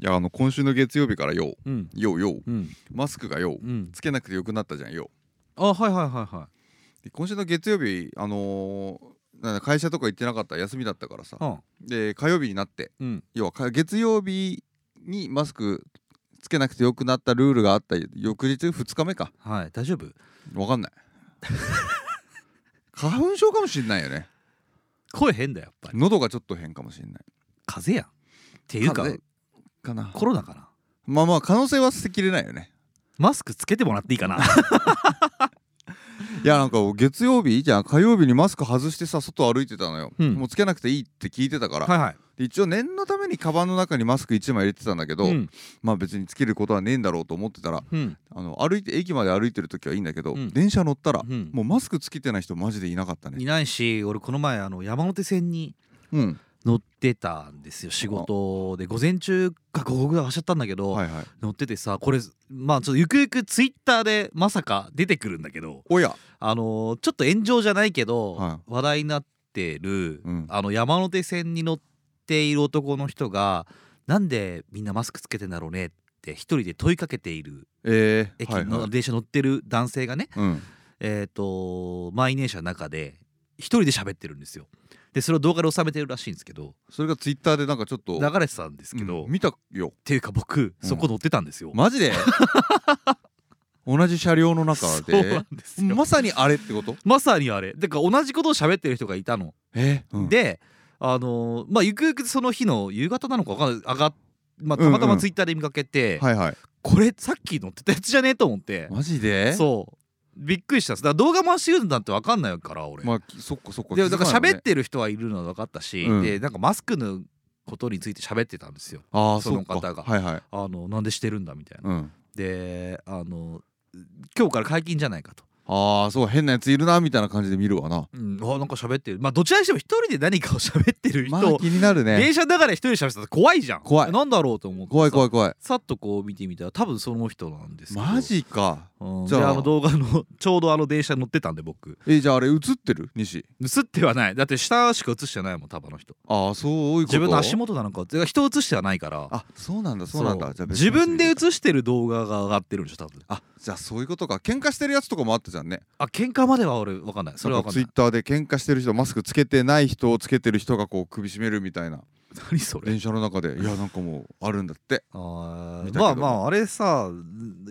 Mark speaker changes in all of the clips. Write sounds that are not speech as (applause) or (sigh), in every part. Speaker 1: いやあの今週の月曜日からよ
Speaker 2: うん
Speaker 1: よよ
Speaker 2: うん
Speaker 1: マスクがよ
Speaker 2: うん
Speaker 1: つけなくてよくなったじゃんよ
Speaker 2: あはいはいはいは
Speaker 1: で今週の月曜日あのーなんだ会社とか行ってなかった休みだったからさ
Speaker 2: いは
Speaker 1: で火曜日になって
Speaker 2: んうん
Speaker 1: 要はか月曜日にマスクつけなくてよくなったルールがあった翌日2日目か
Speaker 2: はい大丈夫
Speaker 1: わかんない花粉症かもしんないよね
Speaker 2: 声変だやっぱり
Speaker 1: 喉がちょっと変かもしんない
Speaker 2: 風邪やんっていうか
Speaker 1: 風邪かな
Speaker 2: コロナかな
Speaker 1: まあまあ可能性は捨てきれないよね
Speaker 2: マスクつけてもらっていいかな
Speaker 1: いやなんか月曜日じゃん火曜日にマスク外してさ外歩いてたのよ、
Speaker 2: うん
Speaker 1: もうつけなくていいって聞いてたから、
Speaker 2: はいはい
Speaker 1: で一応念のためにカバンの中にマスク1枚入れてたんだけど、
Speaker 2: うん
Speaker 1: まあ別につけることはねえんだろうと思ってたら
Speaker 2: うん
Speaker 1: あの歩いて駅まで歩いてる時はいいんだけど、
Speaker 2: うん
Speaker 1: 電車乗ったら
Speaker 2: うん
Speaker 1: もうマスクつけてない人マジでいなかった
Speaker 2: い
Speaker 1: ね。
Speaker 2: ないし俺この前あの山手線に
Speaker 1: うん。
Speaker 2: 乗ってたんですよ仕事で午前中か午後ぐらい走っちゃったんだけど、
Speaker 1: はいはい。
Speaker 2: 乗っててさこれまあちょっとゆくゆくツイッターでまさか出てくるんだけど
Speaker 1: おや。
Speaker 2: あのーちょっと炎上じゃないけど、
Speaker 1: は
Speaker 2: 話題になってる、
Speaker 1: うん
Speaker 2: あの山手線に乗っている男の人がなんでみんなマスクつけてんだろうねって一人で問いかけている
Speaker 1: ええ
Speaker 2: 駅
Speaker 1: はいは
Speaker 2: の
Speaker 1: い。
Speaker 2: 電車乗ってる男性がね、
Speaker 1: うん。
Speaker 2: えっ、と満員電車の中で一人で喋ってるんですよ。でそれを動画で収めてるらしいんですけど
Speaker 1: それがツイッターでなんかちょっと
Speaker 2: 流れてたんですけど、
Speaker 1: うん
Speaker 2: っ
Speaker 1: 見たよ。
Speaker 2: ていうか僕
Speaker 1: うん
Speaker 2: そこ乗ってたんですよ。
Speaker 1: マ
Speaker 2: (laughs)
Speaker 1: ジで。同じ車両の中
Speaker 2: そうな
Speaker 1: で
Speaker 2: ん。ですよ
Speaker 1: まさにあれってこと？
Speaker 2: まさにあれだから同じことを喋ってる人がいたの。
Speaker 1: ええ。うん、
Speaker 2: であのーまあゆくゆくその日の夕方なのかわかんない上がっまあ、
Speaker 1: うんう
Speaker 2: た
Speaker 1: ん
Speaker 2: またまツイッターで見かけて、
Speaker 1: はいはい。
Speaker 2: これさっき乗ってたやつじゃねえと思って
Speaker 1: マジで？
Speaker 2: そうびっくりしたんですだから動画回してるんだってわかんないから俺、
Speaker 1: まあきそっかそっか。
Speaker 2: でだから
Speaker 1: 気づないもん
Speaker 2: 喋っ
Speaker 1: ね。
Speaker 2: てる人はいるのは分かったし、
Speaker 1: うん
Speaker 2: でなんかマスクのことについて喋ってたんですよ
Speaker 1: ああ
Speaker 2: その
Speaker 1: っか
Speaker 2: 方が
Speaker 1: はいはい。
Speaker 2: あのなんでしてるんだみたいな、
Speaker 1: うん。
Speaker 2: であの今日から解禁じゃないかと、
Speaker 1: ああそう変なやついるなみたいな感じで見るわな。
Speaker 2: うん、あなんか喋ってるまあどちらにしても一人で何かを喋ってる人
Speaker 1: まあ
Speaker 2: を
Speaker 1: 気になるね。
Speaker 2: 電車の中で一人で喋ってたら怖いじゃん
Speaker 1: 怖い
Speaker 2: なんだろうと思って
Speaker 1: 怖い怖
Speaker 2: い
Speaker 1: い怖い。
Speaker 2: さっとこう見てみたら多分その人なんですけど
Speaker 1: マ、ジか。
Speaker 2: うん、
Speaker 1: じ
Speaker 2: じ
Speaker 1: ゃあ
Speaker 2: ゃあの動画の (laughs) ちょうどあの電車に乗ってたんで僕
Speaker 1: えじゃああれ映ってる西？
Speaker 2: 映ってはないだって下しか映してないもんタバの人
Speaker 1: ああそういうこと。
Speaker 2: 自分の足元だなんかてか人映してはないから
Speaker 1: あそうなんだそうなんだ
Speaker 2: そう
Speaker 1: じゃあ別の
Speaker 2: 自分で
Speaker 1: や
Speaker 2: 映
Speaker 1: つ
Speaker 2: してる動画が上がってるんでしょ多分
Speaker 1: あじゃあそういうことか喧嘩してるやつとかもあったじゃんね
Speaker 2: あ喧嘩までは俺分かんないそれは分かん
Speaker 1: ツ
Speaker 2: な
Speaker 1: イ
Speaker 2: い
Speaker 1: ッターで喧嘩してる人マスクつけてない人をつけてる人がこう首絞めるみたいな
Speaker 2: (laughs) 何それ
Speaker 1: 電車の中でいやなんかもうあるんだって見
Speaker 2: あー
Speaker 1: たけど
Speaker 2: まあまああれさ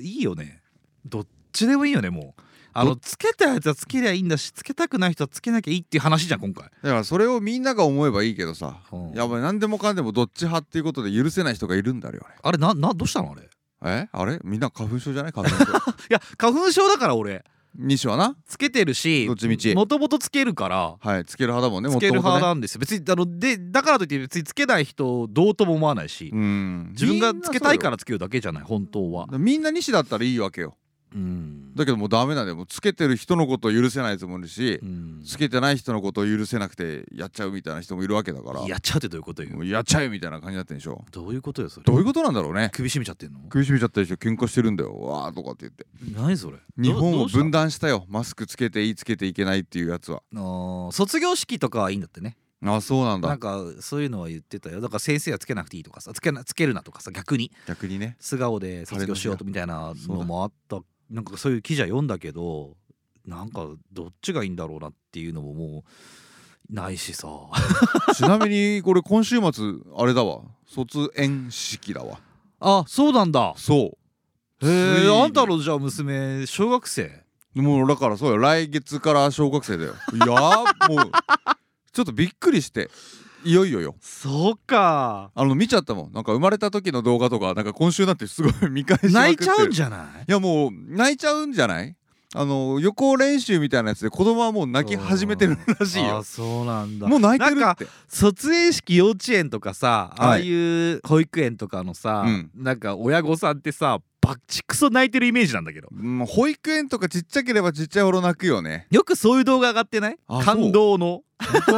Speaker 2: いいよねどっちでもいいよねもうあのつけたやつはつけりゃいいんだしつけたくない人はつけなきゃいいっていう話じゃん今回
Speaker 1: だからそれをみんなが思えばいいけどさ、
Speaker 2: うん
Speaker 1: やばい何でもかんでもどっち派っていうことで許せない人がいるんだよ
Speaker 2: あれななどうしたのあれい
Speaker 1: あれえあれみんな花粉症じゃない花粉症
Speaker 2: (laughs) や花粉症だから俺
Speaker 1: 西はな
Speaker 2: つけてるし
Speaker 1: どっちみち
Speaker 2: もともとつけるから
Speaker 1: はいつける派だもんね
Speaker 2: つける派
Speaker 1: だ
Speaker 2: なんですよ別にあのでだからといって別につけない人をどうとも思わないし、
Speaker 1: うん
Speaker 2: 自分がつけたいかららつけるだけじゃない本当は
Speaker 1: みんな西だったらいいわけよ
Speaker 2: うん
Speaker 1: だけどもうダメなんだよもうつけてる人のことを許せないやつもいるし、
Speaker 2: うん
Speaker 1: つけてない人のことを許せなくてやっちゃうみたいな人もいるわけだから
Speaker 2: やっちゃうってどういうことよ
Speaker 1: もうやっちゃえみたいな感じになってんでしょ
Speaker 2: どういうことよそれ
Speaker 1: どういうことなんだろうね
Speaker 2: 首絞めちゃってんの
Speaker 1: 首絞めちゃったりして喧嘩してるんだよわーとかって言って
Speaker 2: 何それ
Speaker 1: 日本を分
Speaker 2: 断
Speaker 1: 断したよマスクつけていいつけていけないっていうやつは
Speaker 2: あー卒業式とかはいいんだってね
Speaker 1: あそうなん
Speaker 2: な
Speaker 1: だ
Speaker 2: んかそういうのは言ってたよだから先生はつけなくていいとかさつけなつけるなとかさ逆に
Speaker 1: 逆にね
Speaker 2: 素顔で卒業しようとみたいなのもあったなんかそういう記事は読んだけどなんかどっちがいいんだろうなっていうのももうないしさ
Speaker 1: ちなみにこれ今週末あれだわ卒園式だわ
Speaker 2: あそうなんだ
Speaker 1: そ
Speaker 2: へ
Speaker 1: つい
Speaker 2: え
Speaker 1: に
Speaker 2: あんたのじゃあ娘小学生
Speaker 1: うもうだからそうよ来月から小学生だよいやーもうちょっとびっくりしていよいよよ
Speaker 2: そうか
Speaker 1: あの見ちゃったもんなんか生まれた時の動画とかなんか今週になってすごい見返しまく
Speaker 2: 泣
Speaker 1: っ
Speaker 2: い
Speaker 1: て
Speaker 2: ち
Speaker 1: る
Speaker 2: ゃうん
Speaker 1: い
Speaker 2: じゃない
Speaker 1: やもう泣いちゃうんじゃないあの予行練習みたいなやつで子供はもう泣き始めてるらしい
Speaker 2: あ
Speaker 1: よ
Speaker 2: そうなんだ
Speaker 1: もう泣いてる
Speaker 2: なん
Speaker 1: っ
Speaker 2: か
Speaker 1: て
Speaker 2: 卒園式幼稚園とかさ
Speaker 1: はい
Speaker 2: ああいう保育園とかのさ、
Speaker 1: うん
Speaker 2: なんか親御さんってさバッチクソ泣いてるイメージなんだけど
Speaker 1: うん保育園とかちっちゃければちっちゃいほど泣くよね
Speaker 2: よくそういう動画上がってない
Speaker 1: あ
Speaker 2: 感動の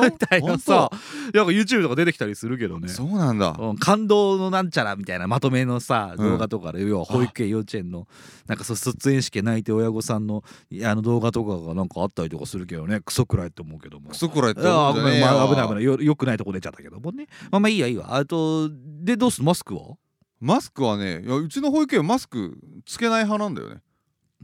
Speaker 2: みたい
Speaker 1: 本
Speaker 2: な
Speaker 1: 当
Speaker 2: さなんか YouTube とか出てきたりするけどね
Speaker 1: (laughs) そうなんだ
Speaker 2: うん感動のなんちゃらみたいなまとめのさ
Speaker 1: うん
Speaker 2: 動画とかで、要は保育園幼稚園のなんかそう卒園式で泣いて親御さんのいやあの動画とかがなんかあったりとかするけどねクソくらいと思うけども
Speaker 1: クソくらいって
Speaker 2: ああごめん、まあ、危ない危ないいよよくないとこ出ちゃったけどもねまあまあいいやいいわあとでどうするマスクは
Speaker 1: マスクはねいやうちの保育園マスクつけない派なんだよね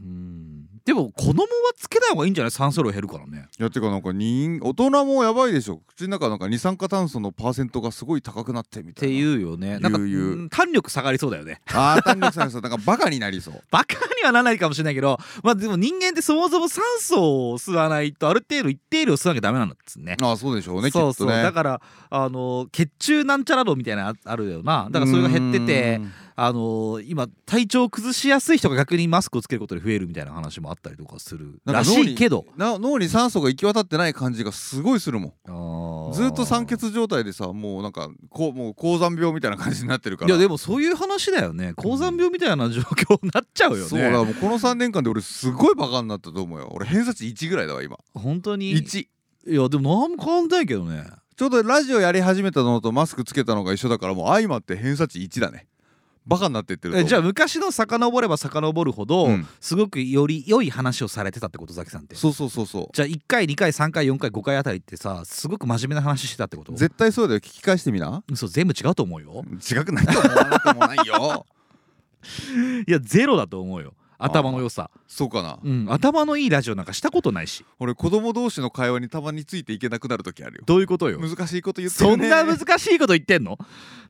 Speaker 2: うんでも子供はつけない方がいいんじゃない酸素量減るからね
Speaker 1: いやてかなんか人大人もやばいでしょ口の中なんか二酸化炭素のパーセントがすごい高くなってみ
Speaker 2: った
Speaker 1: い
Speaker 2: て
Speaker 1: な
Speaker 2: いうよねなんか
Speaker 1: 言う言う
Speaker 2: うん弾力下がりそうだよね
Speaker 1: (laughs) ああ丹力さんそうなんかバカになりそう
Speaker 2: バカにはならないかもしれないけどまあでも人間ってそもそも酸素を吸わないとある程度一定量吸わなきゃダメなんだっつね
Speaker 1: ああそうでしょうね
Speaker 2: そう
Speaker 1: きっと
Speaker 2: そう
Speaker 1: ね
Speaker 2: だからあの血中なんちゃら度みたいなのあるよなだからそれが減ってて
Speaker 1: うん
Speaker 2: あの今体調を崩しやすい人が逆にマスクをつけることで増えるみたいな話もあったりとかする
Speaker 1: なん
Speaker 2: ら
Speaker 1: か
Speaker 2: し
Speaker 1: 脳に
Speaker 2: いけど
Speaker 1: な脳に酸素が行き渡ってない感じがすごいするも
Speaker 2: ず
Speaker 1: んず
Speaker 2: っ
Speaker 1: っと酸欠状態でさもうなんかこうもう高山病みたいな感じになってるから
Speaker 2: いやでもそういう話だよね高山病みたいな状況になっちゃうよね、
Speaker 1: そうだからもうこの3年間で俺すごいバカになったと思うよ俺偏差値1ぐらいだわ今
Speaker 2: 本当に
Speaker 1: 1
Speaker 2: いやでも何も変わんないけどね
Speaker 1: ちょうどラジオやり始めたのとマスクつけたのが一緒だからもう相まって偏差値1だねバカになってってると
Speaker 2: えじゃあ昔の遡れば遡るほど、
Speaker 1: うん
Speaker 2: すごくより良い話をされてたってことザキさんって
Speaker 1: そうそうそうそ
Speaker 2: じゃあ1回2回3回4回5回あたりってさすごく真面目な話してたってこと
Speaker 1: う絶対そうだよ聞き返してみな
Speaker 2: そう全部違うと思うよ
Speaker 1: 違くないと思わなくもないよ
Speaker 2: いやゼロだと思うよ頭の良さ、
Speaker 1: (laughs) そうかな
Speaker 2: うん、頭のいいラジオなんかしたことないし
Speaker 1: 俺子供同士の会話にたまについていけなくなる時あるよ
Speaker 2: どういうことよ
Speaker 1: 難しいこと言って
Speaker 2: そ
Speaker 1: る
Speaker 2: ん
Speaker 1: ね
Speaker 2: な難しいこと言ってんの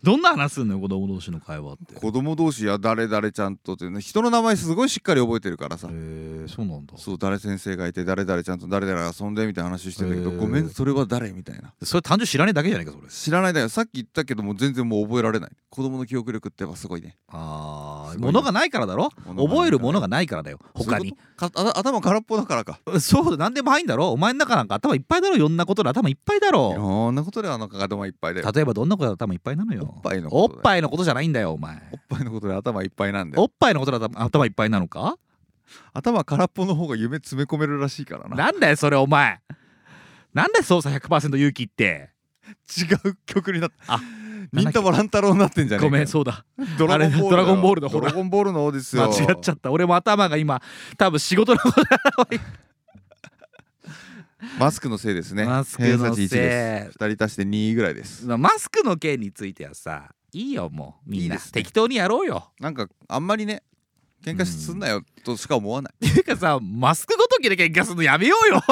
Speaker 2: どんな話すんのよ子供同士の会話って
Speaker 1: 子供同士や誰々ちゃんとっていうね人の名前すごいしっかり覚えてるからさ
Speaker 2: へえそうなんだ
Speaker 1: そう誰先生がいて誰々ちゃんと誰々が遊んでみたいな話してたけど
Speaker 2: へー
Speaker 1: ごめんそれは誰みたいな
Speaker 2: それ単純に知らねえだけじゃないかそれ
Speaker 1: 知らないだよさっき言ったけども全然もう覚えられない子供の記憶力ってやっぱすごいね
Speaker 2: あ
Speaker 1: す
Speaker 2: あ
Speaker 1: ごい
Speaker 2: 物がないからだろ
Speaker 1: 物がないから
Speaker 2: 覚えるものがないからだよ他に
Speaker 1: そういうことかあ頭空っぽだからか
Speaker 2: そう何でも入んだろお前の中なんか頭いっぱいだろいろんなことで頭いっぱいだ
Speaker 1: い
Speaker 2: ろ
Speaker 1: ろんなことであの頭いっぱいだよ
Speaker 2: 例えばどんなことで頭いっぱいなのよ
Speaker 1: おっぱいのこと
Speaker 2: おっ
Speaker 1: だよ
Speaker 2: ぱいのことじゃないんだよお前
Speaker 1: おっぱいのことで頭いっぱいなんだ
Speaker 2: お
Speaker 1: よ
Speaker 2: っぱいのことで頭頭いっぱいなのか
Speaker 1: 頭空っぽの方が夢詰め込めるらしいからな
Speaker 2: なんだよそれお前なんで操作100%勇気って
Speaker 1: 違う曲になった
Speaker 2: あ
Speaker 1: 忍たま乱太郎になってんじゃねえ
Speaker 2: ご
Speaker 1: か
Speaker 2: めんそうだ
Speaker 1: ドラゴンボールだよ
Speaker 2: あれドラゴンボールのほ
Speaker 1: ド
Speaker 2: ら
Speaker 1: ラゴンボールの方ですよ
Speaker 2: 間違っちゃった俺も頭が今多分仕事のこと
Speaker 1: マスクのせいですね
Speaker 2: マスク
Speaker 1: 偏
Speaker 2: の
Speaker 1: 差値
Speaker 2: せい
Speaker 1: 1です2人足して2ぐらいです
Speaker 2: マスクの件についてはさいいよもうみんない
Speaker 1: いですね
Speaker 2: 適当にやろうよ
Speaker 1: なんかあんまりね喧嘩すんなよとしか思
Speaker 2: (laughs)
Speaker 1: わない
Speaker 2: ていうかさマスクごときで喧嘩するのやめようよ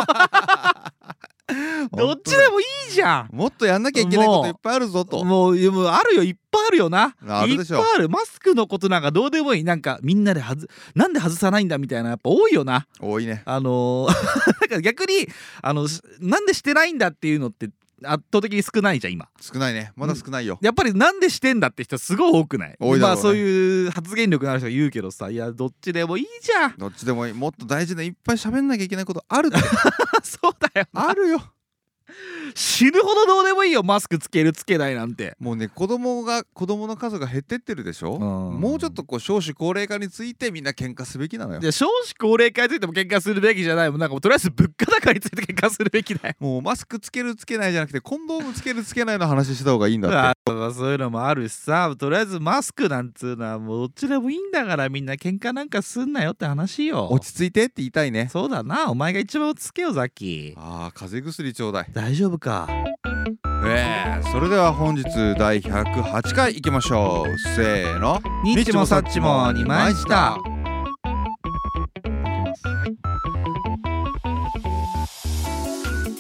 Speaker 2: どっちでもいいじゃん
Speaker 1: もっとやんなきゃいけないこといっぱいあるぞと
Speaker 2: もういやもうあるよいっぱいあるよな
Speaker 1: ああ
Speaker 2: い
Speaker 1: る
Speaker 2: っ
Speaker 1: でし
Speaker 2: ぱ
Speaker 1: ょ
Speaker 2: いあるマスクのことなんかどうでもいいなんかみんなではずなんで外さないんだみたいなやっぱ多いよな
Speaker 1: 多いね
Speaker 2: あのー (laughs) なんか逆にあのしなんでしてないんだっていうのって圧倒的に少ないじゃん今
Speaker 1: 少ないねまだ少ないよ、
Speaker 2: やっぱりなんでしてんだって人すごい多くない
Speaker 1: 多いだろう
Speaker 2: ま
Speaker 1: ね
Speaker 2: あそういう発言力のある人が言うけどさいやどっちでもいいじゃん
Speaker 1: どっちでもいいもっと大事ないっぱい喋んなきゃいけないことあるって
Speaker 2: (laughs) そうだよ (laughs)
Speaker 1: あるよ
Speaker 2: 死ぬほどどうでもいいよマスクつけるつけないなんて
Speaker 1: もうね子供が子供の数が減ってってるでしょ
Speaker 2: うん
Speaker 1: もうちょっとこう少子高齢化についてみんな喧嘩すべきなのよ
Speaker 2: で少子高齢化についても喧嘩するべきじゃないもんなんかもうとりあえず物価高について喧嘩するべきだよ
Speaker 1: もうマスクつけるつけないじゃなくてコンドームつけるつけないの話した方がいいんだって
Speaker 2: まあまあそういうのもあるしさとりあえずマスクなんつうのはもうどっちでもいいんだからみんな喧嘩なんかすんなよって話よ
Speaker 1: 落ち着いてって言いたいね
Speaker 2: そうだなお前が一番落ち着けよザキ
Speaker 1: あー風邪薬ちょうだい
Speaker 2: 大丈夫か
Speaker 1: えー、それでは本日第108回いきましょうせーの
Speaker 2: ニッチもサッチも二枚舌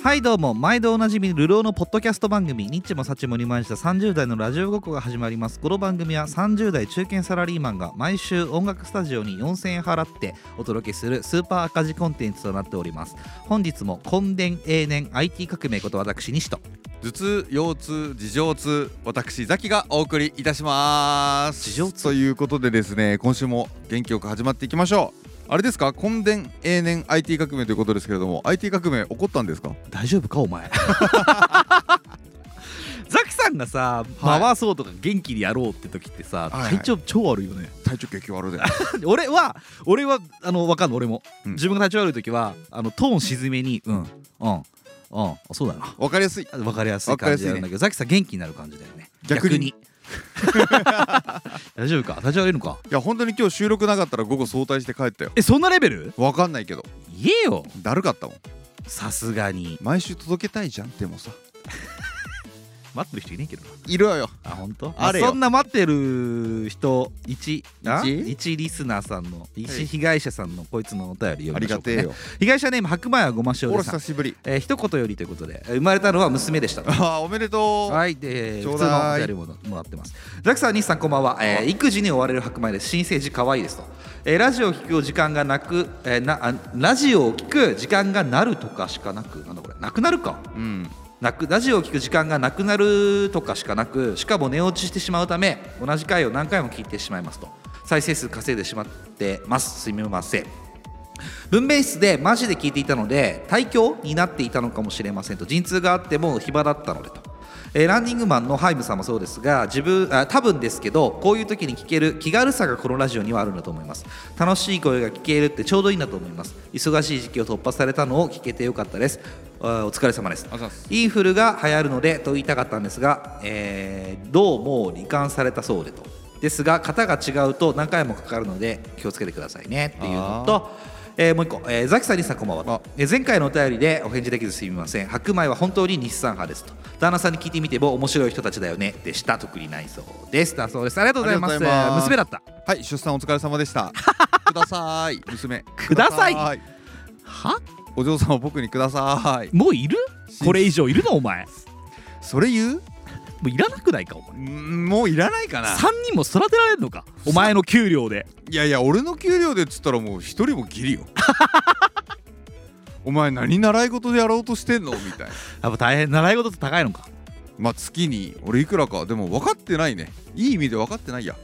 Speaker 2: はいどうも毎度おなじみルローのポッドキャスト番組ニッチもサチもにまいした30代のラジオごっこが始まりますこの番組は30代中堅サラリーマンが毎週音楽スタジオに4000円払ってお届けするスーパー赤字コンテンツとなっております本日も根伝永年 IT 革命こと私西と
Speaker 1: 頭痛腰痛事情痛私ザキがお送りいたします
Speaker 2: 事情痛
Speaker 1: ということでですね今週も元気よく始まっていきましょうあれですか根伝永年 IT 革命ということですけれども IT 革命起こったんですか
Speaker 2: 大丈夫かお前ザキさんがさ、
Speaker 1: はい
Speaker 2: 回そうとか元気にやろうって時って
Speaker 1: は
Speaker 2: さ、
Speaker 1: いはい
Speaker 2: 体調超悪いよね
Speaker 1: 体調激悪で
Speaker 2: 俺は俺はあのわかんの俺も、
Speaker 1: うん
Speaker 2: 自分が立ち悪い時はあのトーン沈めにうんうんうんそうだな
Speaker 1: わかりやすい
Speaker 2: わかりやすい感じでやるんだけど、ザキさん元気になる感じだよね
Speaker 1: 逆に
Speaker 2: (laughs) 大丈夫か立ち悪いのか
Speaker 1: いや本当に今日収録なかったら午後早退して帰ったよ
Speaker 2: えそんなレベル
Speaker 1: わかんないけど
Speaker 2: 言えよ
Speaker 1: だるかったもん
Speaker 2: さすがに
Speaker 1: 毎週届けたいじゃんでもさ
Speaker 2: 待ってる人いねえけどない
Speaker 1: るわよ
Speaker 2: あ本当
Speaker 1: あれよ
Speaker 2: そんな待ってる人1あ
Speaker 1: 一
Speaker 2: 1リスナーさんの
Speaker 1: は
Speaker 2: 1
Speaker 1: い
Speaker 2: 被害者さんのこいつのお便り読みましょう
Speaker 1: ありがてえよ
Speaker 2: 被害者ネーム白米はごま塩
Speaker 1: お
Speaker 2: で
Speaker 1: ら
Speaker 2: さん
Speaker 1: 久しぶり
Speaker 2: えー、一言よりということでえー生まれたのは娘でした
Speaker 1: あーおめでとう
Speaker 2: (laughs) はいで
Speaker 1: ちょ
Speaker 2: 普
Speaker 1: う
Speaker 2: 通の
Speaker 1: だ
Speaker 2: お
Speaker 1: い
Speaker 2: 便りももらってますザクさん西さんこんばんは、えー育児に追われる白米です新生児可愛いですと、えーラジオを聞く時間がなく、えーなあラジオを聞く時間がなるとかしかなくなんだこれなくなるか
Speaker 1: うん
Speaker 2: なくラジオを聞く時間がなくなるとかしかなくしかも寝落ちしてしまうため同じ回を何回も聞いてしまいますと再生数稼いでしまってますすみません文面室でマジで聞いていたので体調になっていたのかもしれませんと陣痛があっても暇だったのでと、えーランニングマンのハイムさんもそうですが自分あ多分ですけどこういう時に聞ける気軽さがこのラジオにはあるんだと思います楽しい声が聞けるってちょうどいいんだと思います忙しい時期を突破されたのを聞けてよかったですあお疲れ様です
Speaker 1: あざっす
Speaker 2: インフルが流行るのでと言いたかったんですが、えーどうも罹患されたそうでとですが型が違うと何回もかかるので気をつけてくださいねっていうのとえーもう一個、えーザキさん、西さん、こんばんは
Speaker 1: あ。
Speaker 2: えー前回のお便りでお返事できずすみません。白米は本当に日産派ですと。旦那さんに聞いてみても面白い人たちだよねでした。特にないそうです。だそうです。ありがとうございます。
Speaker 1: ありがとうございます
Speaker 2: 娘だった。
Speaker 1: はい出産お疲れ様でした
Speaker 2: (laughs)
Speaker 1: ください娘
Speaker 2: ください
Speaker 1: い
Speaker 2: は
Speaker 1: お嬢さんを僕にください
Speaker 2: もういる
Speaker 1: し
Speaker 2: これ以上いるのお前。も
Speaker 1: それ言う
Speaker 2: ういらなくないかお前。
Speaker 1: うんもういらないかな
Speaker 2: 3人も育てられるのかお前の給料で。
Speaker 1: いやいや俺の給料でっつったらもう一人もギリよ (laughs) お前何習い事でやろうとしてんのみたいな
Speaker 2: やっぱ大変、習い事って高いのか。
Speaker 1: まあ月に俺いくらかでも分かってないねいい意味で分かってないや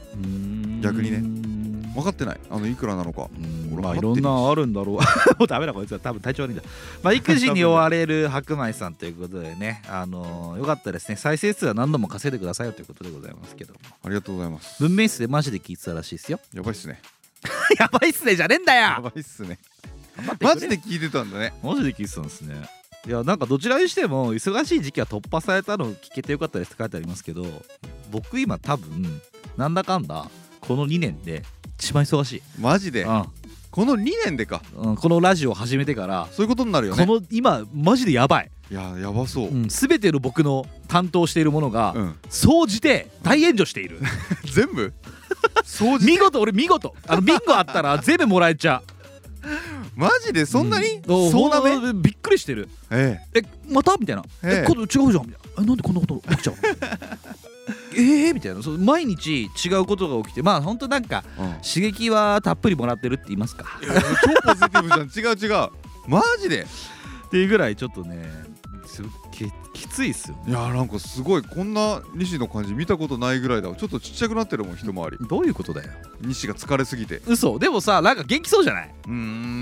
Speaker 1: 逆にね
Speaker 2: ね。
Speaker 1: 分かってないあのいくらなのか
Speaker 2: うん
Speaker 1: 俺
Speaker 2: まあ
Speaker 1: 待
Speaker 2: い
Speaker 1: って
Speaker 2: ろ
Speaker 1: るし
Speaker 2: んなあるんだろう (laughs) もうダメだこいつは多分体調悪いんだまあ育児に追われる白米さんということでねあのーよかったですね再生数は何度も稼いでくださいよということでございますけども
Speaker 1: ありがとうございます
Speaker 2: 文面室でマジで聞いてたらしいですよ (laughs)
Speaker 1: やばいっすね
Speaker 2: やばいっすねじゃねえんだ
Speaker 1: や
Speaker 2: よ
Speaker 1: ばいっすね
Speaker 2: 頑張ってくれ
Speaker 1: マジで聞いてたんだね
Speaker 2: マジで聞いてたんですねいやなんかどちらにしても忙しい時期は突破されたのを聞けてよかったですって書いてありますけど僕今多分なんだかんだこの2年で一番忙しい、
Speaker 1: マジで
Speaker 2: う
Speaker 1: この2年でか
Speaker 2: んうん、このラジオを始めてから
Speaker 1: そういうことになるよ
Speaker 2: こ
Speaker 1: ね
Speaker 2: の今マジでやばい
Speaker 1: いややばそううん、
Speaker 2: すべての僕の担当しているものが総じて大炎上している
Speaker 1: (laughs) 全部掃除
Speaker 2: 見事俺見事あ
Speaker 1: (laughs)
Speaker 2: のビンゴあったら全部もらえちゃう
Speaker 1: マジでそんなに、
Speaker 2: うん
Speaker 1: そうなめ
Speaker 2: ほんとびっくりしてる
Speaker 1: え
Speaker 2: えまたみたいな
Speaker 1: ええ
Speaker 2: え今度違うじゃんみたいなえなんでこんなこと起きちゃ
Speaker 1: (laughs)
Speaker 2: うのえーみたいなそう毎日違うことが起きてまあ本当なんか
Speaker 1: え、うん
Speaker 2: 刺激はたっぷりもらってるって言いますか
Speaker 1: いや超ポジティブじゃん違う違うマジで
Speaker 2: っていうぐらいちょっとねすききついっすよね
Speaker 1: いやなんかすごいこんな西の感じ見たことないぐらいだわちょっとちっちゃくなってるもん一回り
Speaker 2: どういうことだよ
Speaker 1: 西が疲れすぎて
Speaker 2: 嘘でもさなんか元気そうじゃないう
Speaker 1: ー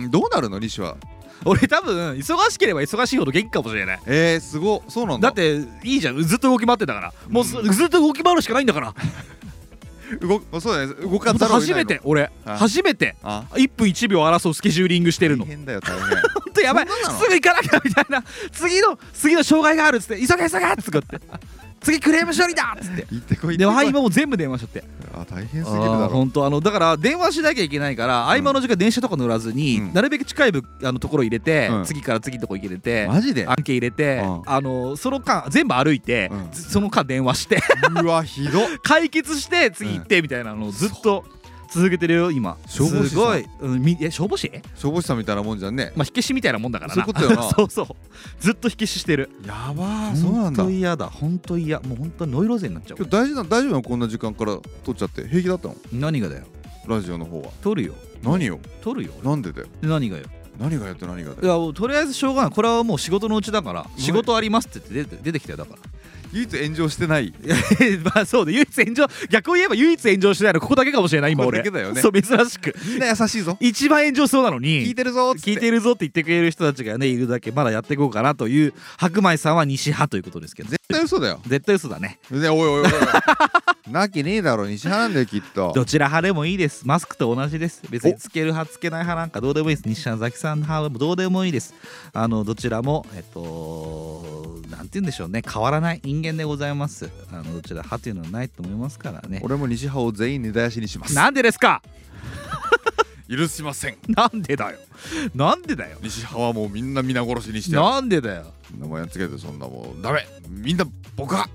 Speaker 1: んどうなるの西は
Speaker 2: 俺多分忙しければ忙しいほど元気かもしれない
Speaker 1: えー、すごそうなん
Speaker 2: だ
Speaker 1: だ
Speaker 2: っていいじゃんずっと動き回ってんだからもうす
Speaker 1: う
Speaker 2: ずっと動き回るしかないんだから
Speaker 1: 動くそうだね動か
Speaker 2: 本当
Speaker 1: ざるを得
Speaker 2: 初
Speaker 1: ない
Speaker 2: め
Speaker 1: の
Speaker 2: て俺
Speaker 1: はい
Speaker 2: 初めて
Speaker 1: あ
Speaker 2: 1分1秒争うスケジューリングしてる
Speaker 1: 大
Speaker 2: の本
Speaker 1: 変だよ大
Speaker 2: 当やばい
Speaker 1: そんななの
Speaker 2: すぐ行かなきゃみたいな次の次の障害があるっつって急げ急げっつって次クレーム処理だっつって
Speaker 1: 変行ってこい
Speaker 2: で
Speaker 1: 行
Speaker 2: 合
Speaker 1: ってこい
Speaker 2: 間も全部電話しちゃって
Speaker 1: あ大変すぎるだろ
Speaker 2: 本当あのだから電話しなきゃいけないから合間の時間電車とか乗らずに、
Speaker 1: うん
Speaker 2: なるべく近いぶあのところ入れて、
Speaker 1: うん
Speaker 2: 次から次のとこ入れて、
Speaker 1: マジで
Speaker 2: 案件入れて、
Speaker 1: うん
Speaker 2: あのその間全部歩いて、
Speaker 1: うん
Speaker 2: ずその間電話して
Speaker 1: うわひどっ
Speaker 2: 解決して次行ってみたいなのをずっと続けてるよ今
Speaker 1: 消防士さん
Speaker 2: すごい、うん、みえ消防士
Speaker 1: 消防士さんみたいなもんじゃんね
Speaker 2: まあ火消しみたいなもんだからな
Speaker 1: そういうことよな
Speaker 2: (laughs) そうそうずっと火消ししてる
Speaker 1: やばーそうなんだ
Speaker 2: 本当
Speaker 1: 今
Speaker 2: 嫌だ本当嫌もう本当にノイローゼになっちゃ
Speaker 1: 日
Speaker 2: う
Speaker 1: 大事な大丈夫なのこんな時間から撮っちゃって平気だったの
Speaker 2: 何がだよ
Speaker 1: ラジオの方は
Speaker 2: 取るよ
Speaker 1: 何よ
Speaker 2: 取るよ
Speaker 1: なんでだよ
Speaker 2: で何がよ
Speaker 1: 何がやって何が
Speaker 2: い
Speaker 1: だよ
Speaker 2: やもうとりあえずしょうがないこれはもう仕事のうちだから仕事ありますって言って出て出てきたよだから
Speaker 1: 唯一炎上してない
Speaker 2: いや (laughs) まあそうで唯一炎上逆を言えば唯一炎上してないのここだけかもしれない今俺
Speaker 1: ここだけだよね
Speaker 2: そう珍しく
Speaker 1: みんな優しいぞ
Speaker 2: 一番炎上しそうなのに
Speaker 1: 聞いてるぞーっつって
Speaker 2: (laughs) 聞いてるぞって言ってくれる人たちがねいるだけまだやっていこうかなという白米さんは西派ということですけど
Speaker 1: 絶対嘘だ (laughs) よ
Speaker 2: 絶対嘘だね
Speaker 1: でおいおいおいおいなきねえだろ西派なんだよきっと
Speaker 2: どちら派でもいいですマスクと同じです別につける派つけない派なんかどうでもいいです西さんザキさん派もどうでもいいですあのどちらもえっとなんて言うんでしょうね変わらない人間でございますあのどちら派というのはないと思いますからね
Speaker 1: 俺も西派を全員根絶やしにします
Speaker 2: なんでですか
Speaker 1: 許しません
Speaker 2: なんでだよなんでだよ
Speaker 1: 西派はもうみんな皆殺しにしてやる
Speaker 2: なんでだよ
Speaker 1: (laughs) そんなもんやっつけてそんなもんダメみんな僕派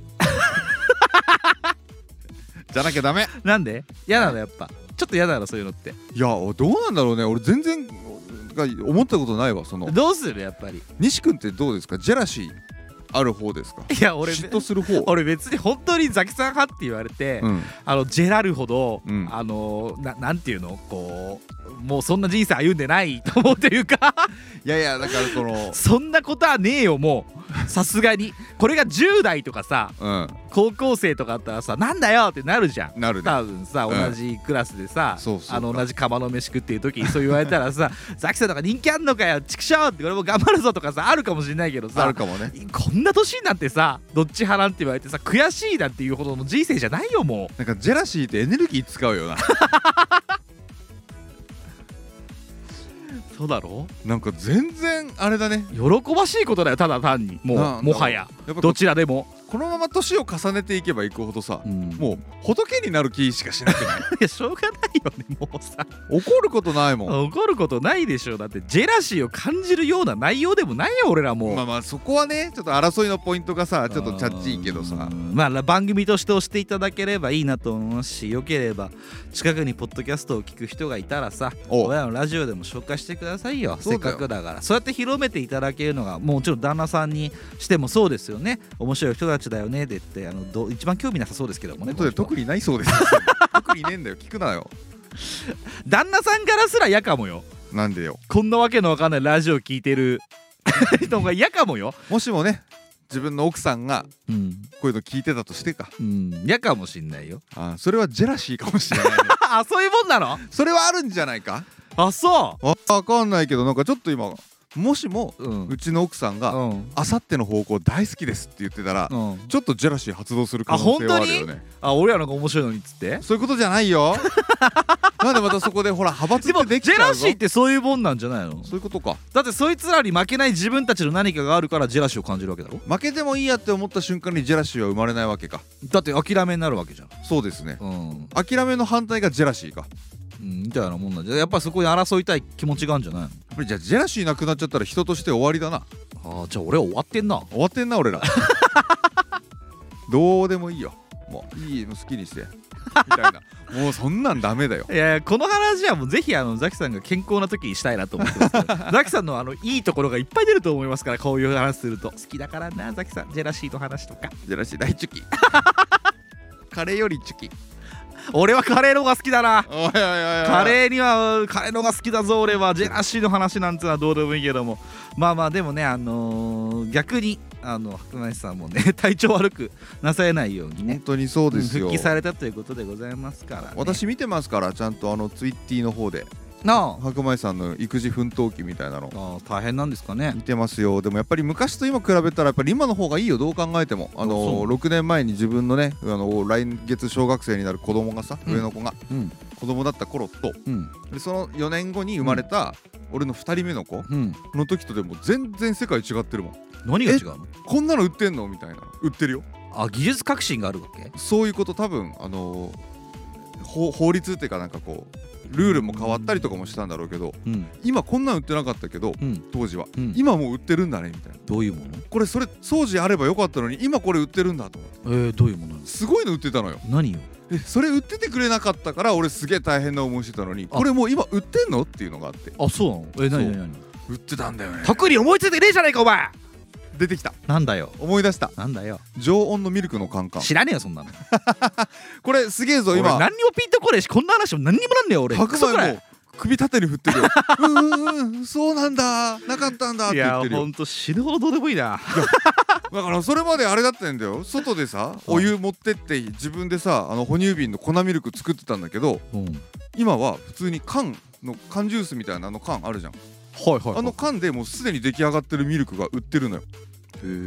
Speaker 1: じゃなきゃダメ
Speaker 2: なんで嫌なのやっぱちょっと嫌なのそういうのって
Speaker 1: いやどうなんだろうね俺全然思ったことないわその
Speaker 2: どうするやっぱり
Speaker 1: 西君ってどうですかジェラシーある方ですか
Speaker 2: いや俺
Speaker 1: 嫉妬する方
Speaker 2: (laughs) 俺別に本当にザキさん派って言われて、
Speaker 1: うん
Speaker 2: あのジェラルほど、
Speaker 1: うん
Speaker 2: あのななんていうのこうもうそんな人生歩んでないと思うとい
Speaker 1: (laughs)
Speaker 2: うか
Speaker 1: いやいやだからその
Speaker 2: そんなことはねえよもうさすがにこれが10代とかさ
Speaker 1: う
Speaker 2: 高校生とかだったらさなんだよってなるじゃん
Speaker 1: んなるね
Speaker 2: 多分さ
Speaker 1: うん
Speaker 2: 同じクラスでさ、
Speaker 1: そうそう
Speaker 2: あの同じ釜の飯食っていう時にそう言われたらさ「ザキさんとか人気あんのかよちくしょう!」って俺も頑張るぞとかさあるかもしれないけど
Speaker 1: あ
Speaker 2: さ
Speaker 1: るかもね
Speaker 2: こんな年になってさどっち派なんて言われてさ悔しいなんていうほどの人生じゃないよも
Speaker 1: なんかジェラシーってエネルギー使うよ (laughs) な
Speaker 2: うそうだろ
Speaker 1: なんか全然あれだね
Speaker 2: 喜ばしいことだよただ単にも
Speaker 1: な
Speaker 2: うもはや
Speaker 1: やっぱ
Speaker 2: ど
Speaker 1: こ
Speaker 2: ちらでも、
Speaker 1: このまま年を重ねていけばいくほどさ
Speaker 2: もう
Speaker 1: もう仏になる気しかしなく (laughs) ない
Speaker 2: いやしょうがないよねもうさ
Speaker 1: 怒ることないもん
Speaker 2: 怒ることないでしょだってジェラシーを感じるような内容でもないよ俺らもう
Speaker 1: まあまあそこはねちょっと争いのポイントがさちょっとチャッチいけど
Speaker 2: う
Speaker 1: さ
Speaker 2: んまあ番組として押していただければいいなと思いますしよければ近くにポッドキャストを聞く人がいたらさ
Speaker 1: おう
Speaker 2: 親のラジオでも紹介してくださいよ
Speaker 1: そうだ
Speaker 2: せっ
Speaker 1: よ
Speaker 2: かくだからそうやって広めていただけるのがもちろん旦那さんにしてもそうですよね面白い人たちだよねって言ってあのど一番興味なさそうですけどもね
Speaker 1: 本当で
Speaker 2: この人
Speaker 1: 特にない (laughs) そうです特にねえんだよ聞くなよ
Speaker 2: 旦那さんからすら嫌かもよ
Speaker 1: なんでよ
Speaker 2: こんなわけのわかんないラジオ聞いてる人が嫌かもよ、
Speaker 1: もしもね自分の奥さんが
Speaker 2: うん
Speaker 1: こういうの聞いてたとしてか
Speaker 2: うん、嫌かもしんないよ (laughs)
Speaker 1: あーそれはジェラシーかもしれないね
Speaker 2: あそういうもんなの
Speaker 1: それはあるんじゃないか
Speaker 2: あそ
Speaker 1: わわかんないけどなんかちょっと今もしも
Speaker 2: ううん
Speaker 1: うちの奥さんが
Speaker 2: うん
Speaker 1: あさっての方向大好きですって言ってたら
Speaker 2: うん
Speaker 1: ちょっとジェラシー発動する可能性はあるよね
Speaker 2: あ俺らの方が面白いのにっつって
Speaker 1: そういうことじゃない
Speaker 2: (laughs)
Speaker 1: よなんでまたそこでほら派閥
Speaker 2: で
Speaker 1: っ
Speaker 2: も
Speaker 1: てで
Speaker 2: ジ
Speaker 1: きち
Speaker 2: ェ
Speaker 1: ゃ
Speaker 2: ラ
Speaker 1: うぞ
Speaker 2: シーってそういうもんなんじゃないの
Speaker 1: そういうことか
Speaker 2: だってそいつらに負けない自分たちの何かがあるからジェラシーを感じるわけだろ
Speaker 1: 負けてもいいやって思った瞬間にジェラシーは生まれないわけか
Speaker 2: だって諦めになるわけじゃん
Speaker 1: そうですね
Speaker 2: うん、
Speaker 1: 諦めの反対がジェラシーか
Speaker 2: うん、みたいなもんなんじゃやっぱそこに争いたい気持ちがあるんじゃないの
Speaker 1: やっぱりじゃあジェラシーなくなっちゃったら人として終わりだな
Speaker 2: あーじゃあ俺は終わってんな
Speaker 1: 終わってんな俺ら (laughs) どうでもいいよもういいもう好きにしてみたいなもうそんなんダメだよ
Speaker 2: いやいやこの話はもうぜひあのザキさんが健康な時にしたいなと思ってます (laughs) けどザキさんのあのいいところがいっぱい出ると思いますからこういう話すると好きだからなザキさんジェラシーの話とか
Speaker 1: ジェラシー大チュ (laughs) キカレーよりチュキ
Speaker 2: 俺はカレーの方が好きだな
Speaker 1: おいおいおいおい
Speaker 2: カレーにはカレーのが好きだぞ俺はジェラシーの話なんてのはどうでもいいけどもまあまあでもねあのー逆にあの白内さんもね (laughs) 体調悪くなされないように
Speaker 1: 本
Speaker 2: ね
Speaker 1: 当にそうですよ
Speaker 2: 復帰されたということでございますから、ね、
Speaker 1: 私見てますからちゃんとあのツイッティの方で
Speaker 2: な
Speaker 1: 白米さんの育児奮闘記みたいなの
Speaker 2: ああー大変なんですかね
Speaker 1: 見てますよでもやっぱり昔と今比べたらやっぱり今の方がいいよどう考えてもあ
Speaker 2: そ
Speaker 1: の
Speaker 2: う
Speaker 1: 6年前に自分のねあの来月小学生になる子供がさ、
Speaker 2: うん
Speaker 1: 上の子が
Speaker 2: うん
Speaker 1: 子供だった頃と
Speaker 2: うん
Speaker 1: でその4年後に生まれた俺の2人目の子
Speaker 2: うん
Speaker 1: の時とでも全然世界違ってるもん
Speaker 2: 何が違うの
Speaker 1: こんなの売ってんのみたいな売ってるよ
Speaker 2: あ技術革新があるわけ
Speaker 1: そういうこと多分あの法法律っていうかなんかこうルールも変わったりとかもしたんだろうけど
Speaker 2: うん
Speaker 1: 今こんなん売ってなかったけど
Speaker 2: うん
Speaker 1: 当時は
Speaker 2: うん
Speaker 1: 今もう売ってるんだねみたいな
Speaker 2: どういうもの
Speaker 1: これそれ掃除あればよかったのに今これ売ってるんだと思って
Speaker 2: えー、どういうものなんです
Speaker 1: すごいの売ってたのよ
Speaker 2: 何よ
Speaker 1: えそれ売っててくれなかったから俺すげえ大変な思いしてたのに
Speaker 2: あ
Speaker 1: これもう今売ってんのっていうのがあって
Speaker 2: あそうなのえ何
Speaker 1: そう
Speaker 2: 何何
Speaker 1: 売ってたんだよね
Speaker 2: 特に思いついてねえじゃないかお前
Speaker 1: 出てきた
Speaker 2: なんだよ
Speaker 1: 思い出した
Speaker 2: なんだよ
Speaker 1: 常温のミルクのカンカン
Speaker 2: 知らねえよそんなの
Speaker 1: これすげえぞ
Speaker 2: 俺
Speaker 1: 今
Speaker 2: 何にもピンとこねえしこんな話も何にもなんねえよ俺
Speaker 1: 白
Speaker 2: クソくら
Speaker 1: 米
Speaker 2: い
Speaker 1: も首縦に振 (laughs) ってるようーんそうなんだなかったんだっ
Speaker 2: い
Speaker 1: て言っ
Speaker 2: や
Speaker 1: てるよ
Speaker 2: ほんと死ぬほどどうでもいいな
Speaker 1: だからそれまであれだったんだよ外でさお湯持ってって自分でさあの哺乳瓶の粉ミルク作ってたんだけど
Speaker 2: うんはい
Speaker 1: 今は普通に缶の缶ジュースみたいなあの缶あるじゃん
Speaker 2: はいはい
Speaker 1: あの缶でもうすでに出来上がってるミルクが売ってるのよ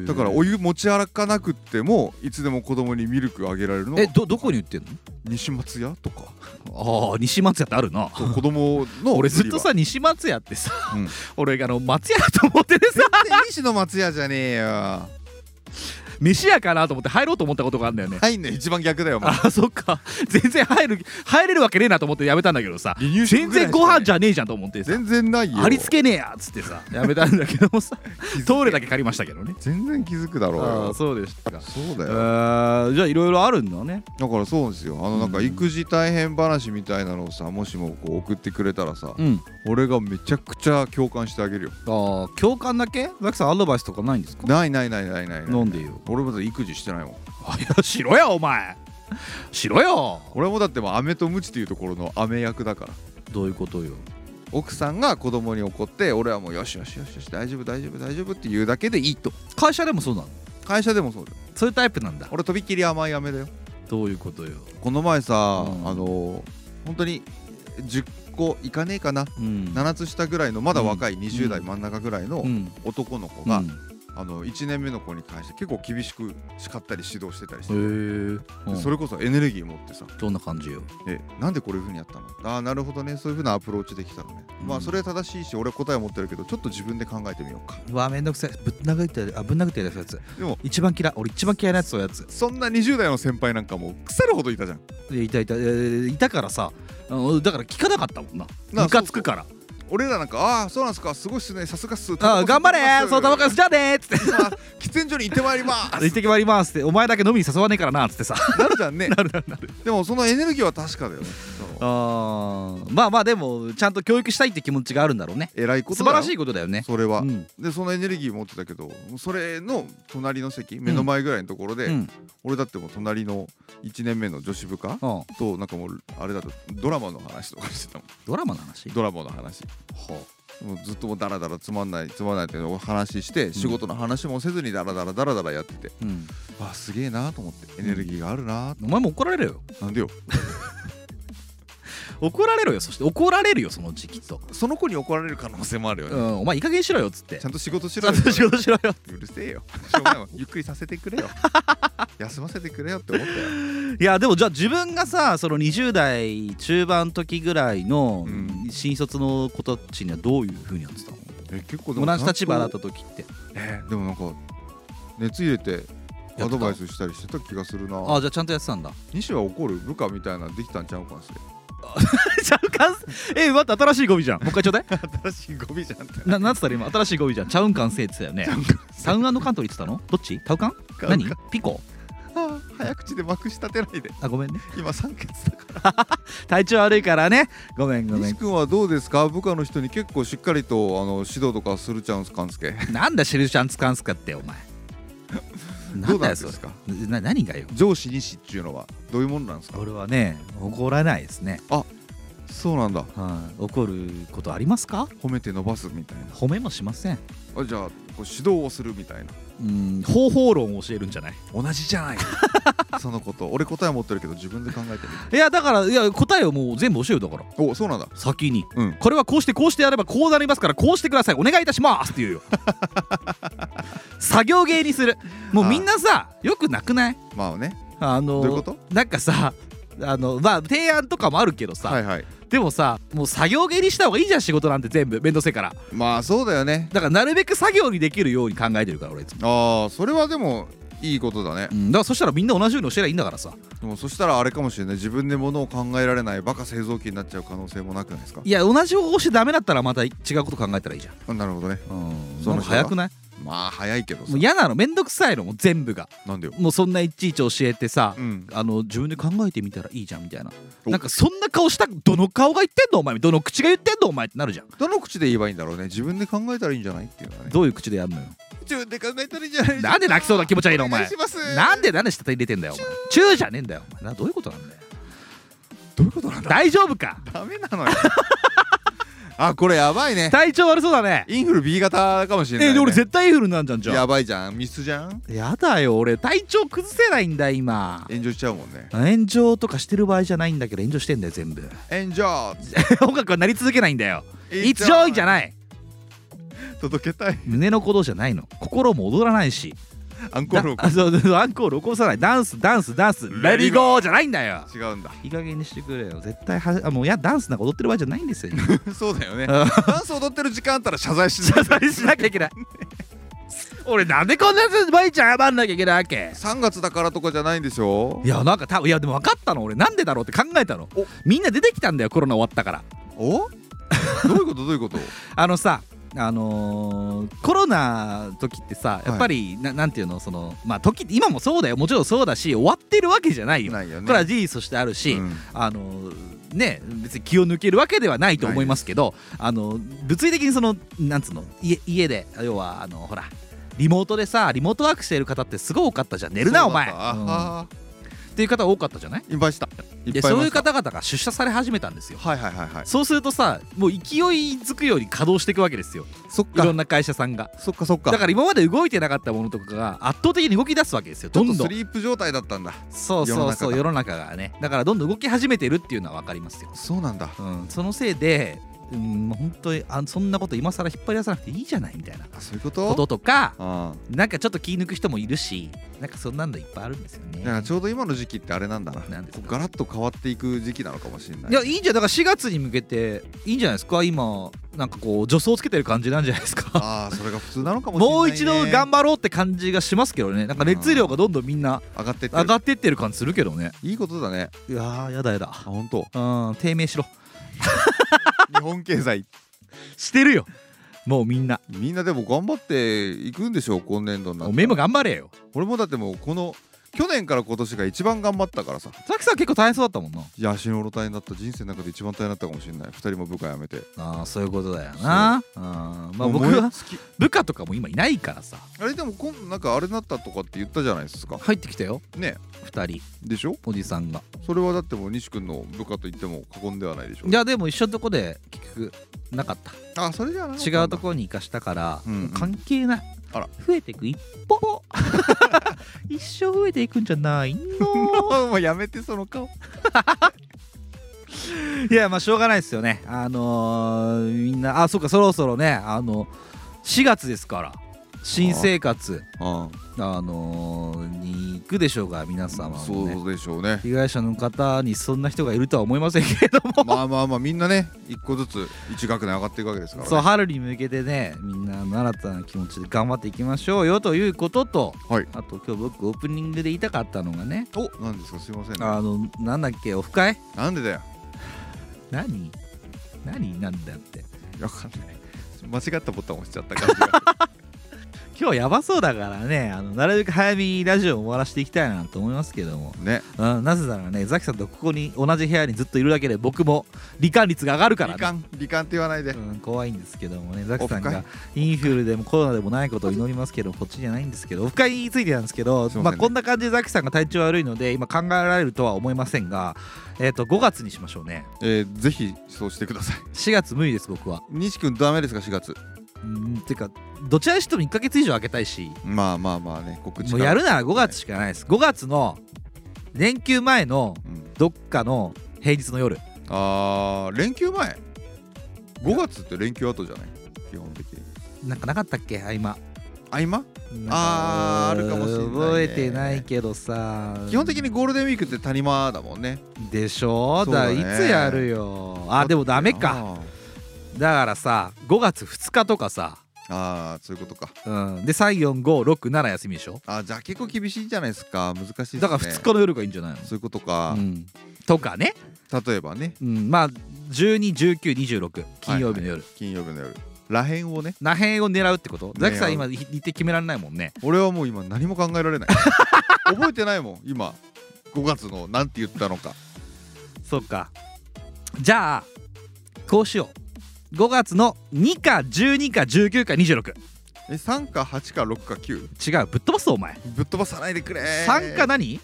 Speaker 1: だから
Speaker 2: い
Speaker 1: お湯持ち歩かなくってもいつでも子供にミルクあげられるのが
Speaker 2: えどどこに売ってん
Speaker 1: 西松屋とか
Speaker 2: のああ西松屋ってあるな
Speaker 1: そう子 (laughs) 供の
Speaker 2: 俺ずっとさ西松屋ってさ、
Speaker 1: うん
Speaker 2: 俺あの松屋だと思ってて
Speaker 1: 売
Speaker 2: さ
Speaker 1: り場全然西の松屋じゃねえよ
Speaker 3: 飯屋かなと思って入ろうと思ったことがあるんだよね
Speaker 1: 入んの一番逆だよお前
Speaker 3: あそっか全然入る入れるわけねえなと思ってやめたんだけどさ
Speaker 1: 離乳食
Speaker 3: 全
Speaker 1: ぐらい
Speaker 3: 然
Speaker 1: しか
Speaker 3: ご飯じゃねえじゃんと思ってさ
Speaker 1: 全然ないよ
Speaker 3: ありつけねえやっつってさやめたんだけどもさ
Speaker 1: (laughs)
Speaker 3: トイレだけ借りましたけどね
Speaker 1: 全然気づくだろう
Speaker 3: ああ
Speaker 1: よ
Speaker 3: そうでしたか
Speaker 1: そう
Speaker 3: え
Speaker 1: だよ
Speaker 3: ーじゃあいろいろあるんだね
Speaker 1: だからそうですよあのなんか
Speaker 3: うん
Speaker 1: 育児大変話みたいなのをさもしもこう送ってくれたらさ
Speaker 3: うん
Speaker 1: 俺がめちゃくちゃ共感してあげるよ
Speaker 3: ああ共感だけザキさんアドバイスとかないんですか
Speaker 1: ないないないないないない
Speaker 3: 飲んでよ
Speaker 1: 俺もだって育児してないもん
Speaker 3: あいやしろよお前しろよ
Speaker 1: 俺もだってもう飴とムチっていうところの飴役だから
Speaker 3: どういうことよ
Speaker 1: 奥さんが子供に怒って俺はもうよしよしよしよし大丈夫大丈夫大丈夫って言うだけでいいと
Speaker 3: 会社でもそうなの
Speaker 1: 会社でもそうだよ
Speaker 3: そういうタイプなんだ
Speaker 1: 俺とびっきり甘い飴だよ
Speaker 3: どういうことよ
Speaker 1: この前さ、
Speaker 3: うん
Speaker 1: あの本当に10個いかねえかな
Speaker 3: うん
Speaker 1: 7つ下ぐらいのまだ若い
Speaker 3: うん
Speaker 1: 20代真ん中ぐらいの
Speaker 3: うん
Speaker 1: 男の子
Speaker 3: う
Speaker 1: が、
Speaker 3: ん
Speaker 1: あの1年目の子に対して結構厳しく叱ったり指導してたりして、
Speaker 3: へえ
Speaker 1: それこそエネルギー持ってさ
Speaker 3: どんな感じよ
Speaker 1: 「えなんでこういうふうにやったのああなるほどねそういうふうなアプローチできたのね、
Speaker 3: うん
Speaker 1: まあそれは正しいし俺は答え持ってるけどちょっと自分で考えてみようか
Speaker 2: うわめんどくさいぶん殴ってやるあぶん殴ってやるやつ
Speaker 1: でも
Speaker 2: 一番嫌い俺一番嫌いなやつそういうやつ
Speaker 1: そんな20代の先輩なんかもう腐るほどいたじゃん
Speaker 2: いやいたいたいやいやいたからさ
Speaker 3: あのだから聞かなかったもんな
Speaker 1: な
Speaker 3: ムカつくから
Speaker 1: 俺らなんか「ああーそうなんすかすごいっすねさすがっす」
Speaker 2: あ頑張れそうタバコ吸っじゃあねーっつって
Speaker 1: さあ喫煙所に行ってまいりま
Speaker 2: 行っ
Speaker 1: す
Speaker 2: てきまいりますってお前だけ飲みに誘わねえからなっつってさ
Speaker 1: なるじゃんねなるなるでもそのエネルギーは確かだよねその
Speaker 2: あー (laughs) まあまあでもちゃんと教育したいって気持ちがあるんだろうね
Speaker 1: 偉いこ
Speaker 2: 素
Speaker 1: と
Speaker 2: 晴
Speaker 1: だよ
Speaker 2: らしいことだよね
Speaker 1: それは、
Speaker 2: うん
Speaker 1: でそのエネルギー持ってたけどそれの隣の席目の前ぐらいのところで、
Speaker 2: うん
Speaker 1: 俺だってもう隣の1年目の女子部下
Speaker 2: うん
Speaker 1: となんかもうあれだとドラマの話とかしてたもん
Speaker 2: ドラマの話
Speaker 1: ドラマの話もうずっともうダラダラつまんないつまんないっていうのを話して仕事の話もせずにダラダラダラダラやってて、
Speaker 2: うん
Speaker 1: わあすげえなと思ってエネルギーがあるなー
Speaker 2: お前も怒られるよ
Speaker 1: なんでよ
Speaker 2: 怒られろよそして怒られるよそのうちきっと、
Speaker 1: その子に怒られる可能性もあるよ
Speaker 2: う
Speaker 1: ね、
Speaker 2: ん、お前いい加減にしろよっつって
Speaker 1: ちゃんと仕事し
Speaker 2: ち
Speaker 1: ろ
Speaker 2: ゃ
Speaker 1: よ
Speaker 2: んと仕事しろよ
Speaker 1: うるせえよしょうが
Speaker 2: (laughs)
Speaker 1: ないわゆっくりさせてくれよ休ませてくれよって思ったよ
Speaker 2: いやでもじゃあ自分がさその20代中盤時ぐらいの
Speaker 1: うん
Speaker 2: 新卒の子たちにはどういうふうにやってたの、
Speaker 1: え結構
Speaker 2: 同じ立場だった時って
Speaker 1: えーでもなんか熱入れて
Speaker 2: た
Speaker 1: アドバイスしたりしてた気がする
Speaker 2: あ
Speaker 1: な
Speaker 2: あじゃあちゃんとやってたんだ
Speaker 1: 西は怒る部下みたいなのできたんちゃうかんすよ
Speaker 2: (laughs) ちゃうかん (laughs) え待って新しいゴミじゃんもう一回ちょうだい
Speaker 1: 新しいゴミじゃんって
Speaker 2: ななんつったら今新しいゴミじゃんチャウンカンセイって言ってたよねタウンカントリーって言ってたのどっちタウカン
Speaker 1: カン
Speaker 2: 何ピコ
Speaker 1: あー早口でまくし立てないで
Speaker 2: あごめんね
Speaker 1: 今酸欠だか
Speaker 2: 体調悪いからねごめんご
Speaker 1: ら
Speaker 2: め
Speaker 1: 西
Speaker 2: ん
Speaker 1: 君はどうですか部下の人に結構しっかりとあの指導とかするちゃうんすかんすけ
Speaker 2: なんだシルちゃんつかんすかって (laughs) お前な
Speaker 1: ど
Speaker 2: ん
Speaker 1: うな
Speaker 2: だ
Speaker 1: ん
Speaker 2: よ
Speaker 1: で
Speaker 2: それ
Speaker 1: すか
Speaker 2: な何がよ
Speaker 1: 上司西っていうのはどういうもんなんですか
Speaker 2: 俺はね怒らないですね、
Speaker 1: そうなんだ
Speaker 2: はい怒ることありますか
Speaker 1: 褒めて伸ばすみたい
Speaker 2: 褒めもしません
Speaker 1: なあじゃあこう指導をするみたいな
Speaker 2: (laughs) うん方法論を教えるんじゃない
Speaker 1: 同じじゃないそのこと俺答え持ってるけど自分で考えて
Speaker 2: (laughs) いやだからいや答えをもう全部教えるだから
Speaker 1: みるおそうなんだ
Speaker 2: 先に
Speaker 1: うん
Speaker 2: これはこうしてこうしてやればこうなりますからこうしてくださいお願いいたしますって言う
Speaker 1: (laughs)
Speaker 2: よ作業芸にするもうみんなさよくなくない
Speaker 1: まあね
Speaker 2: あ
Speaker 1: ど
Speaker 2: の
Speaker 1: ういうこと
Speaker 2: なんかさあのまあ提案とかもあるけどさ、
Speaker 1: はいはい
Speaker 2: でもさもう作業芸にした方がいいじゃん仕事なんて全部面倒せえから
Speaker 1: まあそうだよね
Speaker 2: だからなるべく作業にできるように考えてるから俺いつも、
Speaker 1: ああそれはでもいいことだね
Speaker 2: うん、だからそしたらみんな同じように教えりゃいいんだからさ
Speaker 1: でもそしたらあれかもしれない自分で物を考えられないバカ製造機になっちゃう可能性もなくないですか
Speaker 2: いや同じ方法してダメだったらまた違うこと考えたらいいじゃん
Speaker 1: あなるほどね
Speaker 2: うん
Speaker 1: その人が
Speaker 2: なんか早くない
Speaker 1: まあ早いけどさ
Speaker 2: もう嫌なのめんどくさいのもう全部が
Speaker 1: なんでよ
Speaker 2: もうそんないちいち教えてさ、
Speaker 1: うん
Speaker 2: あの自分で考えてみたらいいじゃんみたいな
Speaker 1: お
Speaker 2: なんかそんな顔したどの顔が言ってんのお前どの口が言ってんのお前ってなるじゃん
Speaker 1: どの口で言えばいいんだろうね自分で考えたらいいんじゃないっていうのはね
Speaker 2: どういう口でやんのよ
Speaker 1: 自分で考えたらいいんじゃない
Speaker 2: なんで泣きそうな気持ちはいいのお前
Speaker 1: 願いします
Speaker 2: なんでなんで下手入れてんだよお前チューじゃねえんだよお前などういうことなんだよ
Speaker 1: どういうことなんだ
Speaker 2: 大丈夫か
Speaker 1: ダメなのよ (laughs) あこれやばいね
Speaker 2: 体調悪そうだね
Speaker 1: インフル B 型かもしれない、ね、
Speaker 2: えで俺絶対インフルになんじゃんじゃ
Speaker 1: や
Speaker 2: ん
Speaker 1: ばいじゃんミスじゃん
Speaker 2: やだよ俺体調崩せないんだ今
Speaker 1: 炎上しちゃうもんね
Speaker 2: 炎上とかしてる場合じゃないんだけど炎上してんだよ全部 (laughs)
Speaker 1: 炎上
Speaker 2: 音楽は鳴り続けないんだよ一上位じゃ
Speaker 1: い
Speaker 2: ない
Speaker 1: 届けたい
Speaker 2: (laughs) 胸の鼓動じゃないの心も踊らないし
Speaker 1: アンコールを
Speaker 2: だあそうそうアンコール起こさないダンスダンスダンスレ
Speaker 1: レデ
Speaker 2: デ
Speaker 1: ィ
Speaker 2: ィー
Speaker 1: ー
Speaker 2: ゴーじゃないんだよ
Speaker 1: 違うんだ
Speaker 2: いい加減にしてくれよ絶対はあもういやダンスなんか踊ってる場合じゃないんで
Speaker 1: (laughs)
Speaker 2: すよ
Speaker 1: (laughs) そうだよね
Speaker 2: あ (laughs)
Speaker 1: ダンス踊ってる時間あったら謝罪し
Speaker 2: 謝罪しなきゃいけない俺なんでこんなやつ毎日謝んなきゃいけないわけ
Speaker 1: 3月だからとかじゃないんですよ
Speaker 2: いやなんか多分いやでも分かったの俺なんでだろうって考えたの
Speaker 1: お
Speaker 2: みんな出てきたんだよコロナ終わったから
Speaker 1: おどういうことどういうこと
Speaker 2: あのさあのーコロナ時ってさやっぱり、ななんていうのそのまあ時って今もそうだよもちろんそうだし終わってるわけじゃないよ
Speaker 1: ないよね
Speaker 2: これは事実としてあるし、
Speaker 1: うん
Speaker 2: あのーね別に気を抜けるわけではないと思いますけどあの物理的にそのなんつうの家家で要はあのほらリモートでさリモートワークしてる方ってすごい多かったじゃん寝るな
Speaker 1: そ
Speaker 2: お
Speaker 1: うだっ
Speaker 2: 前、
Speaker 1: た
Speaker 2: うんっ
Speaker 1: あ
Speaker 2: ていう方多かったじゃない
Speaker 1: ーいっぱいしたい
Speaker 2: で
Speaker 1: っぱいい
Speaker 2: そう
Speaker 1: ま
Speaker 2: い
Speaker 1: し
Speaker 2: う
Speaker 1: た
Speaker 2: 方々が出社され始めたんですよ
Speaker 1: はいはいはいはい
Speaker 2: そうするとさもう勢いづくように稼働していくわけですよ
Speaker 1: そっ
Speaker 2: いろ
Speaker 1: か
Speaker 2: んな会社さんが
Speaker 1: そっかそっか
Speaker 2: だから今まで動いてなかったものとかが圧倒的に動き出すわけですよ
Speaker 1: ちょ
Speaker 2: ど
Speaker 1: っと
Speaker 2: んど
Speaker 1: ス
Speaker 2: ん
Speaker 1: リープ状態だったんだ
Speaker 2: そうそうそう
Speaker 1: 世
Speaker 2: 世の中がねだからどんどん動き始めてるっていうのは分かりますよ、
Speaker 1: そうなんだ
Speaker 2: うん、そのせいでうん本当にあそんなこと今更引っ張り出さなくていいじゃないみたいな
Speaker 1: あそういうこ
Speaker 2: ことととか
Speaker 1: あ
Speaker 2: なんかちょっと気抜く人もいるしなんかそんなのいっぱいあるんですよね
Speaker 1: あだからちょうど今の時期ってあれなんだな
Speaker 2: なんですか
Speaker 1: ガラッと変わっていく時期なのかもしれない
Speaker 2: いやいいんじゃんだから4月に向けていいんじゃないですか今なんかこう助走つけてる感じなんじゃないですか
Speaker 1: ああそれが普通なのかもしれない、ね、
Speaker 2: もう一度頑
Speaker 1: 張
Speaker 2: 張ろうって感じがしますけどねなんか熱量がどんどんみんな
Speaker 1: 上がってってる
Speaker 2: 上がってってる感するけどね
Speaker 1: いいことだね
Speaker 2: いやーやだやだ
Speaker 1: あ本当
Speaker 2: うん低迷しろ
Speaker 1: 日本経済
Speaker 2: してるよもうみんな
Speaker 1: みんなでも頑張っていくんでしょう今年度にな
Speaker 2: お
Speaker 1: っ
Speaker 2: めえ
Speaker 1: て
Speaker 2: も頑張れよ
Speaker 1: 俺もだってもうこの去年から今年が一番頑張ったからさ
Speaker 2: さきさん結構大変そうだったもんない
Speaker 1: や死におろたになった人生の中で一番大変だったかもしれない二人も部下辞めて、
Speaker 2: ああそういうことだよなうんまあ
Speaker 1: もう
Speaker 2: 僕
Speaker 1: 燃え
Speaker 2: は
Speaker 1: 尽き
Speaker 2: 部下とかも今いないからさ
Speaker 1: あれでも今度なんかあれなったとかって言ったじゃないですか
Speaker 2: 入ってきたよ
Speaker 1: ね
Speaker 2: 2人
Speaker 1: でしょ
Speaker 2: おじさんが
Speaker 1: それはだってもう西君の部下と言っても過言ではないでしょ
Speaker 2: いやでも一緒のとこで結局なかった
Speaker 1: あそれじゃな
Speaker 2: 違うところに行かしたから、
Speaker 1: うんうん
Speaker 2: 関係ない
Speaker 1: あら
Speaker 2: 増えていく一 (laughs) 方一生増えていくんじゃないの
Speaker 1: ろ (laughs) もうやめてその顔
Speaker 2: いやまあしょうがないですよねあのーみんなあそうかそろそろねあの4月ですから新生活
Speaker 1: あ
Speaker 2: あのーに行くでしょうが皆様
Speaker 1: あ
Speaker 2: も、ね、
Speaker 1: そうでしょうね
Speaker 2: 被害者の方にそんな人がいるとは思いませんけれど
Speaker 1: (laughs)
Speaker 2: も、
Speaker 1: まあまあまあみんなね一個ずつ一学年上がっていくわけですから、ね、
Speaker 2: そう春に向けてねみんな新たな気持ちで頑張っていきましょうよということと、
Speaker 1: はい
Speaker 2: あと今日僕オープニングで言いたかったのがね
Speaker 1: おなんですかすいませんね
Speaker 2: あのなんだっけオフ会
Speaker 1: なんでだよ
Speaker 2: 何何なんだって
Speaker 1: わかんない間違ったボタン押しちゃった感じ
Speaker 2: (laughs)
Speaker 1: が
Speaker 2: 今日やばそうだからねあのなるべく早めにラジオを終わらせていきたいなと思いますけども、
Speaker 1: ね
Speaker 2: うん、なぜならねザキさんとここに同じ部屋にずっといるだけで僕も罹患率が上がるから
Speaker 1: 離
Speaker 2: ね
Speaker 1: 間離間って言わないで、
Speaker 2: うん、怖いんですけどもねザキさん
Speaker 1: オフ
Speaker 2: がインフルでもコロナでもないことを祈りますけどこっちじゃないんですけどオフ会についてなんですけど
Speaker 1: すいませんね
Speaker 2: まあ、こんな感じでザキさんが体調悪いので今考えられるとは思いませんが、えー、と5月にしましょうね
Speaker 1: えー、ぜひそうしてください
Speaker 2: 4月無理です僕は
Speaker 1: 西君ダメですか4月
Speaker 2: うんてかどちらにしても1ヶ月以上空けたいし
Speaker 1: まあまあまあね告知
Speaker 2: もうやるなら5月しかないです5月の連休前の
Speaker 1: うん、
Speaker 2: どっかの平日の夜
Speaker 1: あー連休前5月って連休後じゃない基本的に
Speaker 2: なんかなかったっけ合間
Speaker 1: 合間
Speaker 2: なんか
Speaker 1: あーあるかもしれないね
Speaker 2: 覚えてないけどさ
Speaker 1: 基本的にゴールデンウィークって谷間だもんね
Speaker 2: でしょ
Speaker 1: そうだ
Speaker 2: だ
Speaker 1: ね
Speaker 2: いつやるよあでもダメかだからさ5月2日とかさ、
Speaker 1: あーあーそういうことか
Speaker 2: うん、で3456休みでしょ
Speaker 1: あーじゃあ結構厳しいじゃないですか難しいですね
Speaker 2: だから2日の夜がいいんじゃない
Speaker 1: そういうことか
Speaker 2: の、うん、とかね、
Speaker 1: 例えばね
Speaker 2: うん、まあ121926金曜日の夜、
Speaker 1: 金曜日の夜らへんをね
Speaker 2: なへんを狙うってこと
Speaker 1: 狙う
Speaker 2: ザキさん今日程決められないもんね
Speaker 1: 俺はもう今何も考えられない (laughs) 覚えてないもん今5月のなんて言ったのか
Speaker 2: そっかじゃあこうしよう5月の2か12か19か26
Speaker 1: え3か8か6か9
Speaker 2: 違うぶっ飛ばすお前、
Speaker 1: ぶっ飛ばさないでくれ
Speaker 2: 3か何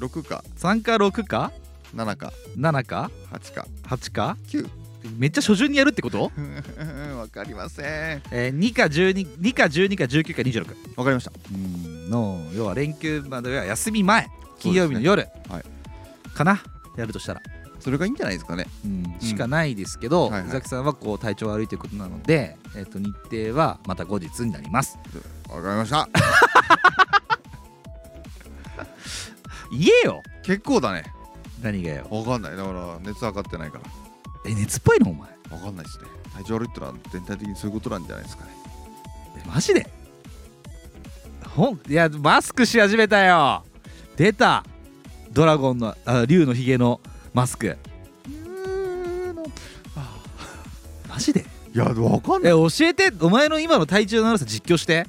Speaker 1: 6か
Speaker 2: ?3 か6か
Speaker 1: 7か
Speaker 2: 7か
Speaker 1: 8か (laughs)
Speaker 2: 8か
Speaker 1: 9
Speaker 2: めっちゃ初旬にやるってこと、
Speaker 1: うんわかりません
Speaker 2: (laughs) えー、2か12 2か12か19か26
Speaker 1: わかりました
Speaker 2: うんの要は連休までは休み前金曜日の夜、
Speaker 1: はい
Speaker 2: かなやるとしたら、
Speaker 1: それがいいんじゃないですかね
Speaker 2: うん、しかないですけど、
Speaker 1: はいはい
Speaker 2: ザキさんはこう体調悪いということなので、えっと日程はまた後日になります
Speaker 1: わかりました
Speaker 2: 言えよ
Speaker 1: 結構だね
Speaker 2: 何がよ
Speaker 1: わかんないだから熱上がってないか
Speaker 2: え熱っぽいのお前
Speaker 1: らわかんないですね体調悪いってのは全体的にそういうことなんじゃないですかね
Speaker 2: えマジでほんいやマスクし始めたよ出たドラゴンのあ竜のひげのマスクマジで
Speaker 1: いやわかんな
Speaker 2: (laughs) え
Speaker 1: い
Speaker 2: 教えてお前の今の体調の悪さ実況して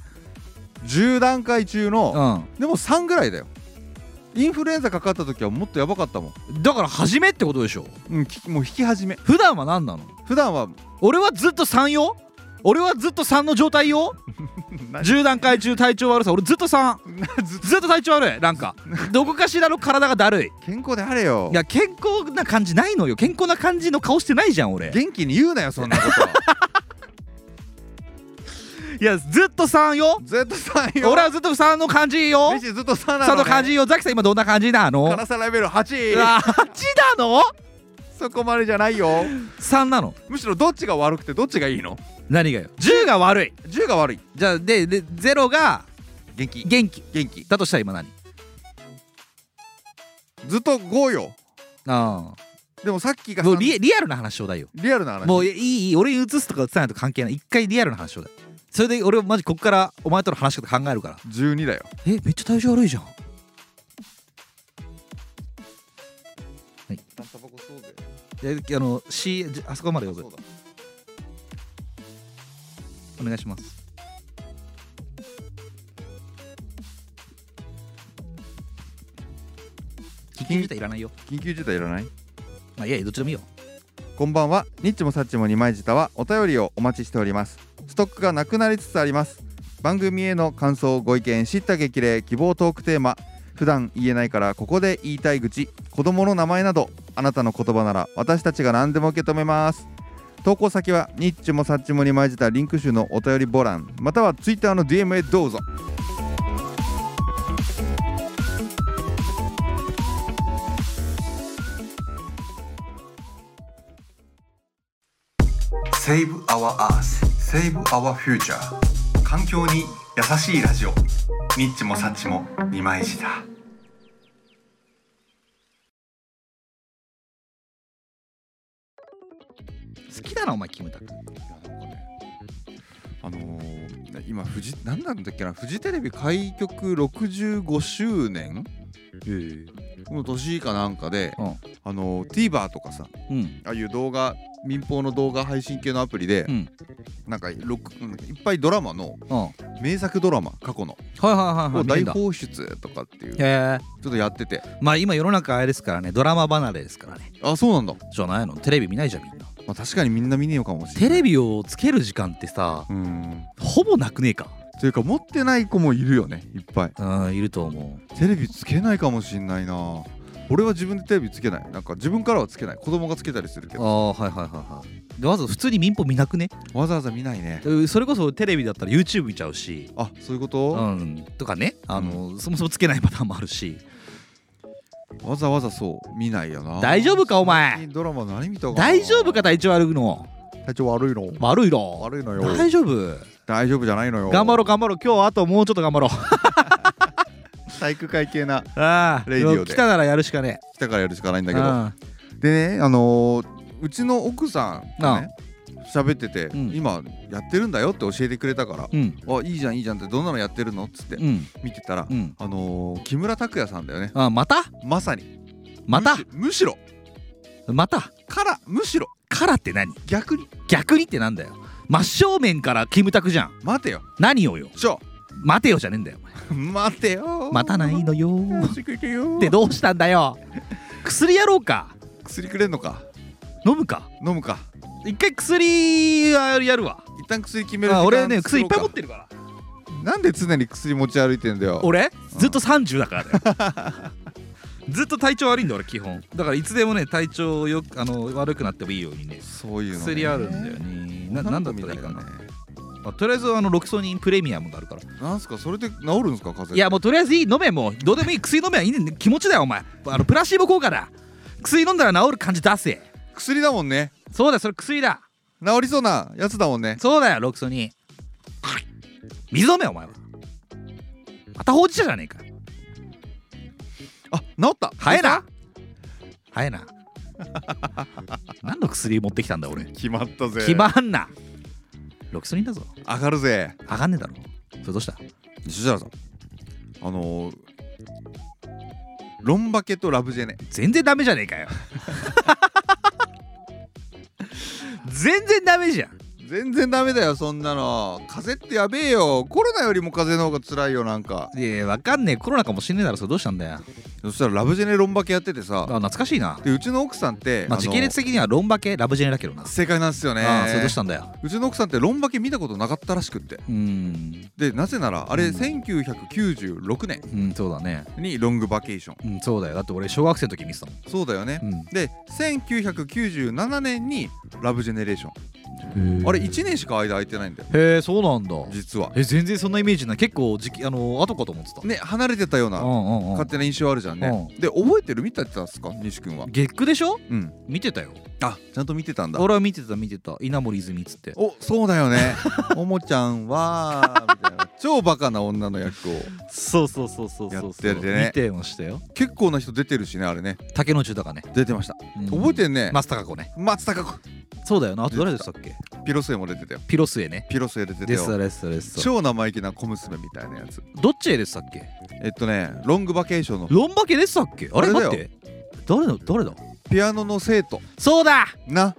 Speaker 1: 10段階中の、
Speaker 2: うん
Speaker 1: でも3ぐらいだよインフルエンザかかった時はもっとやばかったもん、
Speaker 2: だから初めってことでしょ
Speaker 1: うん、きもう引き始め
Speaker 2: 普段は何なの
Speaker 1: 普段は
Speaker 2: 俺はずっと3よ俺はずっと3の状
Speaker 1: (laughs)
Speaker 2: 態よ10段階中体調悪さ俺ずっと3ずっと体調悪いなんかどこかしらの体がだ
Speaker 1: (laughs)
Speaker 2: るい
Speaker 1: 健康であれよ
Speaker 2: いや健康な感じないのよ健康な感じの顔してないじゃん俺
Speaker 1: 元気に言うなよそんなこと
Speaker 2: (laughs) いやずっと3よ
Speaker 1: (laughs) ずっと3よ
Speaker 2: 俺はずっと3の感じよ
Speaker 1: 飯ずっと3なの、ね、 (laughs)
Speaker 2: 3の感じよザキさん今どんな感じなの
Speaker 1: 辛さレベル8
Speaker 2: あ8なの
Speaker 1: そこまでじゃないよ
Speaker 2: ?3 なの
Speaker 1: むしろどっちが悪くてどっちがいいの
Speaker 2: 何がよ10が悪い
Speaker 1: 10が悪い
Speaker 2: じゃあでで0が
Speaker 1: 元気
Speaker 2: 元気
Speaker 1: 元気
Speaker 2: だとしたら今何
Speaker 1: ずっと5よ
Speaker 2: あ
Speaker 1: でもさっき
Speaker 2: あ
Speaker 1: が
Speaker 2: もう
Speaker 1: 三
Speaker 2: リリアルな話ちょうだいよ
Speaker 1: リアルな話
Speaker 2: もういいいい俺に移すとか移さないと関係ない一回リアルな話ちょうだいそれで俺マジこっからお前との話し方考えるから
Speaker 1: 12だよ
Speaker 2: えめっちゃ体調悪いじゃん
Speaker 1: タバコそうだよ
Speaker 2: えあの C じあそこまで呼ぶお願いします緊急事態いらないよ
Speaker 1: 緊急事態いらない
Speaker 2: まあいやいやどっちでもいいよ
Speaker 1: こんばんはニッチもサッチも二枚舌はお便りをお待ちしておりますストックがなくなりつつあります番組への感想ご意見知った激励希望トークテーマ普段言えないからここで言いたい口子供の名前などあなたの言葉なら私たちが何でも受け止めます投稿先はニッチもサッチも二枚舌リンク集のお便りボランまたはツイッターの DM へどうぞ
Speaker 4: セーブアワー Earth セーブアワーフューチャー環境に優しいラジオニッチもサッチも二枚舌
Speaker 2: 好きだなお前キムタク
Speaker 1: あのー今フジ何なんだっけなフジテレビ開局65周年の年かなんかで、
Speaker 2: うん
Speaker 1: あのー TVer とかさ
Speaker 2: うん
Speaker 1: ああいう動画民放の動画配信系のアプリで、
Speaker 2: うん
Speaker 1: なんか録うんいっぱいドラマの
Speaker 2: うんはい
Speaker 1: 名作ドラマ過去の
Speaker 2: はいはい
Speaker 1: を
Speaker 2: はい見て
Speaker 1: 大
Speaker 2: んだ
Speaker 1: 放出とかっていうちょ
Speaker 2: へえ
Speaker 1: っとやってて
Speaker 2: まあ今世の中あれですからねドラマ離れですからね
Speaker 1: あそうなんだ、
Speaker 2: じゃないのテレビ見ないじゃんみんな
Speaker 1: まあ、確かにみんな見ねえのかもしれな
Speaker 2: テ
Speaker 1: い
Speaker 2: レビをつける時間ってさ
Speaker 1: うん
Speaker 2: ほぼなくねえか
Speaker 1: というか持ってない子もいるよねいっぱい
Speaker 2: うんいると思う
Speaker 1: テレビつけないかもしんないな俺は自分でテレビつけないなんか自分からはつけない子供がつけたりするけ
Speaker 2: あ
Speaker 1: ど
Speaker 2: あはいはいはいはいでまず普通に民放見なくね
Speaker 1: わざわざ見ないね
Speaker 2: うんそれこそテレビだったら YouTube 見ちゃうし
Speaker 1: あそういうこ
Speaker 2: う
Speaker 1: と、
Speaker 2: んとかねあの、そもそもつけないパターンもあるし
Speaker 1: わざわざそう見ないよな
Speaker 2: 大丈夫かお前
Speaker 1: 最近ドラマ何見たかな
Speaker 2: 大丈夫か体調悪いの
Speaker 1: 体調悪いの
Speaker 2: 悪いの
Speaker 1: 悪いのよ
Speaker 2: 大丈夫
Speaker 1: 大丈夫じゃないのよ
Speaker 2: 頑張ろう頑張ろう今日あともうちょっと頑張ろう
Speaker 1: 体育会系な
Speaker 2: (laughs) ああ
Speaker 1: レイディオで
Speaker 2: 来たならやるしかね
Speaker 1: 来たからやるしかないんだ
Speaker 2: え
Speaker 1: けど
Speaker 2: あ
Speaker 1: でねあのーうちの奥さんがね喋ってて、
Speaker 2: うん
Speaker 1: 今やってるんだよって教えてくれたから
Speaker 2: あうん
Speaker 1: 「あいいじゃんいいじゃん」ってどんなのやってるのっつって
Speaker 2: うん
Speaker 1: 見てたら、
Speaker 2: うん
Speaker 1: あのー木村拓哉さんだよね
Speaker 2: あまた
Speaker 1: まさに
Speaker 2: また
Speaker 1: むしむしろ
Speaker 2: また
Speaker 1: からむしろ
Speaker 2: からって何
Speaker 1: 逆に
Speaker 2: 逆にってなんだよ真正面からキムタクじゃん
Speaker 1: 待てよ
Speaker 2: 何をよ
Speaker 1: ちょ (laughs)
Speaker 2: 待てよじゃねえんだよお前
Speaker 1: 待てよ
Speaker 2: 待たないのよー
Speaker 1: してくれよ
Speaker 2: ってどうしたんだよ薬やろうか
Speaker 1: 薬くれんのか
Speaker 2: 飲むか
Speaker 1: 飲むか
Speaker 2: 一回薬はやるわ
Speaker 1: 一旦薬決める時間
Speaker 2: あ俺ね
Speaker 1: 作
Speaker 2: 薬い
Speaker 1: ろ
Speaker 2: っ
Speaker 1: うか
Speaker 2: ぱい持ってるから
Speaker 1: なんで常に薬持ち歩いてんだよ
Speaker 2: 俺ずっと30だからだよ (laughs) ずっと体調悪いんだ俺基本だからいつでもね体調よくあの悪くなってもいいようにね
Speaker 1: そういうのね、
Speaker 2: 薬あるんだよねななんだったらいいかな、
Speaker 1: ね
Speaker 2: まあとりあえずあのロキソニンプレミアムがあるから
Speaker 1: なんすかそれで治るんですか風邪
Speaker 2: いやもうとりあえずいい飲めもうどうでもいい薬飲めはいいねん気持ちだよお前あのプラシーボ効果だ薬飲んだら治る感じ出せ
Speaker 1: 薬だもんね
Speaker 2: そうだそれ薬だ
Speaker 1: 治りそうなやつだもんね
Speaker 2: そうだよロキソニン水飲めお前はまたほうじ茶じゃねえか
Speaker 1: あ治った
Speaker 2: 早えな早えな (laughs) 何の薬持ってきたんだ俺
Speaker 1: 決まったぜ
Speaker 2: 決まんなロキソニンだぞ
Speaker 1: 上がるぜ
Speaker 2: 上がんねえだろそれどうした
Speaker 1: 西原さんあのーロンバケとラブジェネ
Speaker 2: 全然ダメじゃねえかよ (laughs) 全然ダメじゃん
Speaker 1: 全然ダメだよそんなの風邪ってやべえよコロナよりも風邪の方が辛いよなんか
Speaker 2: いやいやわかんねえコロナかもしんねえだろそれどうしたんだよ
Speaker 1: そしたらラブジェネロンバケやってて
Speaker 2: あ
Speaker 1: さ
Speaker 2: 懐かしいな
Speaker 1: でうちの奥さんって、
Speaker 2: まあ
Speaker 1: の
Speaker 2: 時系列的にはロンバ系ラブジェネだけどな、
Speaker 1: 正解なんですよね
Speaker 2: ああそれどうしたんだよ
Speaker 1: うちの奥さんってロンバケ見たことなかったらしくって
Speaker 2: うん
Speaker 1: でなぜならあれ
Speaker 2: うん
Speaker 1: 1996年
Speaker 2: うんそうだね
Speaker 1: にロングバケーション
Speaker 2: うんそうだよだって俺小学生の時見てたも
Speaker 1: そうだよね、
Speaker 2: ん、
Speaker 1: で1997年にラブジェネレーション
Speaker 2: うん
Speaker 1: あれ1年しか間空いてないんだよ
Speaker 2: へえそうなんだ
Speaker 1: 実は
Speaker 2: え全然そんなイメージない結構時期あの後かと思ってた
Speaker 1: ね離れてたような
Speaker 2: うんうんうん
Speaker 1: 勝手な印象あるじゃんねで覚えてる見てたんですか西君は
Speaker 2: 月9でしょ
Speaker 1: うん
Speaker 2: 見てたよ
Speaker 1: あちゃんと見てたんだ
Speaker 2: 俺は見てた見てた稲森泉っつって
Speaker 1: おそうだよね (laughs) おもちゃんはみたいな超バカな女の役を
Speaker 2: そうそうそうそうそうそう
Speaker 1: やっててね
Speaker 2: 見てましたよ
Speaker 1: 結構な人出てるしねあれね
Speaker 2: 竹野中だかね、
Speaker 1: 出てました
Speaker 2: うん
Speaker 1: 覚えてんね、
Speaker 2: 松たか子ね
Speaker 1: 松たか子
Speaker 2: そうだよなあと誰でしたっけ
Speaker 1: ピロスエも出てたよ
Speaker 2: ピロスエね
Speaker 1: ピロスエ出てた
Speaker 2: です
Speaker 1: よ
Speaker 2: ですです
Speaker 1: 超生意気な小娘みたいなやつ
Speaker 2: どっちへでしたっけ
Speaker 1: えっとねロングバケーションの
Speaker 2: ロンバケでしたっけあ
Speaker 1: あれ
Speaker 2: れ
Speaker 1: だ
Speaker 2: 待
Speaker 1: よ
Speaker 2: って誰だ誰だ
Speaker 1: ピアノの生徒
Speaker 2: そうだ
Speaker 1: な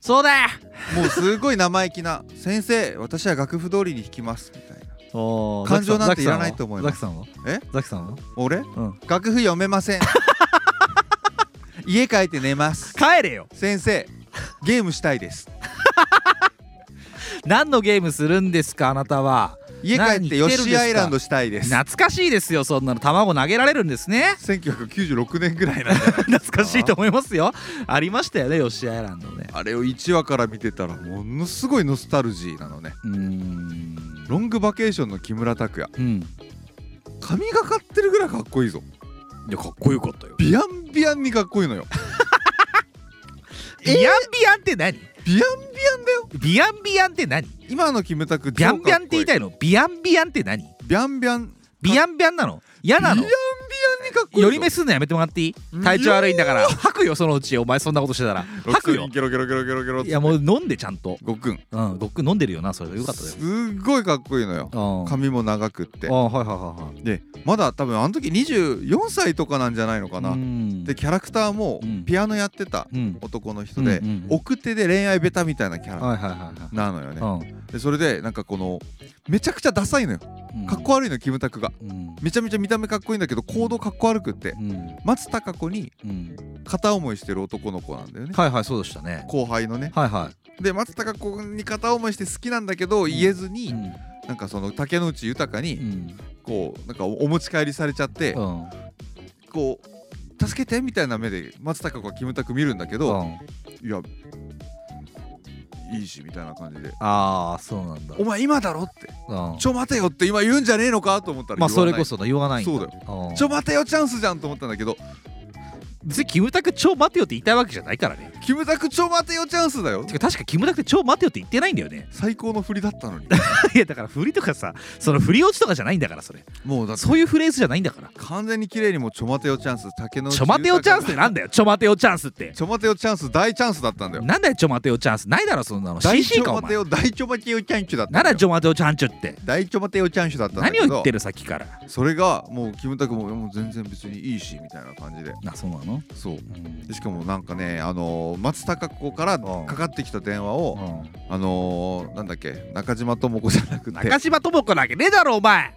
Speaker 2: そうだあ
Speaker 1: もうすごい生意気な「先生私は楽譜通りに弾きます」みたいな
Speaker 2: ー
Speaker 1: 感情なんて
Speaker 2: ザキさ
Speaker 1: いらないと思います
Speaker 2: ザキさんは
Speaker 1: え
Speaker 2: ザキさんは
Speaker 1: 「俺、
Speaker 2: ん
Speaker 1: 楽譜読めませ
Speaker 2: (laughs)
Speaker 1: ん家帰って寝ます
Speaker 2: 帰れよ
Speaker 1: 先生ゲームしたいです
Speaker 2: 何のゲームするんですかあなたは
Speaker 1: 家帰って
Speaker 2: 何言ってるんですか
Speaker 1: ヨシアイランドしたいです
Speaker 2: 懐かしいですよそんなの卵投げられるんで
Speaker 1: (laughs)
Speaker 2: すね
Speaker 1: 1996年ぐらいなんじゃない
Speaker 2: 懐かしいと思いますよありましたよね吉アイランドね
Speaker 1: あれを1話から見てたらものすごいノスタルジーなのね
Speaker 2: うーん
Speaker 1: ロングバケーションの木村拓哉
Speaker 2: うん
Speaker 1: 髪がかってるぐらいかっこいいぞ
Speaker 2: いやかっこよかったよ
Speaker 1: ビアンビアンにかっこいいのよ
Speaker 2: ビアンビアンって何
Speaker 1: ビアンビアンだよ
Speaker 2: ビアンビアンって何
Speaker 1: 今のキムタク
Speaker 2: ビャンビャンって言いた
Speaker 1: い
Speaker 2: いのビアンビアンって何
Speaker 1: ビャンビャン
Speaker 2: ビアンビャンなの嫌なの
Speaker 1: ビャンビアンにかっこいい
Speaker 2: 寄り目
Speaker 1: ス
Speaker 2: すんのやめてもらっていい体調悪いんだから吐くよそのうちお前そんなことしてたら吐くよ
Speaker 1: ゲロゲロゲロゲロゲロっ
Speaker 2: い
Speaker 1: て
Speaker 2: やもう飲んでちゃんと
Speaker 1: ごっくん
Speaker 2: うんごっくん飲んでるよなそれよかったよ
Speaker 1: すっごいかっこいいのよ
Speaker 2: うん
Speaker 1: 髪も長くって
Speaker 2: あはいはいはいはい
Speaker 1: でまだ多分あの時24歳とかなんじゃないのかな、
Speaker 2: うん
Speaker 1: でキャラクターも
Speaker 2: うん
Speaker 1: ピアノやってた
Speaker 2: うん
Speaker 1: 男の人で、
Speaker 2: うんうんうん
Speaker 1: 奥手で恋愛ベタみたいなキャラ
Speaker 2: はいはいはいはい
Speaker 1: なのよね、
Speaker 2: う
Speaker 1: でそれでなんかこのめちゃくちゃダサいのよか
Speaker 2: ん
Speaker 1: っこ悪いのキムタクが
Speaker 2: うん
Speaker 1: めちゃめちゃ見た目かっこいいんだけど行動かっこ悪くって
Speaker 2: うん
Speaker 1: 松たか子に
Speaker 2: うん
Speaker 1: 片思いしてる男の子なんだよね
Speaker 2: はいはいそうでしたね
Speaker 1: 後輩のね
Speaker 2: はいは
Speaker 1: で松たか子に片思いして好きなんだけど言えず
Speaker 2: い
Speaker 1: に、
Speaker 2: うん
Speaker 1: なんかその竹野内豊
Speaker 2: う
Speaker 1: に
Speaker 2: ん
Speaker 1: こうなんかお持ち帰りされちゃって、
Speaker 2: うん
Speaker 1: こう助けてみたいな目で松たか子はキムタク見るんだけ
Speaker 2: う
Speaker 1: ど、
Speaker 2: ん
Speaker 1: いやいいしみたいな感じで
Speaker 2: ああそうなん
Speaker 1: 「
Speaker 2: だ
Speaker 1: お前今だろ?」って
Speaker 2: うん
Speaker 1: ちょ待てよって今言うんじゃねえのかと思ったら
Speaker 2: まあそれ
Speaker 1: 言わな
Speaker 2: こ
Speaker 1: い
Speaker 2: そだ言わないん
Speaker 1: そうだ
Speaker 2: よ
Speaker 1: ちょ待てよチャンスじゃんと思ったんだけど
Speaker 2: 別にキムタク超待てよって言いたいわけじゃないからね
Speaker 1: キムタクちょ待てよチャンスだよ
Speaker 2: てか確かキムタクって超待てよって言ってないんだよね
Speaker 1: 最高の振りだったのに
Speaker 2: いやだから振りとかさその振り落ちとかじゃないんだからそれ
Speaker 1: もうだって
Speaker 2: そういうフレーズじゃないんだから
Speaker 1: 完全に綺麗にもうちょ待てよチャンス竹野内
Speaker 2: ちょ待てよチャンスって
Speaker 1: 豊
Speaker 2: なんだよちょ待てよチャンスって
Speaker 1: がちょ待てよチャンス大チャンスだったんだよ
Speaker 2: なんだよちょ待てよチャンスないだろそんなの
Speaker 1: 大
Speaker 2: CC
Speaker 1: ちょ
Speaker 2: かお
Speaker 1: 待て
Speaker 2: 前
Speaker 1: よ大ちょ待てよチャンチュだったん
Speaker 2: な
Speaker 1: だ
Speaker 2: ら
Speaker 1: よ
Speaker 2: ちょ待てよチャンチュって
Speaker 1: 大ちょ待てよチャンチュだったんだけ
Speaker 2: 何
Speaker 1: ど
Speaker 2: を言ってるさっきから
Speaker 1: それがもうキムタクももう全然別にいいしみたいな感じで
Speaker 2: あそうなの
Speaker 1: そう
Speaker 2: うん
Speaker 1: でしかもなんかねあのー松たか子から
Speaker 2: うん
Speaker 1: かかってきた電話を
Speaker 2: うん
Speaker 1: あのーなんだっけ中島智子じゃなくて
Speaker 2: 中島智子なわけねえだろお前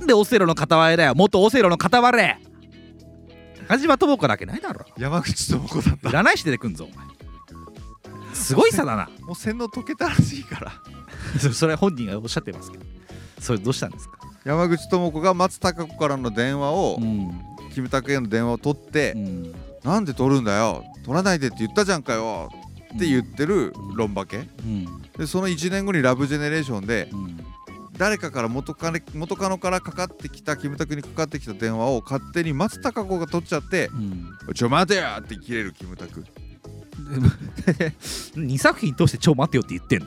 Speaker 2: なんでオセロの片割れだよ元オセロの片割れ中島智子なわけないだろ
Speaker 1: 山口智子だった
Speaker 2: 占い師出てくんぞお前すごい差
Speaker 1: (laughs)
Speaker 2: だな
Speaker 1: もう洗脳解けたらしいから
Speaker 2: それ本人がおっしゃってますけどそれどうしたんですか
Speaker 1: 山口智子が松たか子からの電話を、
Speaker 2: ん、
Speaker 1: キムタクへの電話を取って、なんで取るんだよ取らないでって言ったじゃんかよって言ってるロンバケ
Speaker 2: うん
Speaker 1: でその1年後に「ラブジェネレーションで
Speaker 2: うん
Speaker 1: 誰かから元カレ元カノからかかってきたキムタクにかかってきた電話を勝手に松たか子が取っちゃって
Speaker 2: うん
Speaker 1: 「ちょ待てよ!」って切れるキムタク
Speaker 2: 2作品通して「超待てよ」って言ってんの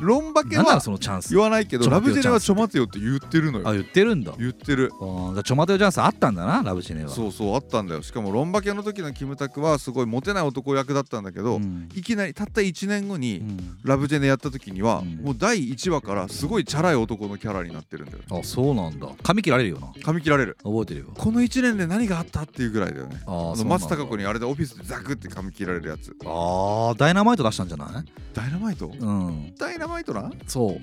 Speaker 1: ロンバケ
Speaker 2: なんなら
Speaker 1: は
Speaker 2: そのチャンス
Speaker 1: 言わないけど
Speaker 2: ちょ
Speaker 1: ラ
Speaker 2: 待て
Speaker 1: ブ
Speaker 2: よ
Speaker 1: ジェネはちょ待てよって言ってるの
Speaker 2: あ
Speaker 1: よ
Speaker 2: 言ってるんだ
Speaker 1: 言ってる
Speaker 2: ああちょ待てよチャンスあったんだなラブジェネは
Speaker 1: そうそうあったんだよしかもロンバケの時のキムタクはすごいモテない男役だったんだけど、
Speaker 2: うん
Speaker 1: いきなりたった1年後に、
Speaker 2: うん
Speaker 1: ラブジェネやった時には、
Speaker 2: うん
Speaker 1: もう第1話からすごいチャラい男のキャラになってるんだよね
Speaker 2: あそうなんだ髪切られるよな
Speaker 1: 噛み切られる
Speaker 2: 覚えてるよ
Speaker 1: この1年で何があったっていうぐらいだよね
Speaker 2: あ
Speaker 1: あ
Speaker 2: あ
Speaker 1: の
Speaker 2: そうなんだ
Speaker 1: 松たか子にあれでオフィスでザクって噛み切られるやつ
Speaker 2: ああダイナマイト出したんじゃない
Speaker 1: ダイナマイト
Speaker 2: うん
Speaker 1: ダイナマイトな (laughs)
Speaker 2: そう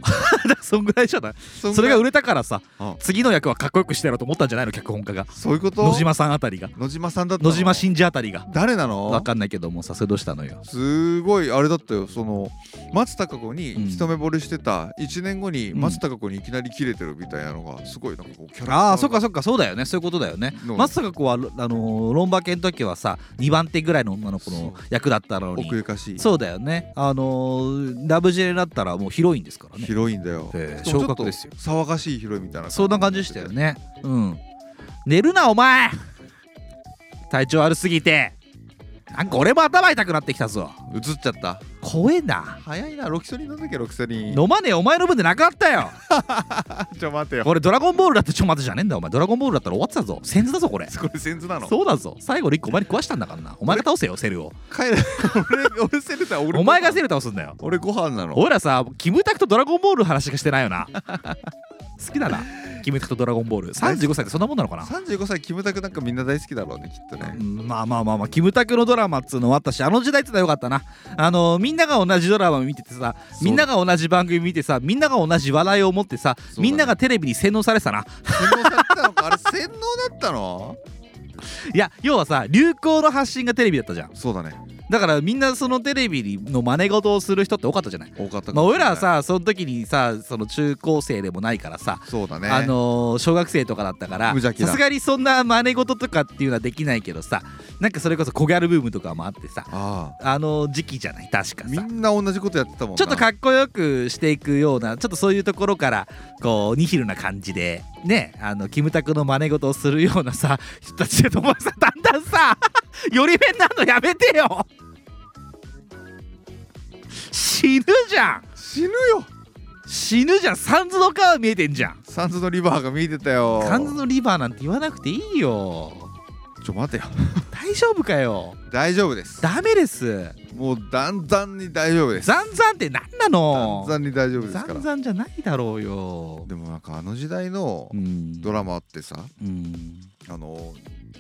Speaker 2: そんぐらいじゃない
Speaker 1: そんぐ
Speaker 2: そ
Speaker 1: ら
Speaker 2: れ
Speaker 1: い
Speaker 2: が売れたからさ
Speaker 1: うん
Speaker 2: 次の役はかっこよくしてやろうと思ったんじゃないの脚本家が
Speaker 1: そういうこと
Speaker 2: 野島さんあたりが
Speaker 1: 野島さんだったの
Speaker 2: 野島真二あたりが
Speaker 1: 誰なの
Speaker 2: わかんないけどもさそれどうしたのよ
Speaker 1: すごいあれだったよその松たか子に
Speaker 2: うん
Speaker 1: 一目惚れしてた1年後に
Speaker 2: うん
Speaker 1: 松たか子にいきなり切れてるみたいなのがすごいなんかこうキャラクターが
Speaker 2: ああそっかそっかそうだよねそういうことだよね
Speaker 1: の
Speaker 2: まさかこうあのあのロンバケの時はさ2番手ぐらいの女の子の役だったのに
Speaker 1: 奥ゆかしい
Speaker 2: そうだよねあのーラブジェネだったらもうヒロインですからね
Speaker 1: 広いんだよ
Speaker 2: ええ
Speaker 1: しかも
Speaker 2: 昇格ですよ
Speaker 1: 騒がしい広いみたいな
Speaker 2: そんな感じでしたよねうん寝るなお前体調悪すぎてなんか俺も頭痛くなってきたぞ
Speaker 1: 映っちゃった
Speaker 2: 怖えな
Speaker 1: 早いなロキソニン飲んだっけロキソニン
Speaker 2: 飲まねえお前の分でなくなったよ
Speaker 1: (laughs) ちょ待てよ
Speaker 2: これドラゴンボールだってちょ待てじゃねえんだお前ドラゴンボールだったら終わってたぞセンズだぞこれ
Speaker 1: これセンズなの
Speaker 2: そうだぞ最後の1個お前に壊したんだからなお前が倒せよセルを
Speaker 1: 帰れ (laughs) 俺俺セルだ俺
Speaker 2: お前が
Speaker 1: ル
Speaker 2: セル倒すんだよ
Speaker 1: 俺ご飯なの
Speaker 2: 俺らさキムタクとドラゴンボールの話しかしてないよ (laughs) な好きだなキムタクとドラゴンボール35歳ってそんなもんなのかな
Speaker 1: 35歳キムタクなんかみんな大好きだろうねきっとね
Speaker 2: うんまあまあまあまあキムタクのドラマっつうのはあったしあの時代ってのはよかったなあのみんなが同じドラマ見ててさみんなが同じ番組見てさみんなが同じ笑いを持ってさ、
Speaker 1: そうだね
Speaker 2: みんながテレビに洗脳されてたな
Speaker 1: 洗脳されたのかあれ洗脳だったの
Speaker 2: いや要はさ流行の発信がテレビだったじゃん
Speaker 1: そうだね
Speaker 2: だからみんなそのテレビの真似事をする人って多かったじゃない
Speaker 1: 多かったかもしれない
Speaker 2: まあ俺らはさその時にさその中高生でもないからさ
Speaker 1: そうだね
Speaker 2: あのー小学生とかだったから
Speaker 1: 無邪
Speaker 2: さ
Speaker 1: 気だ
Speaker 2: すがにそんな真似事とかっていうのはできないけどさなんかそれこそ小ギャルブームとかもあってさ
Speaker 1: あ
Speaker 2: あの時期じゃない確か
Speaker 1: あみ
Speaker 2: さ
Speaker 1: んな同じことやってたもんな
Speaker 2: ちょっとかっこよくしていくようなちょっとそういうところからこうニヒルな感じでねあのキムタクの真似事をするようなさ人たちがお前さだんだんさ (laughs) より面なのやめてよ死ぬじゃん
Speaker 1: 死ぬよ
Speaker 2: 死ぬじゃんサンズの川見えてんじゃん
Speaker 1: サンズのリバーが見えてたよ
Speaker 2: サンズのリバーなんて言わなくていいよ
Speaker 1: ちょ待てよ
Speaker 2: 大丈夫かよ
Speaker 1: 大丈夫です
Speaker 2: ダメです
Speaker 1: もうだんだんに大丈夫です
Speaker 2: ザンザンって何な
Speaker 1: だ
Speaker 2: の
Speaker 1: んだんに大丈夫です
Speaker 2: ザ
Speaker 1: から
Speaker 2: ンザンじゃないだろうよ
Speaker 1: でもなんかあの時代の
Speaker 2: うん
Speaker 1: ドラマってさ
Speaker 2: うん
Speaker 1: あの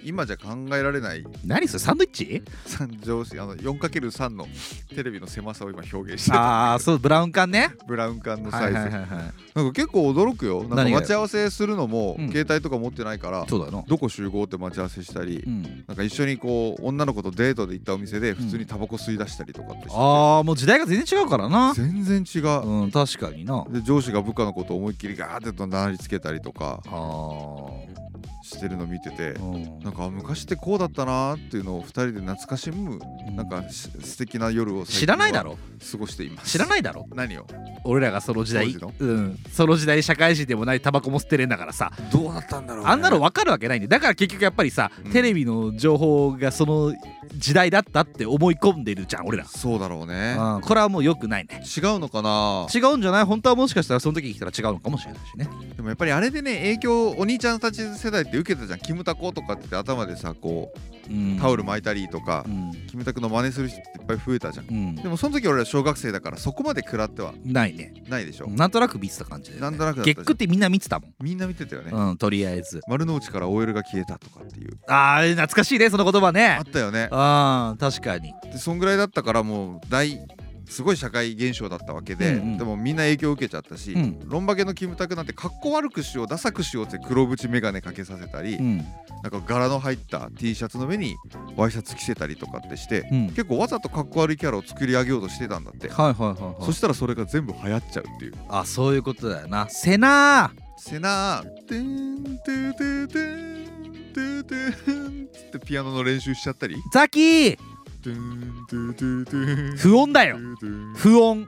Speaker 1: 今じゃ考えられない
Speaker 2: 何それサンドイッ
Speaker 1: (laughs)
Speaker 2: チ
Speaker 1: 三乗子あの 4×3 のテレビの狭さを今表現してた
Speaker 2: ああそうブラウン管ね
Speaker 1: ブラウン管のサイズ、
Speaker 2: はいはいはいはい
Speaker 1: なんか結構驚くよなんか
Speaker 2: 何がよ
Speaker 1: 待ち合わせするのも
Speaker 2: うん
Speaker 1: 携帯とか持ってないから、
Speaker 2: そうだよな
Speaker 1: どこ集合って待ち合わせしたり、
Speaker 2: うん
Speaker 1: なんか一緒にこう女の子とデートで行ったお店で普通にタバコ吸い出したりとかってしてて、
Speaker 2: ああもう時代が全然違うからな
Speaker 1: 全然違う、
Speaker 2: うん確かにな
Speaker 1: で上司が部下のことを思いっきりガーってと鳴りつけたりとか
Speaker 2: あー
Speaker 1: してるの見てて、
Speaker 2: うん
Speaker 1: なんかあ昔ってこうだったなーっていうのを2人で懐かしむ、なんかし素敵な夜を最近は
Speaker 2: 知らないだろ
Speaker 1: 過ごしています
Speaker 2: 知ら
Speaker 1: い
Speaker 2: ないだろ
Speaker 1: 何を
Speaker 2: 俺らがその時代
Speaker 1: 当時の
Speaker 2: うんその時代社会人でもないタバコも吸ってねえんだからさ
Speaker 1: どうだったんだろうね、
Speaker 2: あんなの分かるわけないんでだから結局やっぱりさ、
Speaker 1: うん
Speaker 2: テレビの情報がその時代だったって思い込んでるじゃん俺ら、
Speaker 1: そうだろうね
Speaker 2: うん、これはもう良くないね
Speaker 1: 違うのかな
Speaker 2: 違うんじゃない本当はもしかしたらその時に来たら違うのかもしれないしね
Speaker 1: でもやっぱりあれでね影響をお兄ちゃんたち世代って受けたじゃんキムタコとかって言って頭でさこうタオル巻いたりとか、
Speaker 2: うん、
Speaker 1: キムタクの真似する人っていっぱい増えたじゃん
Speaker 2: うん
Speaker 1: でもその時俺ら小学生だからそこまで食らっては
Speaker 2: ないね
Speaker 1: ないでしょ、
Speaker 2: なんとなく見てた感じで、ね、
Speaker 1: なんとなくだったじゃん
Speaker 2: 結句ってみんな見てたもん、
Speaker 1: みんな見てたよね、
Speaker 2: うんとりあえず
Speaker 1: 丸の内から OL が消えたとかっていう
Speaker 2: あー懐かしいねその言葉ね
Speaker 1: あったよね
Speaker 2: あー確かに
Speaker 1: でそんぐらいだったからもう大すごい社会現象だったわけで、
Speaker 2: うんうん
Speaker 1: でもみんな影響を受けちゃったし、
Speaker 2: うん
Speaker 1: ロンバケのキムタクなんてかっこ悪くしようダサくしようって黒縁眼鏡かけさせたり、
Speaker 2: うん
Speaker 1: なんか柄の入った T シャツの上にワイシャツ着せたりとかってして、
Speaker 2: うん
Speaker 1: 結構わざとかっこ悪いキャラを作り上げようとしてたんだって、
Speaker 2: はいはいはいは
Speaker 1: そ
Speaker 2: い
Speaker 1: したらそれが全部流行っちゃうっていう
Speaker 2: あそういうことだよなセナー
Speaker 1: セナーてんてんてんてんてんてんつってピアノの練習しちゃったり
Speaker 2: ザキー
Speaker 1: てんてんてんてん
Speaker 2: 不穏だよ
Speaker 1: てんてん
Speaker 2: 不穏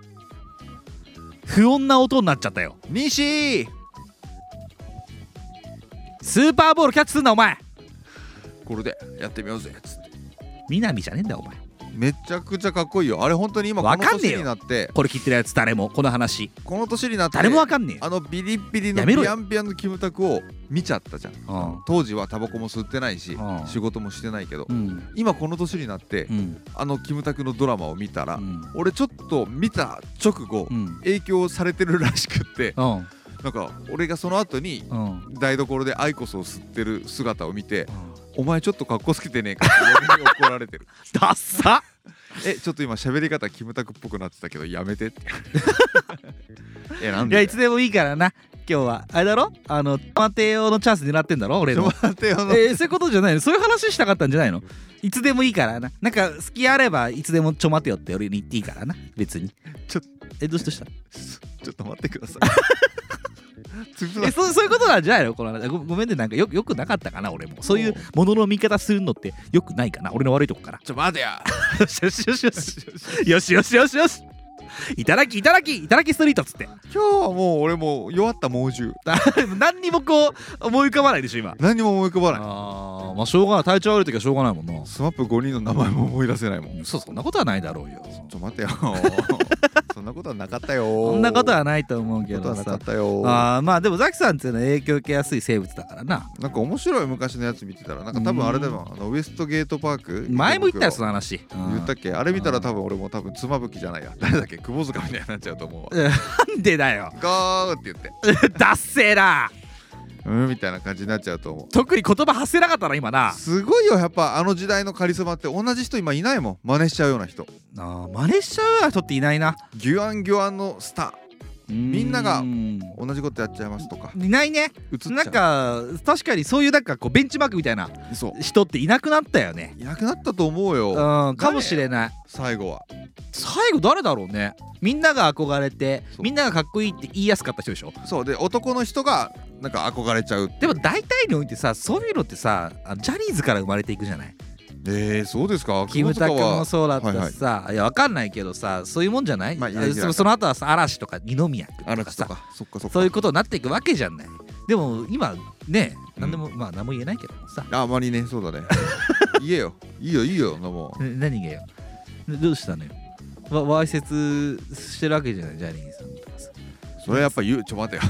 Speaker 2: 不穏な音になっちゃったよ
Speaker 1: 西
Speaker 2: スーパーボールキャッチすんなお前
Speaker 1: これでやってみようぜっつって
Speaker 2: 南じゃねえんだよお前
Speaker 1: めちゃくちゃかっこいいよあれ本当に今この
Speaker 2: わかんね
Speaker 1: 年
Speaker 2: えよ
Speaker 1: になって
Speaker 2: これ聞いてるやつ誰もこの話
Speaker 1: この年になって
Speaker 2: 誰もわかんねえよ
Speaker 1: あのビリビリの
Speaker 2: やめろよ
Speaker 1: ピアンピアンのキムタクを見ちゃったじゃん
Speaker 2: うん
Speaker 1: 当時はタバコも吸ってないし
Speaker 2: うん
Speaker 1: 仕事もしてないけど
Speaker 2: うん
Speaker 1: 今この年になって
Speaker 2: うん
Speaker 1: あのキムタクのドラマを見たら
Speaker 2: うん
Speaker 1: 俺ちょっと見た直後
Speaker 2: うん
Speaker 1: 影響されてるらしくって
Speaker 2: うん
Speaker 1: なんか俺がその後に
Speaker 2: うん
Speaker 1: 台所でアイコスを吸ってる姿を見て「お前ちょっとかっこつけてねえか」って俺に怒られてる
Speaker 2: ダッサ
Speaker 1: えちょっと今喋り方キムタクっぽくなってたけどやめてってえなん
Speaker 2: いや
Speaker 1: で
Speaker 2: いつでもいいからな今日はあれだろあの玉手用のチャンス狙ってんだろ俺
Speaker 1: ちょ
Speaker 2: の
Speaker 1: 待ってよ
Speaker 2: (laughs) えーそういうことじゃないのそういう話したかったんじゃないのいつでもいいからななんか好きあればいつでもちょ待てよって俺に言っていいからな別に
Speaker 1: ちょ
Speaker 2: えどうしたどうした
Speaker 1: ちょっと待ってくださいつぶ
Speaker 2: えそうそういうことなんじゃないのこの話ごごめんねなんかよよくなかったかな俺もそういうものの見方するのってよくないかな俺の悪いとこから
Speaker 1: ちょ待てや
Speaker 2: (laughs) よしよしよしよしよしよしよしよしいただきいただきいただきストリートっつって
Speaker 1: 今
Speaker 2: (laughs)
Speaker 1: 日はもう俺もう弱った猛獣
Speaker 2: 何にもこう思い浮かばないでしょ今
Speaker 1: 何も思い浮かばない
Speaker 2: あーまあしょうがない体調悪い時はしょうがないもんな
Speaker 1: スマップ5人の名前も思い出せないもんちょ
Speaker 2: そうそんなことはないだろうよ
Speaker 1: っと待
Speaker 2: (laughs)
Speaker 1: てよそんなことはなかったよ
Speaker 2: そんなことはないと思うけ
Speaker 1: そんなこと
Speaker 2: ど
Speaker 1: はなか
Speaker 2: さ
Speaker 1: ったよ
Speaker 2: あーまあでもザキさんっていうのは影響受けやすい生物だからな
Speaker 1: なんか面白い昔のやつ見てたらなんか多分あれだよあのウエストゲートパーク
Speaker 2: 前も言ったよそ
Speaker 1: な
Speaker 2: の話
Speaker 1: 言ったっけあれ見たら多分俺も多分妻夫木じゃないや (laughs) 誰だっけ久保塚みたいになっちゃうと思うわ
Speaker 2: なんでだよ
Speaker 1: ゴーって言って
Speaker 2: ダッセーな
Speaker 1: うんみたいな感じになっちゃうと思う
Speaker 2: 特に言葉発せなかったな今な
Speaker 1: すごいよやっぱあの時代のカリスマって同じ人今いないもん真似しちゃうような人
Speaker 2: あー真似しちゃうような人っていないな
Speaker 1: ギュアンギュアンのスタ
Speaker 2: み
Speaker 1: んなが
Speaker 2: い
Speaker 1: ー同じことやっちゃいますとか
Speaker 2: ないね
Speaker 1: 映っちゃう
Speaker 2: なんか確かにそういうなんかこうベンチマークみたいな
Speaker 1: そ
Speaker 2: 人っていなくなったよね
Speaker 1: ういなくなったと思うよ
Speaker 2: うんかもしれない
Speaker 1: 最後は
Speaker 2: 最後誰だろうねみんなが憧れて
Speaker 1: そう
Speaker 2: みんながかっこいいって言いやすかった人でしょ
Speaker 1: そうで男の人がなんか憧れちゃう
Speaker 2: でも大体においてさそういうのってさあジャニーズから生まれていくじゃない
Speaker 1: えー、そうですか
Speaker 2: キムタク
Speaker 1: 久
Speaker 2: も
Speaker 1: 保塚は
Speaker 2: そうだったしさ、いやわかんないけどさそういうもんじゃない、
Speaker 1: まあいやいや
Speaker 2: そその後はさ嵐とか二宮君とか
Speaker 1: 嵐と
Speaker 2: さ
Speaker 1: かそっかそっか
Speaker 2: そういうことになっていくわけじゃないでも今ね
Speaker 1: うん
Speaker 2: 何でも、まあ何も言えないけどさ
Speaker 1: ああまりねそうだね言えよいいよいいよそんなもう
Speaker 2: え何がよどどうしたのよわわいせつしてるわけじゃないジャニーさんとかさ
Speaker 1: それはやっぱ言うちょ待てよ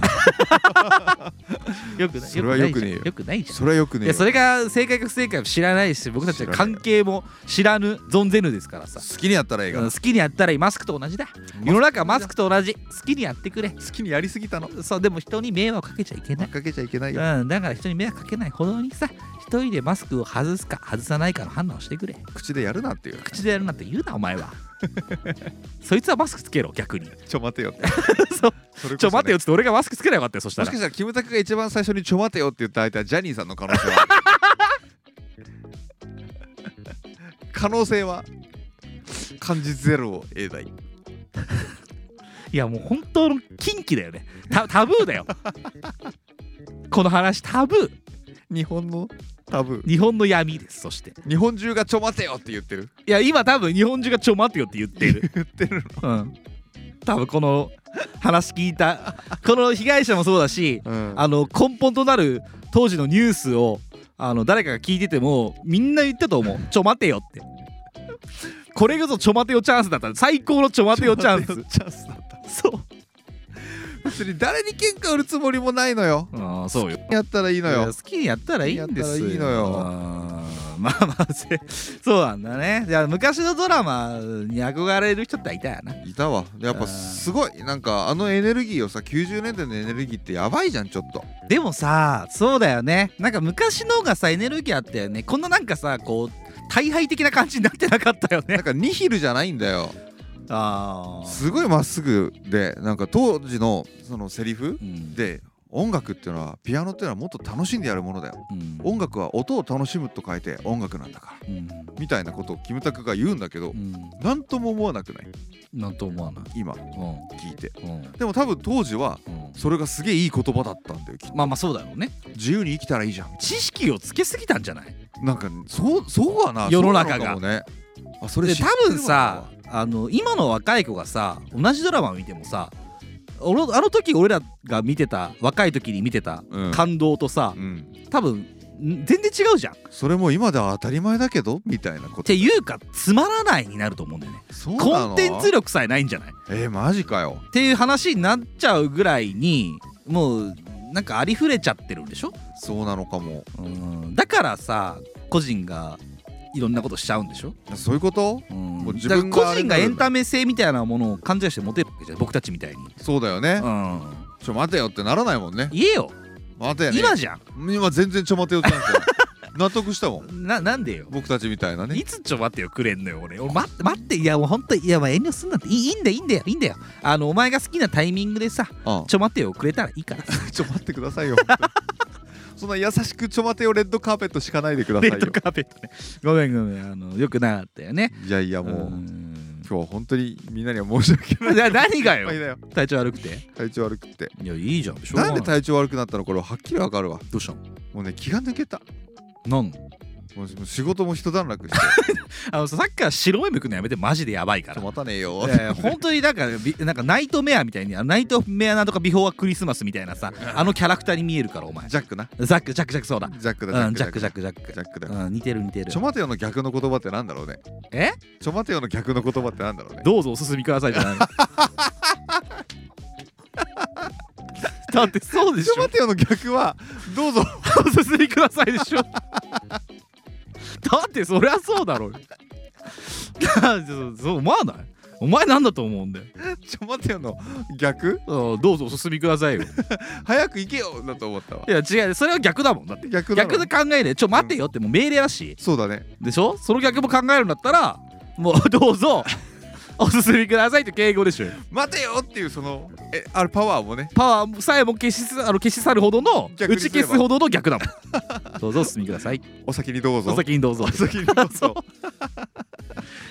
Speaker 2: よくない
Speaker 1: それはよくねえよ
Speaker 2: よくないじゃんよくないじゃん
Speaker 1: それはよくねえ
Speaker 2: い
Speaker 1: よ
Speaker 2: やそれが正解か不正解か知らないし僕たちは関係も知らぬ存ぜぬですからさ
Speaker 1: 好きにやったらええが
Speaker 2: うん好きにやったらいいマスクと同じだ世の中はマスクと同じ好きにやってくれ
Speaker 1: 好きにやりすぎたの
Speaker 2: そうでも人に迷惑かけちゃいけない、
Speaker 1: かけちゃいけないよ
Speaker 2: うん、だから人に迷惑かけないほどにさ一人でマスクを外すか外さないかの判断をしてくれ
Speaker 1: 口でやるなっていう
Speaker 2: 口でやるなんて言うなお
Speaker 1: (laughs)
Speaker 2: 前はそいつはマスクつけろ逆に
Speaker 1: ちょ待てよって
Speaker 2: そう
Speaker 1: (laughs) それこそね
Speaker 2: (laughs) ちょ待てよっつって俺がマスクつければよかったよそした
Speaker 1: もし
Speaker 2: ら
Speaker 1: かしたらキムタクが一番最初にちょ待てよって言った相手はジャニーさんの可能性はある可能性は感じゼロを A 代
Speaker 2: いやもう本当の禁忌だよねタタブー
Speaker 1: (laughs)
Speaker 2: だよこの話タブー
Speaker 1: 日本のタブー
Speaker 2: 日本の闇ですそして
Speaker 1: 日本中がちょ待てよって言ってる
Speaker 2: いや今多分日本中がちょ待てよって言って
Speaker 1: (laughs)
Speaker 2: る
Speaker 1: 言ってる
Speaker 2: うん多分この話聞いた (laughs) この被害者もそうだし
Speaker 1: の、うん、
Speaker 2: あの根本となる当時のニュースをあの誰かが聞いててもみんな言ったと思う「ちょ待てよ」ってこれこそ「ちょ待てよチャンス」だった最高の「ちょ待てよチャンス
Speaker 1: チャンスだった」
Speaker 2: そう
Speaker 1: 別に誰に喧嘩売るつもりもないのよ
Speaker 2: あーそうよ
Speaker 1: やったらいいの
Speaker 2: いや
Speaker 1: よ
Speaker 2: 好きにやったらいいんです
Speaker 1: 好きにやったらいいのよ
Speaker 2: あーまあまあせ (laughs) そうなんだねいや昔のドラマに憧れる人っていたよない
Speaker 1: たわやっ
Speaker 2: あー
Speaker 1: ぱすごいなんかあのエネルギーをさ90年代のエネルギーってやばいじゃんちょっと
Speaker 2: でもさそうだよねなんか昔の方がさエネルギーあったよねこんななんかさこう大敗的な感じになってなかったよ
Speaker 1: (laughs) な
Speaker 2: ね
Speaker 1: んかニヒルじゃないんだよ
Speaker 2: (laughs) ああ
Speaker 1: すごいまっすぐでなんか当時のそのセリフ
Speaker 2: うん
Speaker 1: で音楽っていうのはピアノっていうのはもっと楽しんでやるものだよ
Speaker 2: うん
Speaker 1: 音楽は音を楽しむと書いて音楽なんだから
Speaker 2: うん
Speaker 1: みたいなことをキムタクが言うんだけど
Speaker 2: うん
Speaker 1: なんとも思わなくない
Speaker 2: なんと思わない
Speaker 1: 今
Speaker 2: う
Speaker 1: 聞いて
Speaker 2: んうん
Speaker 1: でも多分当時は
Speaker 2: うん
Speaker 1: それがすげえいい言葉だったんだよきっと
Speaker 2: まあまあそうだろうね
Speaker 1: 自由に生きたらいいじゃん
Speaker 2: 知識をつけすぎたんじゃない
Speaker 1: なんかそうそうはな
Speaker 2: 世の中が
Speaker 1: そうなのかもねあそれ
Speaker 2: で
Speaker 1: 知
Speaker 2: 多
Speaker 1: ってる
Speaker 2: 分
Speaker 1: の
Speaker 2: さ
Speaker 1: か
Speaker 2: あの今の若い子がさ同じドラマを見てもさ俺あの時俺らが見てた若い時に見てた
Speaker 1: うん
Speaker 2: 感動とさ
Speaker 1: うん
Speaker 2: 多分全然違うじゃん。っ
Speaker 1: それも今では当たり前だけどみたいなこと
Speaker 2: ていうかつまらないになると思うんだよね。
Speaker 1: そうな
Speaker 2: コ
Speaker 1: の
Speaker 2: ンテンツ力さえないんじゃないっ
Speaker 1: えー、マジかよ
Speaker 2: ていう話になっちゃうぐらいにもうなんかありふれちゃってるんでしょ
Speaker 1: そうなのかも
Speaker 2: うんだからさ個人がいろんなことしちゃうんでしょ
Speaker 1: そういうこと
Speaker 2: うん
Speaker 1: もう自
Speaker 2: だ
Speaker 1: 分
Speaker 2: か
Speaker 1: が
Speaker 2: ら個人がエンタメ性みたいなものを勘違いして持てるわけじゃん僕たちみたいに、
Speaker 1: そうだよね
Speaker 2: うん、
Speaker 1: ちょ待てよってならないもんね
Speaker 2: 言えよ
Speaker 1: 待てよね
Speaker 2: 今じゃん
Speaker 1: 今全然ちょ待てよってなんですよ納得したもん
Speaker 2: ななんでよ
Speaker 1: 僕たちみたいなね
Speaker 2: いつちょ待ってよくれんのよ俺俺待って待っていやもうほんといやまあ遠慮すんなっていいいいんだよいいんだよいいんだよあのお前が好きなタイミングでさ
Speaker 1: うん
Speaker 2: ちょ待ってよくれたらいいからさ
Speaker 1: ちょ待ってくださいよ本当にそんな優しくちょ待てよレッドカーペット敷かないでください
Speaker 2: レ
Speaker 1: よ
Speaker 2: ッドカーペットねごめんごめんあのよくなかったよね
Speaker 1: いやいやもう、
Speaker 2: うん
Speaker 1: 今日は本当にみんなには申し訳ない
Speaker 2: いや何が
Speaker 1: いっぱい (laughs)
Speaker 2: よ
Speaker 1: だよ
Speaker 2: 体調悪くて
Speaker 1: 体調悪くって
Speaker 2: いやいいじゃんしょうが
Speaker 1: なん
Speaker 2: な
Speaker 1: で
Speaker 2: い
Speaker 1: 体調悪くなったのこれはっきりわかるわ
Speaker 2: どうしたの
Speaker 1: もうね気が抜けた
Speaker 2: なん
Speaker 1: もうもう仕事も一段
Speaker 2: (laughs)
Speaker 1: 落して
Speaker 2: あのささっきから白目向くのやめてマジでやばい
Speaker 1: (laughs)
Speaker 2: か
Speaker 1: ちょ
Speaker 2: ら
Speaker 1: 待たねえよ
Speaker 2: いやいや本当になんかびなんかナイトメアみたいにあナイトメアなんとかビフォーはクリスマスみたい
Speaker 1: (laughs)
Speaker 2: なさあのキャラクターに見えるからお前
Speaker 1: ジャックな
Speaker 2: ザックジャックジャックそ
Speaker 1: (laughs)
Speaker 2: うだ
Speaker 1: ジャックだ
Speaker 2: うんジャックジャッ
Speaker 1: ク
Speaker 2: クジャック
Speaker 1: ジャックだ
Speaker 2: うん似てる似てる
Speaker 1: ちょ待てよの逆の言葉ってなんだろうね
Speaker 2: え
Speaker 1: ちょ待てよの逆の言葉ってなんだろうね
Speaker 2: どうぞお進みくださいじゃない
Speaker 1: (laughs)
Speaker 2: だってそうでし
Speaker 1: ちょ
Speaker 2: ょ
Speaker 1: 待てよの逆はどうぞ
Speaker 2: お進みくださいでしょだってそりゃそうだろうよ (laughs) そうそう思わないお前なんだと思うんだよ
Speaker 1: ちょ待てよの逆
Speaker 2: うんどうぞお進みくださいよ
Speaker 1: 早く行けよだと思ったわ
Speaker 2: いや違うそれは逆だもんだって
Speaker 1: 逆だろ
Speaker 2: 逆で考えでちょ待てよってもう命令だし
Speaker 1: そうだね
Speaker 2: でしょその逆も考えるんだったらもう (laughs) どうぞお進みくださいって敬語でしょ
Speaker 1: 待てよっていうそのえあるパワーもね
Speaker 2: パワーさえも消しすあの消し去るほどの
Speaker 1: 逆
Speaker 2: 打
Speaker 1: にす
Speaker 2: ち
Speaker 1: れば
Speaker 2: 消すほどの逆だ
Speaker 1: (laughs)
Speaker 2: もんどうぞお進みください
Speaker 1: お先にどうぞ
Speaker 2: お先にどうぞ
Speaker 1: お先にど
Speaker 2: (laughs)
Speaker 1: うぞ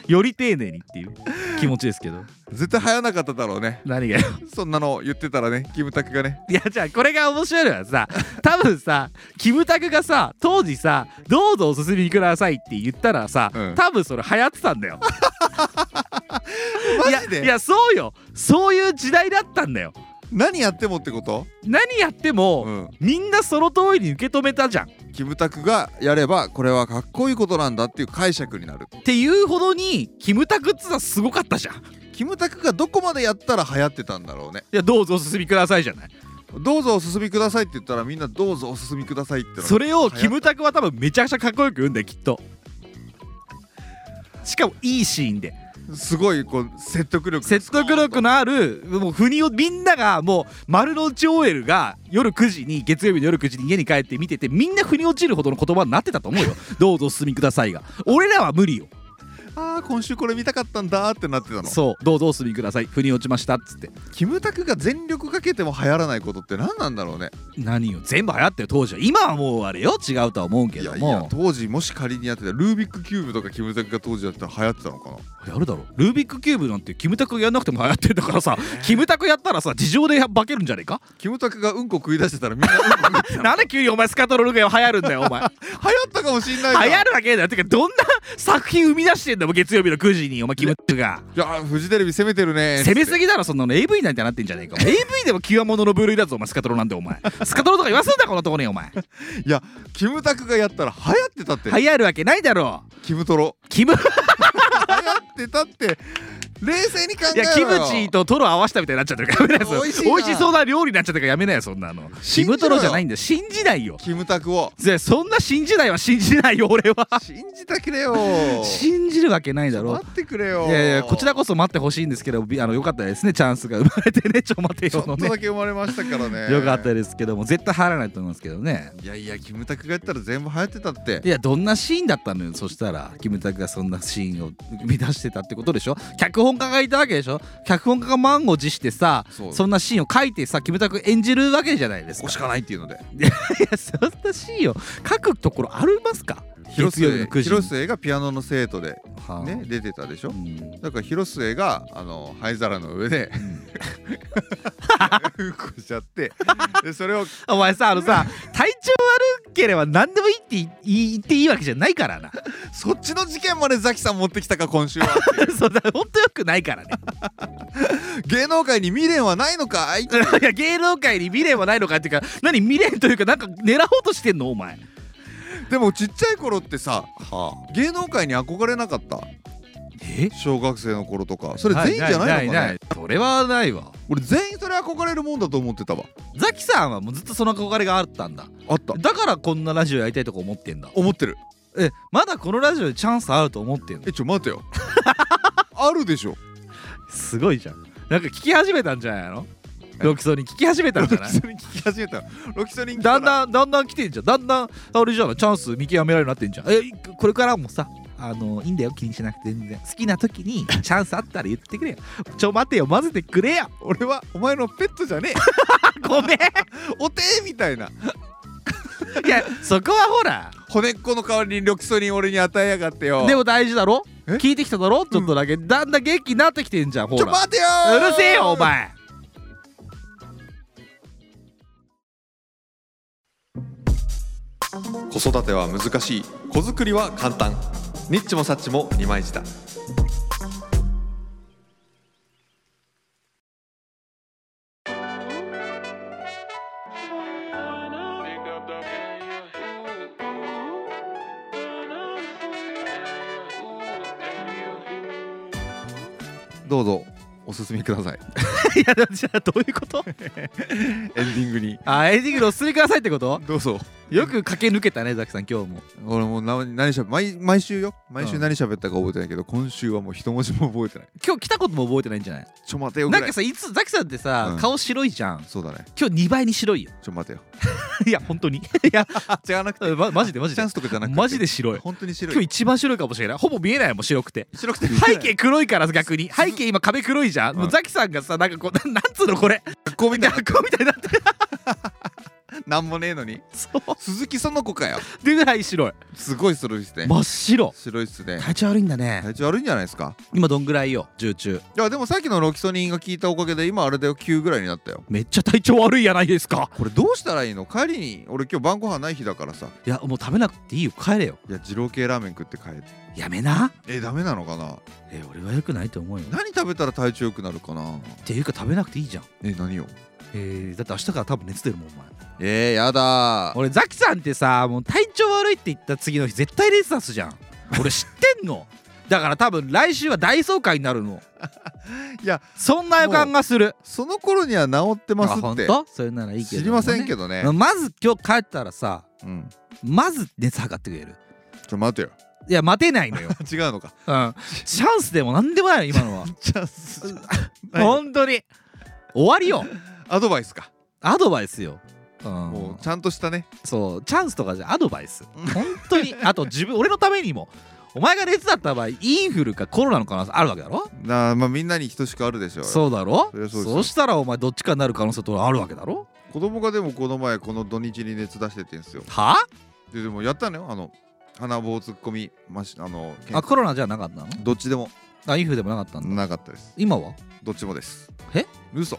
Speaker 2: より丁寧にっていう気持ちです
Speaker 1: (laughs)
Speaker 2: けど
Speaker 1: 絶対流行らなかっただろうね
Speaker 2: 何が
Speaker 1: そんなの言ってたらねキムタクがね
Speaker 2: (laughs) いやじゃあこれが面白いのはさ多分さキムタクがさ当時さ「どうぞお進みください」って言ったらさ、
Speaker 1: うん
Speaker 2: 多分それ流行ってた
Speaker 1: (laughs)
Speaker 2: んだよ
Speaker 1: マジ
Speaker 2: いやい
Speaker 1: で
Speaker 2: やそうよそういう時代だったんだよ
Speaker 1: 何やってもってこと
Speaker 2: 何やっても、
Speaker 1: うん
Speaker 2: みんなその通りに受け止めたじゃんっ
Speaker 1: キムタクがやればこれはかっこいいことなんだっていう解釈になる
Speaker 2: ていうほどにキムタクっつうのはすごかったじゃんい
Speaker 1: キムタクがどこまでやったら流行ってたんだろうね
Speaker 2: やどうぞお進みくださいじゃない
Speaker 1: どうぞお進みくださいって言ったらみんなどうぞお進みくださいっての
Speaker 2: それをキムタクは多分めちゃくちゃかっこよく言うんだよきっとしかもいいシーンです
Speaker 1: ごいこう説得力
Speaker 2: 説得力のあるもう腑にをみんながもう丸の内 OL が夜9時に月曜日の夜9時に家に帰って見ててみんな腑に落ちるほどの言葉になってたと思うよどうぞお進みくださいが俺らは無理よ
Speaker 1: ああ今週これ見たかったんだーってなってたの
Speaker 2: そうどうぞお進みください腑に落ちましたっつって
Speaker 1: キムタクが全力かけても流行らないことって何なんだろうね
Speaker 2: 何よ全部流行ってる当時は今はもうあれよ違うとは思うけ
Speaker 1: い
Speaker 2: ど
Speaker 1: やい
Speaker 2: も
Speaker 1: や当時もし仮にやってたルービックキューブとかキムタクが当時やってたら流行ってたのかな
Speaker 2: やるだろルービックキューブなんてキムタクがやんなくても流行ってんだからさキムタクやったらさ事情で化けるんじゃね
Speaker 1: (laughs)
Speaker 2: えか
Speaker 1: (laughs) キムタクがうんこ食い出してたらみんなうんこ食って (laughs) た流行
Speaker 2: なんで急にお前スカトロルが流行るんだよお前
Speaker 1: ったかもしんない
Speaker 2: 流
Speaker 1: じゃん
Speaker 2: 行るわけだよてかどんな作品生み出してんだもん月曜日の9時にお前キムタクが
Speaker 1: いやーフジテレビ攻めてるねー
Speaker 2: 攻めす
Speaker 1: ぎ
Speaker 2: ぎだろそんなの AV なんてなってんじゃねえかお前 AV でも極物の部類だぞお前スカトロなんてお前スカトロとか言わせんだこのとこにお (laughs) 前
Speaker 1: いやキムタクがやったら流行ってたって、
Speaker 2: 流行るわけないだろ
Speaker 1: キムトロ
Speaker 2: キム
Speaker 1: 流行ってたって冷静に考
Speaker 2: い
Speaker 1: えろ
Speaker 2: や
Speaker 1: よ
Speaker 2: キムチとトロ合わせたみたいになっちゃってるからやめなよ
Speaker 1: 美味しいな
Speaker 2: 美味しそうな料理になっちゃってるからやめなよそんな (laughs) のキ
Speaker 1: 信じろ
Speaker 2: ム
Speaker 1: よ
Speaker 2: トロじゃないんだよ信じないよ
Speaker 1: キムタクを
Speaker 2: ぜそんな信じないは信じないよ俺は
Speaker 1: 信じたくれよ
Speaker 2: (laughs) 信じるわけないだろ
Speaker 1: 待ってくれよ
Speaker 2: いやいやこちらこそ待ってほしいんですけどびあのよかったですねチャンスが生まれてねちょ待て
Speaker 1: ちょっ
Speaker 2: よの
Speaker 1: と
Speaker 2: ね
Speaker 1: だけ生まれましたからね
Speaker 2: よかったですけども絶対入らないと思いますけどね
Speaker 1: いやいやキムタクがやったら全部流行ってたって
Speaker 2: いやどんなシーンだったのよそしたらキムタクがそんなシーンを生み出してたってことでしょ脚本家がいたわけでしょ脚本家が満を持してさ
Speaker 1: そう
Speaker 2: そんなシーンを書いてさキムタク演じるわけじゃないです
Speaker 1: こ
Speaker 2: か
Speaker 1: こしかないっていうので
Speaker 2: いやそんなシーンを書くところありますか
Speaker 1: 広
Speaker 2: 月曜日
Speaker 1: 末
Speaker 2: の9時
Speaker 1: 広末がピアノの生徒で
Speaker 2: はあ
Speaker 1: ね出てたでしょ
Speaker 2: うん
Speaker 1: だから広末があの灰皿の上でうんこしちゃってでそれを
Speaker 2: お前さあのさ体調悪ければ何でもいいって言い言っていいわけじゃないからな (laughs)
Speaker 1: そっちの事件までザキさん持ってきたか今週はっていう
Speaker 2: そうだほんとよくないからね
Speaker 1: 芸能界に未練はないのか
Speaker 2: (laughs)
Speaker 1: い
Speaker 2: いや芸能界に未練はないのかっていうか何未練というかなんか狙おうとしてんのお前
Speaker 1: でもちっちゃい頃ってさ
Speaker 2: はあ
Speaker 1: 芸能界に憧れなかった
Speaker 2: え
Speaker 1: 小学生の頃とかそれ全員じゃないのかね
Speaker 2: いそれはないわ
Speaker 1: 俺全員それ憧れるもんだと思ってたわ
Speaker 2: ザキさんはもうずっとその憧れがあったんだ
Speaker 1: あった
Speaker 2: だからこんなラジオやりたいとか思ってんだ
Speaker 1: 思ってる
Speaker 2: えまだこのラジオでチャンスあると思ってんの
Speaker 1: えちょ待
Speaker 2: (laughs)
Speaker 1: てよあるでしょ
Speaker 2: すごいじゃんなんか聞き始めたんじゃないのロキソニン聞き始めたんじゃない
Speaker 1: ロニン聞き始めたロキソニン
Speaker 2: だん
Speaker 1: ん
Speaker 2: だんだんだん来てんじゃんだんだんあれじゃんチャンス見極められるようになってんじゃんえこれからもさあのいいんだよ気にしなくて全然好きな時に
Speaker 1: (laughs)
Speaker 2: チャンスあったら言ってくれよちょ待てよ混ぜてくれよ (laughs)
Speaker 1: 俺はお前のペットじゃねえ
Speaker 2: ごめん
Speaker 1: おてえみたいない
Speaker 2: やそこはほら
Speaker 1: 骨っこの代わりにロキソニン俺に与えやがってよ
Speaker 2: でも大事だろ
Speaker 1: え
Speaker 2: 聞いてきただろちょっとだけ、だんだん元気になってきてんじゃんほ
Speaker 1: ち
Speaker 2: ら
Speaker 1: ょ待てよ
Speaker 2: う
Speaker 1: ー
Speaker 2: るせえよお
Speaker 1: (laughs)
Speaker 2: 前
Speaker 1: 子育ては難しい子作りは簡単ニッチもサッチも二枚舌どうぞお進みください
Speaker 2: いやじゃあどうい
Speaker 1: (laughs)
Speaker 2: うこと
Speaker 1: エンディングに
Speaker 2: あエンディングでお進みくださいってこと
Speaker 1: どうぞ
Speaker 2: よく駆け抜けたねザキさん今日も
Speaker 1: 俺もうな何しゃべ毎毎週よ毎週何喋ったか覚えてないけど、今週はもう一文字も覚えてない
Speaker 2: 今日来たことも覚えてないんじゃない
Speaker 1: ちょ待てよぐ
Speaker 2: な
Speaker 1: らい
Speaker 2: んかさいつザキさんってさ、
Speaker 1: うん
Speaker 2: 顔白いじゃん
Speaker 1: そうだね
Speaker 2: 今日2倍に白い
Speaker 1: (laughs)
Speaker 2: よ
Speaker 1: ちょ待てよ
Speaker 2: いや本当にいや
Speaker 1: 違わなくて
Speaker 2: まマジでマジ
Speaker 1: チ
Speaker 2: で
Speaker 1: ャンスとかじゃなくて
Speaker 2: マジで白い
Speaker 1: 本当に白い
Speaker 2: 今日一番白いかもしれないほぼ見えないもん白くて
Speaker 1: 白くて
Speaker 2: 背景黒いから逆に背景今壁黒いじゃん、
Speaker 1: うん
Speaker 2: もうザキさんがさなんかこうななんつうのこれ
Speaker 1: 学校みたいな
Speaker 2: 学校みたいになってる
Speaker 1: なんもねえのに
Speaker 2: そう
Speaker 1: 鈴木園子かよ
Speaker 2: ってぐらい白い
Speaker 1: すごい白いっすね
Speaker 2: 真っ白
Speaker 1: 白いっすね
Speaker 2: 体調悪いんだね
Speaker 1: 体調悪いんじゃないですか
Speaker 2: 今どんぐらいよ重中
Speaker 1: いやでもさっきのロキソニンが効いたおかげで今あれだよ9ぐらいになったよ
Speaker 2: めっちゃ体調悪いやないですか
Speaker 1: これどうしたらいいの帰りに俺今日晩ご飯ない日だからさ
Speaker 2: いやもう食べなくていいよ帰れよ
Speaker 1: いや二郎系ラーメン食って帰って
Speaker 2: やめな
Speaker 1: えダメなのかな
Speaker 2: え俺は良くないと思うよっ
Speaker 1: 何食べたら体調良くなるかな
Speaker 2: ていうか食べなくていいじゃん
Speaker 1: え何よ
Speaker 2: えー、だって明日から多分熱出るもんお前
Speaker 1: えー、やだー
Speaker 2: 俺ザキさんってさもう体調悪いって言った次の日絶対レース出すじゃん俺知ってんのだから多分来週は大総会になるの
Speaker 1: (laughs) いや
Speaker 2: そんな予感がする
Speaker 1: その頃には治ってます
Speaker 2: あ
Speaker 1: っ
Speaker 2: 本
Speaker 1: て
Speaker 2: 当それならいいけど
Speaker 1: 知りませんけ
Speaker 2: ど、
Speaker 1: どね
Speaker 2: ね、まず今日帰ったらさ
Speaker 1: うん
Speaker 2: まず熱測ってくれる
Speaker 1: ちょ待てよ
Speaker 2: いや待てない
Speaker 1: (laughs)
Speaker 2: のよ、うん、
Speaker 1: 違うのか
Speaker 2: チャンスでも何でもないよ今のは
Speaker 1: (laughs) チャン
Speaker 2: (laughs)
Speaker 1: スはい
Speaker 2: 本当に終わりよ
Speaker 1: アドバイスか
Speaker 2: アドバイスよ、うん、
Speaker 1: もうちゃんとしたね
Speaker 2: そうチャンスとかじゃアドバイス本当
Speaker 1: (laughs)
Speaker 2: にあと自分俺のためにもお前が熱だった場合インフルかコロナの可能性あるわけだろ
Speaker 1: なあまあみんなに等しくあるでしょうよ
Speaker 2: そうだろ
Speaker 1: そりゃそうですよ
Speaker 2: したらお前どっちかになる可能性とあるわけだろ
Speaker 1: 子供がでもこの前この土日に熱出しててんすよ
Speaker 2: は
Speaker 1: ででもやったのよあの鼻棒突っ込みましあの
Speaker 2: あコロナじゃなかったの
Speaker 1: どっちでも
Speaker 2: あインフルでもなかったんだ
Speaker 1: なかったです
Speaker 2: 今は
Speaker 1: どっちもです
Speaker 2: え
Speaker 1: 嘘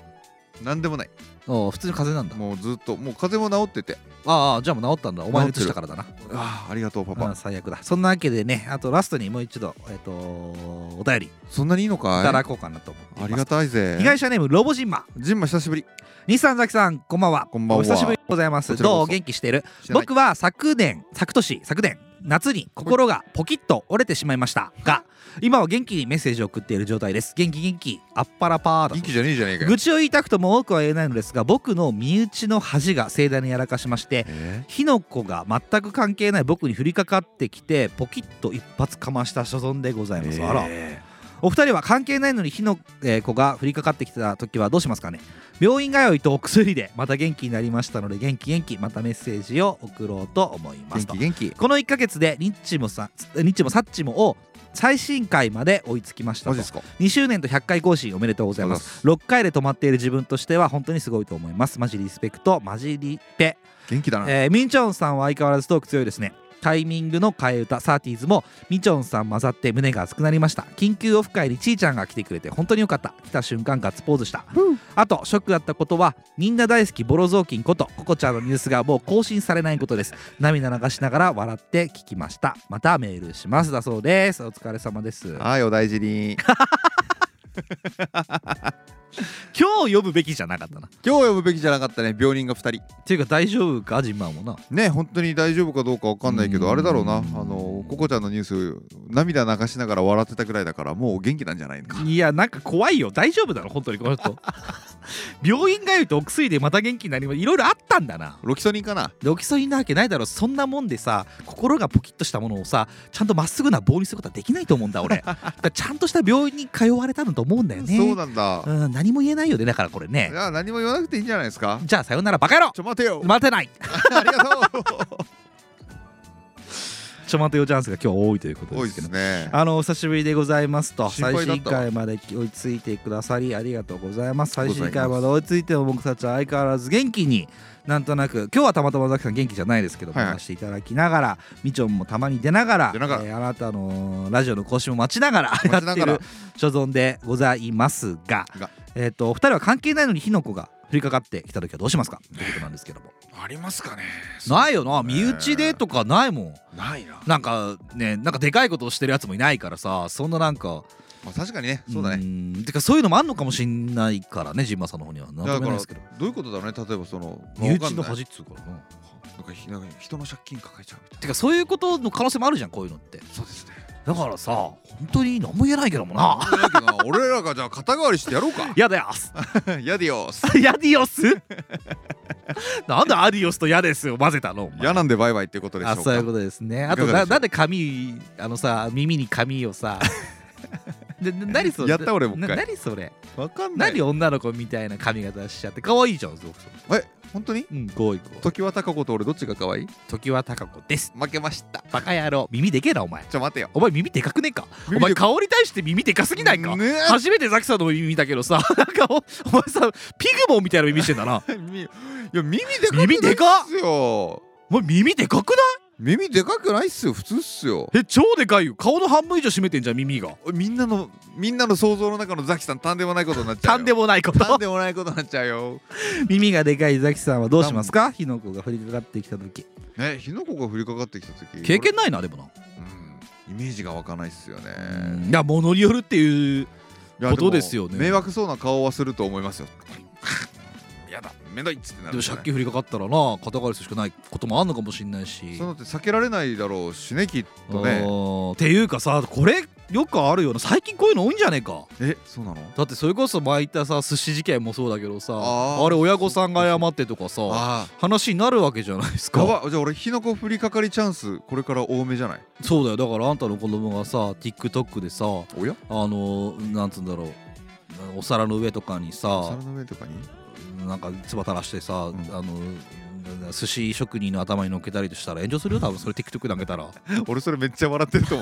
Speaker 1: なんでもない
Speaker 2: ああ普通に風邪なんだ
Speaker 1: もうずっともう風邪も治ってて
Speaker 2: ああじゃあもう治ったんだお前熱
Speaker 1: 治っ
Speaker 2: して
Speaker 1: る
Speaker 2: たからだな
Speaker 1: ああありがとうパ
Speaker 2: う
Speaker 1: パ
Speaker 2: ん最悪だそんなわけでねあとラストにもう一度えっ、とお便りい
Speaker 1: そんなにいいのかい
Speaker 2: ただこうかなと思っています
Speaker 1: ありがたいぜ
Speaker 2: 被害者ネームロボジンマ
Speaker 1: ジンマ久しぶり
Speaker 2: 西さんザキさんこんばんは
Speaker 1: こんばんは
Speaker 2: お久しぶりでございま
Speaker 1: こ
Speaker 2: す
Speaker 1: ちらこそ
Speaker 2: どう元気してる
Speaker 1: 知らない
Speaker 2: 僕は昨年昨年昨年夏に心がポキッと折れてしまいましたが今は元気にメッセージを送っている状態です元気元気あっぱらぱーだ
Speaker 1: 元気じゃねえじゃねえかよ
Speaker 2: 愚痴を言いたくとも多くは言えないのですが僕の身内の恥が盛大にやらかしまして
Speaker 1: え
Speaker 2: 火の粉が全く関係ない僕に降りかかってきてポキッと一発かました所存でございます、あらお二人は関係ないのに火のえー粉が降りかかってきた時はどうしますかね病院通いとお薬でまた元気になりましたので元気元気またメッセージを送ろうと思います
Speaker 1: 元
Speaker 2: と
Speaker 1: 気元気
Speaker 2: この1ヶ月でニッチもさニッチもサッチもを最新回まで追いつきました
Speaker 1: マ
Speaker 2: と
Speaker 1: ジですか
Speaker 2: 2周年と100回更新おめでとうございます6回で止まっている自分としては本当にすごいと思いますマジリスペクトマジリペ
Speaker 1: 元気だな
Speaker 2: えーミンチョンさんは相変わらずトーク強いですねタイミングの替え歌サーティーズもミンチョンさん混ざって胸が熱くなりました緊急オフ会にちーちゃんが来てくれて本当によかった来た瞬間ガッツポーズしたあとショックだったことはみんな大好きボロ雑巾ことココちゃんのニュースがもう更新されないことです涙流しながら笑って聞きましたまたメールしますだ (laughs) そうですお疲れ様です
Speaker 1: はいお大事に
Speaker 2: 今日呼ぶべきじゃなかったなっ
Speaker 1: 今日呼ぶべきじゃなかったね病人が2人
Speaker 2: ていうか大丈夫かジンマンもな
Speaker 1: ね本当に大丈夫かどうかわかんないけ
Speaker 2: う
Speaker 1: ど
Speaker 2: ん
Speaker 1: あれだろうなあのココちゃんのニュース涙流しながら笑ってたぐらいだからもう元気なんじゃないのか
Speaker 2: いやなんか怖いよ大丈夫だろ本当にこ
Speaker 1: (laughs)
Speaker 2: の人病院通いとお薬でまた元気になりますいろいろあったんだな
Speaker 1: ロキソニンかな
Speaker 2: ロキソニンなわけないだろそんなもんでさ心がポキッとしたものをさちゃんとまっすぐな棒にすることはできないと思うん
Speaker 1: (laughs)
Speaker 2: だ俺だからちゃんとした病院に通われたんだと思うんだよね
Speaker 1: そうなんだ
Speaker 2: うん何も言えないよねだからこれ
Speaker 1: い
Speaker 2: ね
Speaker 1: や何も言わなくていいんじゃないですか
Speaker 2: じゃあさよならバカ野郎
Speaker 1: ちょ待てよ
Speaker 2: 待てない
Speaker 1: ありが
Speaker 2: (laughs)
Speaker 1: と
Speaker 2: ちょ待てよチャンスが今日は多いというこ
Speaker 1: う
Speaker 2: と
Speaker 1: 多
Speaker 2: で
Speaker 1: い
Speaker 2: す
Speaker 1: で
Speaker 2: け
Speaker 1: す
Speaker 2: ど
Speaker 1: ね
Speaker 2: あのお久しぶりでございますと
Speaker 1: 心
Speaker 2: 最
Speaker 1: 配だっ
Speaker 2: 新
Speaker 1: たわ
Speaker 2: 回まで追いついてくださりありがとうございます最新
Speaker 1: ござ
Speaker 2: 回
Speaker 1: いま
Speaker 2: ますで追いついても僕たちは相変わらず元気になんとなく今日はたまたまザキさん元気じゃないですけども、
Speaker 1: はいはい
Speaker 2: 話していただきながらみちょんもたまに出ながら
Speaker 1: 出ながら
Speaker 2: えーあなたのラジオの更新も待ちながらや
Speaker 1: な
Speaker 2: っ
Speaker 1: がら
Speaker 2: てる所存でございますが
Speaker 1: が
Speaker 2: えっ、とお二人は関係ないのに火の粉が降りかかってきた時はどうしますかということなんですけども
Speaker 1: ありますかね
Speaker 2: ないよな身内でとかないもん
Speaker 1: ないな、
Speaker 2: なんかねなんかでかいことをしてるやつもいないからさそんななんか
Speaker 1: まあ、確かにねそうだね
Speaker 2: ねてかそういうのもあんのかもしんないからねジンマさんの方にはなんと
Speaker 1: だ
Speaker 2: も
Speaker 1: か
Speaker 2: 言えない
Speaker 1: ら
Speaker 2: ですけど
Speaker 1: どういうことだろうね例えばその
Speaker 2: 身内の
Speaker 1: わかんない
Speaker 2: 恥っつうからな
Speaker 1: なんかひなんか人の借金抱えちゃうみたい
Speaker 2: てかそういうことの可能性もあるじゃんこういうのって
Speaker 1: なそうですね
Speaker 2: だからさ本当に何も言えないけどもな (laughs)
Speaker 1: あだけどな俺らがじゃあ肩代わりしてやろうか
Speaker 2: やだよ (laughs) す
Speaker 1: やでよす
Speaker 2: やディオス (laughs) なんでアディオスとやですを混ぜたのお前
Speaker 1: 嫌なんでバイバイってことでしょ
Speaker 2: あ
Speaker 1: うか
Speaker 2: そういうことですねあと
Speaker 1: いかがでしょ
Speaker 2: な
Speaker 1: う
Speaker 2: なんで髪あのさ耳に髪をさ (laughs) でな何それ
Speaker 1: やった俺もう一
Speaker 2: な
Speaker 1: 回
Speaker 2: 何それ
Speaker 1: わかんない
Speaker 2: 何女の子みたいな髪型しちゃって可愛いじゃんすごく
Speaker 1: え本当に
Speaker 2: うん可愛い子
Speaker 1: 時は高子と俺どっちが可愛い
Speaker 2: 時は高子です
Speaker 1: 負けました
Speaker 2: バカ野郎耳でけえなお前
Speaker 1: ちょ待てよ
Speaker 2: お前耳でかくねえかお
Speaker 1: 耳
Speaker 2: 前
Speaker 1: で
Speaker 2: 顔に対して耳でかすぎないか、
Speaker 1: ね
Speaker 2: 初めてザキさんの耳見たけどさ (laughs) なんかおお前さピグモンみたいな耳してんだな
Speaker 1: え耳いや耳でかくない
Speaker 2: 耳でか
Speaker 1: っすよ
Speaker 2: お前耳でかくな
Speaker 1: 耳でかくないっすよ普通っすよ
Speaker 2: いえ超でかいよ顔の半分以上占めてんじゃん耳が
Speaker 1: みんなのみんなの想像の中のザキさんたんでもないことになっちゃう
Speaker 2: (laughs) なんでもないこ
Speaker 1: たん
Speaker 2: と
Speaker 1: でもないことになっちゃう
Speaker 2: (laughs)
Speaker 1: よ
Speaker 2: 耳がでかいザキさんはどうしますか火の粉が降りかかってきた時
Speaker 1: ね火の粉が降りかかってきた時
Speaker 2: 経験ないなでもな、
Speaker 1: うんイメージが湧かないっすよね
Speaker 2: いや物によるっていう
Speaker 1: いや
Speaker 2: ことですよね
Speaker 1: も迷惑そうな顔はすると思いますよ (laughs) やだめんどいっつってな
Speaker 2: で
Speaker 1: る
Speaker 2: も
Speaker 1: んじゃ
Speaker 2: 借
Speaker 1: ない
Speaker 2: 金降りかかったらな肩代わりするしかないこともあんのかもしんないし
Speaker 1: そういうのって避けられないだろうしねきっとね
Speaker 2: おーっていうかさこれよくあるよな最近こういうの多いんじゃねえか
Speaker 1: えそうなの
Speaker 2: だってそれこそ前言ったさ寿司事件もそうだけどさ
Speaker 1: あ
Speaker 2: あ
Speaker 1: ー
Speaker 2: れ親御さんが謝ってとかさ
Speaker 1: あ
Speaker 2: 話になるわけじゃないです
Speaker 1: あや
Speaker 2: か
Speaker 1: ばじゃあ俺火の粉振りかかりチャンスこれから多めじゃない
Speaker 2: そうだよだからあんたの子供がさ TikTok でさあ
Speaker 1: おや
Speaker 2: のーなんつうんだろうお皿の上とかに
Speaker 1: 皿
Speaker 2: さ
Speaker 1: の上とかに (laughs)
Speaker 2: なんか唾垂らしてさ、
Speaker 1: ん
Speaker 2: あのー寿司職人の頭に乗っけたりとしたら炎上するよ多分それ TikTok 投げたら (laughs)
Speaker 1: 俺それめっちゃ笑ってると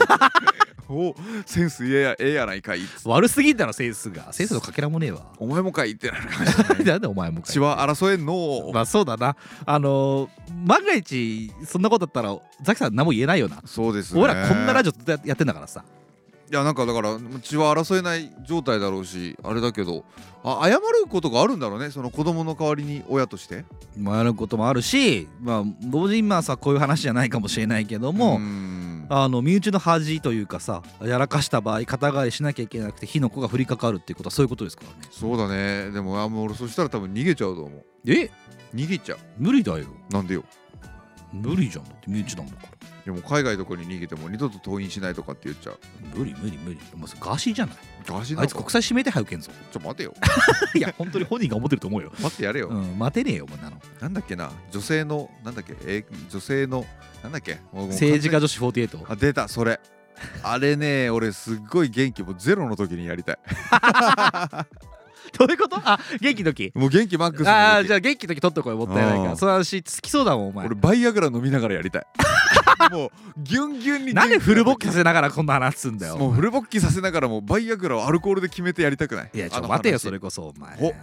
Speaker 1: 思う (laughs) おセンスええやええやないかいっつ
Speaker 2: 悪すぎんだろセンスがセンスのかけらもねえ (laughs) わ
Speaker 1: お前もかいってなるかもしれない
Speaker 2: なんでお前もかい
Speaker 1: 血は争えんのー、
Speaker 2: まあそうだなあのー万が一そんなことだったらザキさん何も言えないよな
Speaker 1: そうですね
Speaker 2: 俺らこんなラ
Speaker 1: ジ
Speaker 2: ジオずっとやってんだからさ
Speaker 1: オいやなんかだから血は争えない状態だろうしあれだけどあ謝ることがあるんだろうねその子供の代わりに親として
Speaker 2: まあやることもあるしまあ同時にまあさこういう話じゃないかもしれないけども、
Speaker 1: ーん
Speaker 2: あの身内の恥というかさやらかした場合肩代わりしなきゃいけなくて火の粉が降りかかるっていうことはそういうことですからね
Speaker 1: そうだねでもあもう俺そしたら多分逃げちゃうと思う
Speaker 2: え
Speaker 1: 逃げちゃう
Speaker 2: 無理だよ
Speaker 1: なんでよ
Speaker 2: 無理じゃんだって身内なんだから
Speaker 1: でも海外とかに逃げても二度と登院しないとかって言っちゃう
Speaker 2: 無理無理無理お前それガーシーじゃない
Speaker 1: ガシな
Speaker 2: あ
Speaker 1: の
Speaker 2: いつ
Speaker 1: か
Speaker 2: 国際指名手配受けんぞ
Speaker 1: ちょ待てよ
Speaker 2: (laughs) いや本当に本人が思ってると思うよ、
Speaker 1: 待ってやれよ、
Speaker 2: うん、待てねえよお前なの
Speaker 1: なんだっけな女性のなんだっけ、えー女性のなんだっけもうもう
Speaker 2: 政治家女子48
Speaker 1: あ出たそれあれね俺すっごい元気もうゼロの時にやりたい
Speaker 2: どういうことあ元気の時
Speaker 1: もう元気マックスの時
Speaker 2: ああじゃあ元気の時取っとこいもったいないか
Speaker 1: う
Speaker 2: ら
Speaker 1: ん
Speaker 2: その話好きそうだもんお前
Speaker 1: 俺バイアグラ飲みながらやりたい (laughs) もうギュンギュ (laughs) ンに
Speaker 2: なんでフルボッキ
Speaker 1: さ
Speaker 2: させながらこんな話すんだ
Speaker 1: せ
Speaker 2: よ
Speaker 1: もうフルボッキさせながらもうバイアグラをアルコールで決めてやりたくない
Speaker 2: いやちょ
Speaker 1: あ
Speaker 2: っと
Speaker 1: の
Speaker 2: 待てよ
Speaker 1: 話
Speaker 2: それこそお前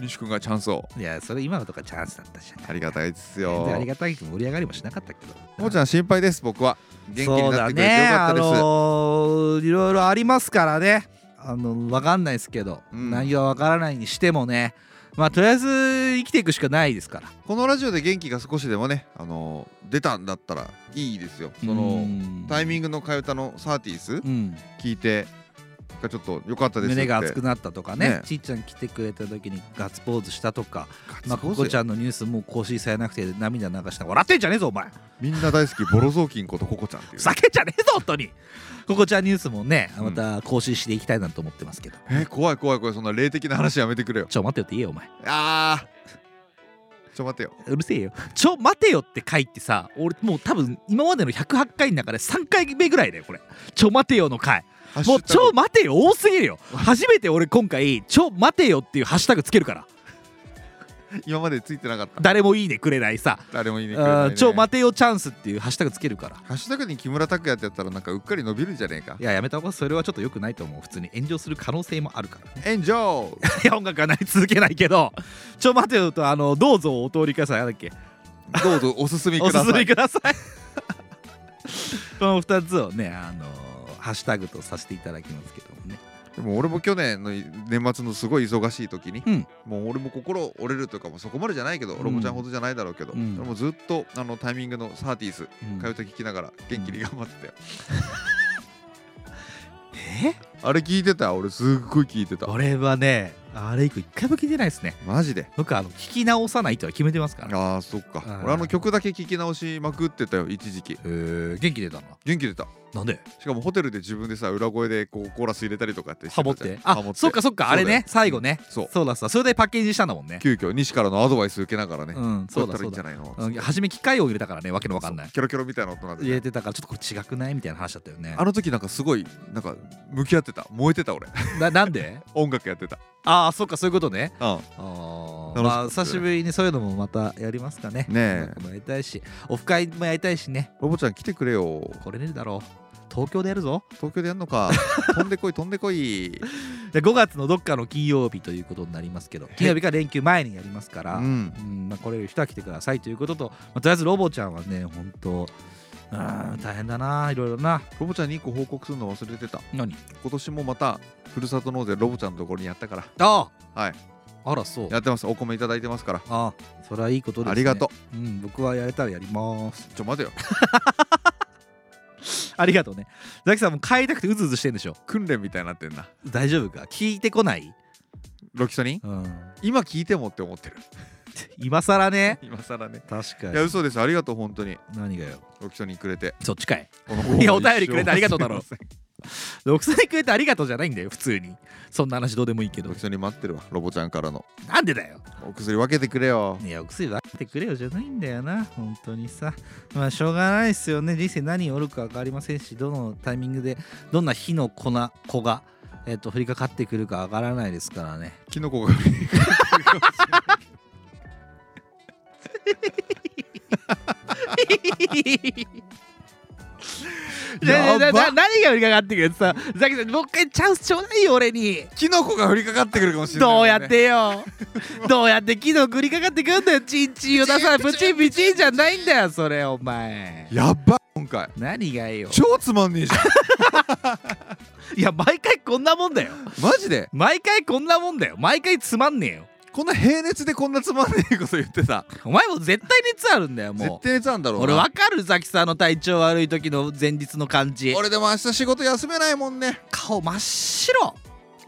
Speaker 1: 西君がチャンスを
Speaker 2: いやそれ今のとかチャンスだったじゃん
Speaker 1: ありがたいです
Speaker 2: 全
Speaker 1: よ
Speaker 2: 然ありがたいけど盛り上がりもしなかったけど
Speaker 1: もーちゃん心配です僕は元気になってくれてよかったです、
Speaker 2: そうだねあのーいろいろありますからねあのわかんないですけど、
Speaker 1: うん
Speaker 2: 内容はわからないにしてもねまあとりあえず生きていくしかないですから
Speaker 1: このラジオで元気が少しでもね、あのー出たんだったらいいですよそのタイミングの替え歌のサーティース
Speaker 2: うん
Speaker 1: 聞いてがちょっと良かったですって
Speaker 2: 胸が熱くなったとかね
Speaker 1: ね
Speaker 2: ちいちゃん来てくれた時にガッツポーズしたとか、
Speaker 1: ガッツポーズ
Speaker 2: まあ、ここちゃんのニュースもう更新されなくて涙流した笑ってんじゃねえぞお前
Speaker 1: みんな大好きボロ雑巾ことココちゃんってい
Speaker 2: (laughs)
Speaker 1: う
Speaker 2: ふざけんじゃねえぞ本当に (laughs) ここちゃんニュースもね
Speaker 1: うん
Speaker 2: また更新していきたいなと思ってますけど、
Speaker 1: え怖い怖い怖いそんな霊的な話やめてくれよ
Speaker 2: ちょ待てよって言えよお前
Speaker 1: あーちょ待てよ
Speaker 2: うるせえよちょ待てよって回ってさ俺もう多分今までの108回の中で3回目ぐらいだよこれちょ待てよの回
Speaker 1: ハッシ
Speaker 2: もう
Speaker 1: ュ
Speaker 2: ち
Speaker 1: タ
Speaker 2: ょ
Speaker 1: グ
Speaker 2: 待てよ多すぎ
Speaker 1: (laughs)
Speaker 2: るよ初めて俺今回ちょ待てよっていうハッシュタグつけるから
Speaker 1: 今までついてなかった
Speaker 2: 誰もいいねくれないさ
Speaker 1: 誰もいいねくれない
Speaker 2: あー
Speaker 1: ね
Speaker 2: ちょ待てよチャンスっていうハッシュタグつけるから
Speaker 1: ハッシュタグに木村拓哉ってやったらなんかうっかり伸びるんじゃねえか
Speaker 2: いややめた方がそれはちょっと良くないと思う普通に炎上する可能性もあるからね
Speaker 1: エンジョー
Speaker 2: いや音楽はなり続けないけどちょ待てよとあのどうぞお通りくださいなんだっけ
Speaker 1: どうぞおすすめ
Speaker 2: お
Speaker 1: く
Speaker 2: す
Speaker 1: だ
Speaker 2: す
Speaker 1: さ
Speaker 2: め
Speaker 1: い
Speaker 2: ください (laughs) この2つをねあのハッシュタグとさせていただきますけどもね
Speaker 1: でも俺も去年の年末のすごい忙しい時に、
Speaker 2: うん
Speaker 1: もう俺も心折れるというかもうそこまでじゃないけど、ロボちゃんほどじゃないだろうけど、
Speaker 2: うん
Speaker 1: でもずっとあのタイミングのサーティース替
Speaker 2: うん
Speaker 1: え歌聞きながら元気に頑張ってたよ、
Speaker 2: え
Speaker 1: あれ聞いてた俺すっごい聞いてた
Speaker 2: 俺はねあれ以降一回も聞いてないですね
Speaker 1: マジで
Speaker 2: 僕はあの聞き直さないとは決めてますからへ
Speaker 1: あーそっか
Speaker 2: あー
Speaker 1: 俺あの曲だけ聞き直しまくってたよ一時期
Speaker 2: え元気出たな
Speaker 1: 元気出た
Speaker 2: なんで
Speaker 1: しかもホテルで自分でさ裏声でこうコーラス入れたりとかってしてた
Speaker 2: ハ
Speaker 1: じ
Speaker 2: モ
Speaker 1: ゃん
Speaker 2: ってあ
Speaker 1: ハモ
Speaker 2: そっかそっかあれ
Speaker 1: そうだ
Speaker 2: ね
Speaker 1: よ
Speaker 2: 最後ね
Speaker 1: そう
Speaker 2: そうだそうだそれでパッケージしたんだもんね
Speaker 1: 急遽西からのアドバイス受けながらね、
Speaker 2: うん
Speaker 1: そ
Speaker 2: そうう
Speaker 1: だ
Speaker 2: だ
Speaker 1: ったらいい
Speaker 2: そ
Speaker 1: ん
Speaker 2: う
Speaker 1: じゃ
Speaker 2: だ
Speaker 1: ないの
Speaker 2: うん初め機械を入れたからねわけのわかんない
Speaker 1: キョロキョロみたいな音なん
Speaker 2: 入れ
Speaker 1: で
Speaker 2: てたからちょっとこれ違くないみたいな話だったよね
Speaker 1: あの時なんかすごいなんか向き合ってた燃えてた
Speaker 2: (laughs)
Speaker 1: 俺
Speaker 2: ななんで
Speaker 1: 音楽やってた
Speaker 2: ああそっかそういうことね
Speaker 1: うん
Speaker 2: あ
Speaker 1: 楽しかった
Speaker 2: ーまあ
Speaker 1: ですね
Speaker 2: 久しぶりにそういうのもまたやりますかね
Speaker 1: ねえ
Speaker 2: 音楽もやりたいしオフ会もやりたいしね
Speaker 1: ロボちゃん来てくれよ
Speaker 2: 来れるだろう東京でやるぞ
Speaker 1: 東京でやんの
Speaker 2: (laughs)
Speaker 1: か飛んでこい飛んでこい
Speaker 2: で5月のどっかの金曜日ということになりますけど金曜日から連休前にやりますから、
Speaker 1: うん
Speaker 2: うんまあ、来れる人は来てくださいということと、まあ、とりあえずロボちゃんはね本当うん大変だないろいろな
Speaker 1: ロボちゃんに1個報告するの忘れてた
Speaker 2: 何
Speaker 1: 今年もまたふるさと納税ロボちゃんのところにやったから
Speaker 2: ああ
Speaker 1: はい
Speaker 2: あらそう
Speaker 1: やってますお米いただいてますから
Speaker 2: ああそれはいいことですね
Speaker 1: ありがと
Speaker 2: う、ん、僕はやれたらやります
Speaker 1: うちょ待てよ
Speaker 2: ありがとうねザキさんも帰りたくてうずうずしてんでしょ
Speaker 1: 訓練みたいになってんな
Speaker 2: 大丈夫か聞いてこない、
Speaker 1: ロキソニン
Speaker 2: うん、
Speaker 1: 今聞いてもって思ってる
Speaker 2: 今更ね
Speaker 1: (laughs) 今更ね
Speaker 2: 確か
Speaker 1: いや嘘ですありがとう本当に
Speaker 2: 何がよ
Speaker 1: ロキソニンくれて
Speaker 2: そっちかい
Speaker 1: この
Speaker 2: (laughs) いやお便りくれてありがとうだろう
Speaker 1: すいませ
Speaker 2: 6歳くれてありがとうじゃないんだよ普通にそんな話どうでもいいけ
Speaker 1: ん
Speaker 2: (laughs) ど
Speaker 1: ロキソニン待ってるわロボちゃんからの
Speaker 2: なんでだよ
Speaker 1: お薬分けてくれよ
Speaker 2: いやお薬分けてくれよじゃないんだよな本当にさまあしょうがないですよね人生何おるか分かりませんしどのタイミングでどんな火の粉子が、えっと降りかかってくるか分からないですからね
Speaker 1: キノコが
Speaker 2: (laughs)
Speaker 1: やば
Speaker 2: ななな何が降りかかってくるってさザキさんもう一回チャンスちょうだいよ俺に
Speaker 1: キノコが降りかかってくるかもしれない、
Speaker 2: どうやって (laughs) よどうやって木の繰りかかってくんだよチンチンを出さプチンピチンじゃないんだよそれお前
Speaker 1: やっば今回
Speaker 2: 何がよ
Speaker 1: 超つまんねえじゃん
Speaker 2: いや毎回こんなもんだよ
Speaker 1: マジで
Speaker 2: 毎回こんなもんだよ毎回つまんねえよ
Speaker 1: こんな平熱でこんなつまんねえこと言ってた
Speaker 2: お前も絶対熱あるんだよ
Speaker 1: 絶
Speaker 2: もう
Speaker 1: 対熱あんだろうな
Speaker 2: 俺わかるザキさんの体調悪い時の前日の感じ
Speaker 1: 俺でも明日仕事休めないもんね
Speaker 2: 顔真っ白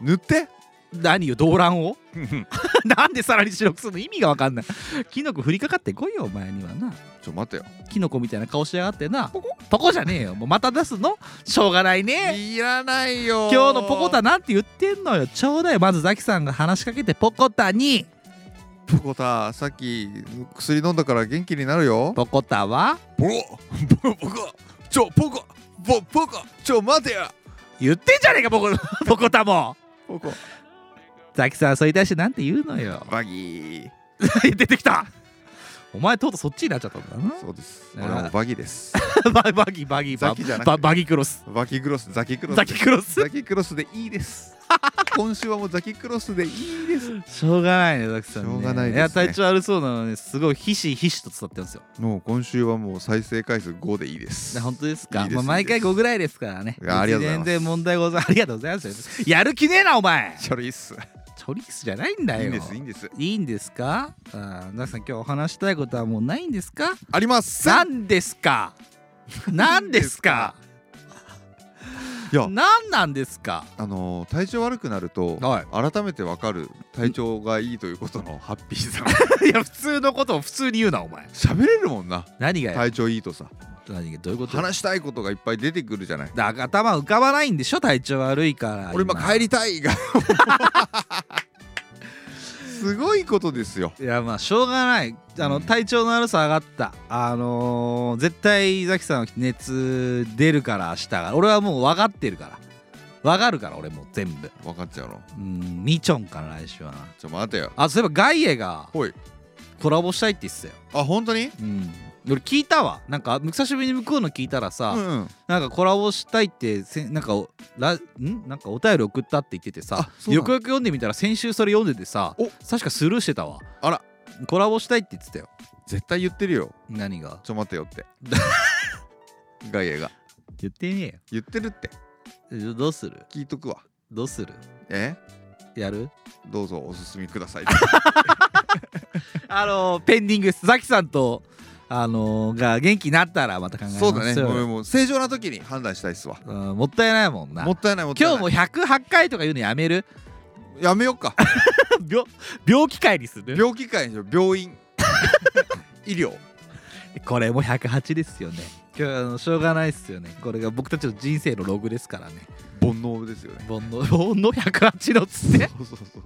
Speaker 1: 塗って
Speaker 2: 何よ動乱を (laughs) なんでさらに白くするの意味がわかんないキノコ振りかかってこいよお前にはな
Speaker 1: ちょ待てよ
Speaker 2: キノコみたいな顔しやがってなポコポコじゃねえよもうまた出すのしょうがないね
Speaker 1: いらないよ
Speaker 2: 今日のポコタなんて言ってんのよちょうだいまずザキさんが話しかけてポコタに
Speaker 1: ポコタさっき薬飲んだから元気になるよ
Speaker 2: ポコタは
Speaker 1: ポコポコポコちょポコポポコちょ待てよ
Speaker 2: 言ってんじゃねえ
Speaker 1: (laughs)
Speaker 2: かポコポコタも
Speaker 1: ポコ
Speaker 2: ザキさんそれに対してなんて言うの
Speaker 1: (laughs)
Speaker 2: よ
Speaker 1: バギー
Speaker 2: 出てきたお前とうとうそっちになっちゃったんだな
Speaker 1: そうです
Speaker 2: あー
Speaker 1: 俺はもうバギーです
Speaker 2: (laughs)
Speaker 1: (laughs)
Speaker 2: ババギバギバ
Speaker 1: ザキじゃなくて
Speaker 2: ババギクロス
Speaker 1: バキクロスザキクロス
Speaker 2: ザキク
Speaker 1: (laughs)
Speaker 2: ロス
Speaker 1: ザキクロスでいいです今週はもうザキクロスでいいです
Speaker 2: しょうがないねザキさんね
Speaker 1: しょうがないですね
Speaker 2: いや体調悪そうなのにすごいひしひしと伝わってますよ
Speaker 1: もう今週はもう再生回数5でいいです
Speaker 2: で本当ですか
Speaker 1: いいです
Speaker 2: まあ、
Speaker 1: いいです
Speaker 2: 毎回5ぐらいですからね
Speaker 1: いやありがとうございます
Speaker 2: 全然問題ございありがとうございますやる気ねえなお前
Speaker 1: ちょろいいっす
Speaker 2: チョリスじゃないんだよ
Speaker 1: いいんですいいんです
Speaker 2: いいんですかあー皆さん今日お話したいことはもうないんですか
Speaker 1: あります (laughs)
Speaker 2: なんですかなんですか
Speaker 1: いや
Speaker 2: 何なんですか
Speaker 1: あのー体調悪くなると
Speaker 2: は
Speaker 1: 改めてわかる体調がいいということのハッピー (laughs) さ
Speaker 2: いいや普通のことを普通に言うなお前
Speaker 1: 喋れるもんな
Speaker 2: 何がよ
Speaker 1: 体調いいとさ
Speaker 2: 何がどういうこと
Speaker 1: 話したいことがいっぱい出てくるじゃない
Speaker 2: だから頭浮かばないんでしょ体調悪いから
Speaker 1: 俺今帰りたい (laughs) がすごいことですよ
Speaker 2: いやまあしょうがないあの、
Speaker 1: うん
Speaker 2: 体調の悪さ上がったあのー絶対ザキさんは熱出るから明日が俺はもう分かってるから分かるから俺もう全部
Speaker 1: 分かっちゃうの
Speaker 2: うんみちょんから来週はな
Speaker 1: ちょ待てよ
Speaker 2: あそういえばガイエが
Speaker 1: ほい
Speaker 2: コラボしたいって言ってたよ
Speaker 1: あ本当に
Speaker 2: うん俺聞いたわなんか久しぶりに向こうの聞いたらさ、
Speaker 1: うんうん
Speaker 2: なんかコラボしたいってせんなんかおらんなんかお便り送ったって言っててさ
Speaker 1: あそうなの
Speaker 2: よくよく読んでみたら先週それ読んでてさ
Speaker 1: お
Speaker 2: 確かスルーしてたわ
Speaker 1: あら
Speaker 2: コラボしたいって言ってたよ
Speaker 1: 絶対言ってるよ
Speaker 2: 何が
Speaker 1: ちょ待てよって (laughs) ガイエが
Speaker 2: 言ってね
Speaker 1: 言ってるって
Speaker 2: えよどうする
Speaker 1: 聞いとくわ
Speaker 2: どうする
Speaker 1: え
Speaker 2: やる
Speaker 1: どうぞ (laughs) お進みください
Speaker 2: あのーペンディングですザキさんとあのーが元気になったらまた考えます
Speaker 1: そうだね
Speaker 2: よ
Speaker 1: もうもう正常な時に判断したいっすわ
Speaker 2: うんもったいないもんな
Speaker 1: もったいないもったい
Speaker 2: 今
Speaker 1: ない
Speaker 2: 日も108回とか言うのやめる
Speaker 1: やめよっか
Speaker 2: (laughs) 病病気会にする
Speaker 1: 病気会にしよう病院 (laughs) 医療
Speaker 2: これも108ですよね今日あのしょうがないっすよねこれが僕たちの人生のログですからね
Speaker 1: 煩悩ですよね
Speaker 2: 煩悩煩悩108のっつって
Speaker 1: そうそうそうそう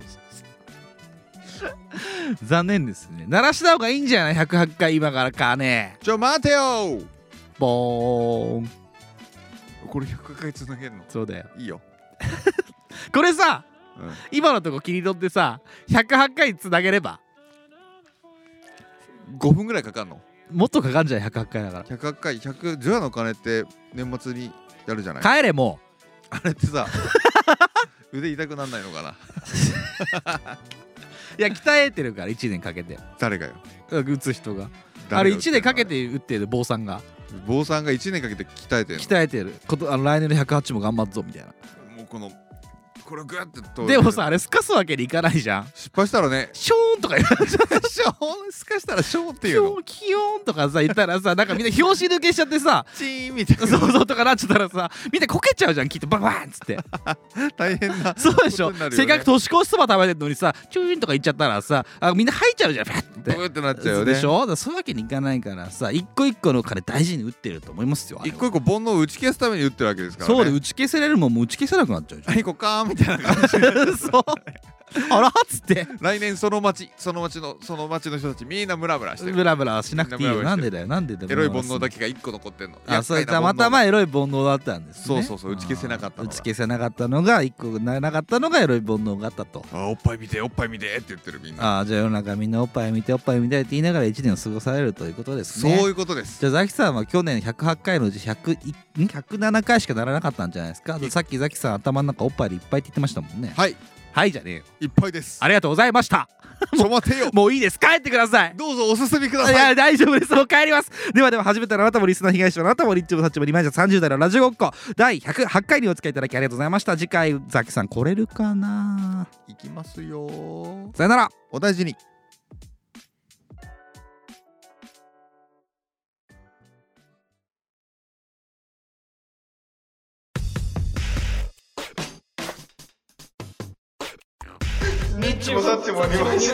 Speaker 2: (laughs) 残念ですね鳴らした方がいいんじゃない108回今からかね
Speaker 1: ちょ待てよ
Speaker 2: ボーン
Speaker 1: これ100回つなげるの
Speaker 2: そうだよ
Speaker 1: いいよ、
Speaker 2: これさ
Speaker 1: うん、
Speaker 2: 今のとこ切り取ってさ108回つなげれば
Speaker 1: 5分ぐらいかかんの
Speaker 2: もっとかかんじゃない108回だか
Speaker 1: 100回100除夜の鐘って年末にやるじゃない
Speaker 2: ら帰れも
Speaker 1: あれってさ (laughs) 腕痛くなんないのかな
Speaker 2: ういや鍛えてるから1年かけて
Speaker 1: 誰がよ
Speaker 2: 打つ人があ
Speaker 1: 誰
Speaker 2: れ
Speaker 1: が打って
Speaker 2: 1
Speaker 1: んの
Speaker 2: 年かけて打ってる坊さんが
Speaker 1: あれ坊さんが1年かけて鍛えてんの
Speaker 2: 鍛えてることあの来年の108も頑張っぞみたいな
Speaker 1: もうこのこれをグッてと
Speaker 2: でもさあれすかすわけにいかないじゃん
Speaker 1: 失敗したらね
Speaker 2: ショーンとか言われちゃった
Speaker 1: ショーンすかしたらショーンって
Speaker 2: キ
Speaker 1: いう
Speaker 2: ヨ
Speaker 1: の
Speaker 2: ンキヨーンとかさ言ったらさなんかみんな拍子抜けしちゃって (laughs) さ
Speaker 1: チーンみたい
Speaker 2: そうそうとかなっちゃったらさみんなこけちゃうじゃんきっとバンバンっつって
Speaker 1: な大変 (laughs) な
Speaker 2: そうでしょ、
Speaker 1: ことになるよね
Speaker 2: せっかく年越しそば食べてるのにさチューンとか言っちゃったらさあみんな吐いちゃうじゃんパッ
Speaker 1: ブ
Speaker 2: て
Speaker 1: ーってなっちゃうよね
Speaker 2: でしょだからそういうわけにいかないからさ一個一個の彼大事に打ってると思いますよあれ
Speaker 1: 一
Speaker 2: は
Speaker 1: 個一個煩悩を打ち消すために打ってるわけですからね
Speaker 2: そうで打ち消せれるもんもう打ち消せなくなっちゃうじゃん
Speaker 1: 何こかーんみたいな感じ (laughs)
Speaker 2: そうあらっつって
Speaker 1: 来年その町その町のその町の人たちみんなムラムラして
Speaker 2: ブ
Speaker 1: る
Speaker 2: ラブラしなくていいよ
Speaker 1: みんな
Speaker 2: なん
Speaker 1: ブラ
Speaker 2: でだよなんでだよ
Speaker 1: エロい煩悩だけが一個残ってんの
Speaker 2: あそれ
Speaker 1: 厄介
Speaker 2: た
Speaker 1: な
Speaker 2: ま
Speaker 1: 煩悩
Speaker 2: たまエロい煩悩だったんです、ね、
Speaker 1: そうそうそう打ち消せなかったの
Speaker 2: 打
Speaker 1: が
Speaker 2: ち消せなかったのが一個ななかったのがエロい煩悩があったと
Speaker 1: あおっぱい見ておっぱい見てって言ってるみんな
Speaker 2: ああじゃあ世の中みんなおっぱい見ておっぱい見たいって言いながら1年を過ごされるということです
Speaker 1: そう
Speaker 2: ね
Speaker 1: いうことです
Speaker 2: じゃあザキさんは去年108回のうち100ん107回しかならなかったんじゃないですか
Speaker 1: い
Speaker 2: さっきザキさん頭の中おっぱいでいっぱいって言ってましたもんね
Speaker 1: はい
Speaker 2: はいじゃねえよ
Speaker 1: いっぱいです
Speaker 2: ありがとうございました
Speaker 1: ちょ待てよ
Speaker 2: (laughs) もういいです帰ってくだ (laughs) さい
Speaker 1: どうぞお進みくだ
Speaker 2: い
Speaker 1: さい
Speaker 2: や大丈夫ですもう帰りますではでは初めてのあなたもリスナー被害者のあなたもリッチもサッチもリマイジャー30代のラジオごっこ第108回にお付き合いいただきありがとうございました次回ザキさん来れるかない
Speaker 1: きますよー
Speaker 2: さよなら
Speaker 1: お大事に
Speaker 4: ニッチもサッチも二枚舌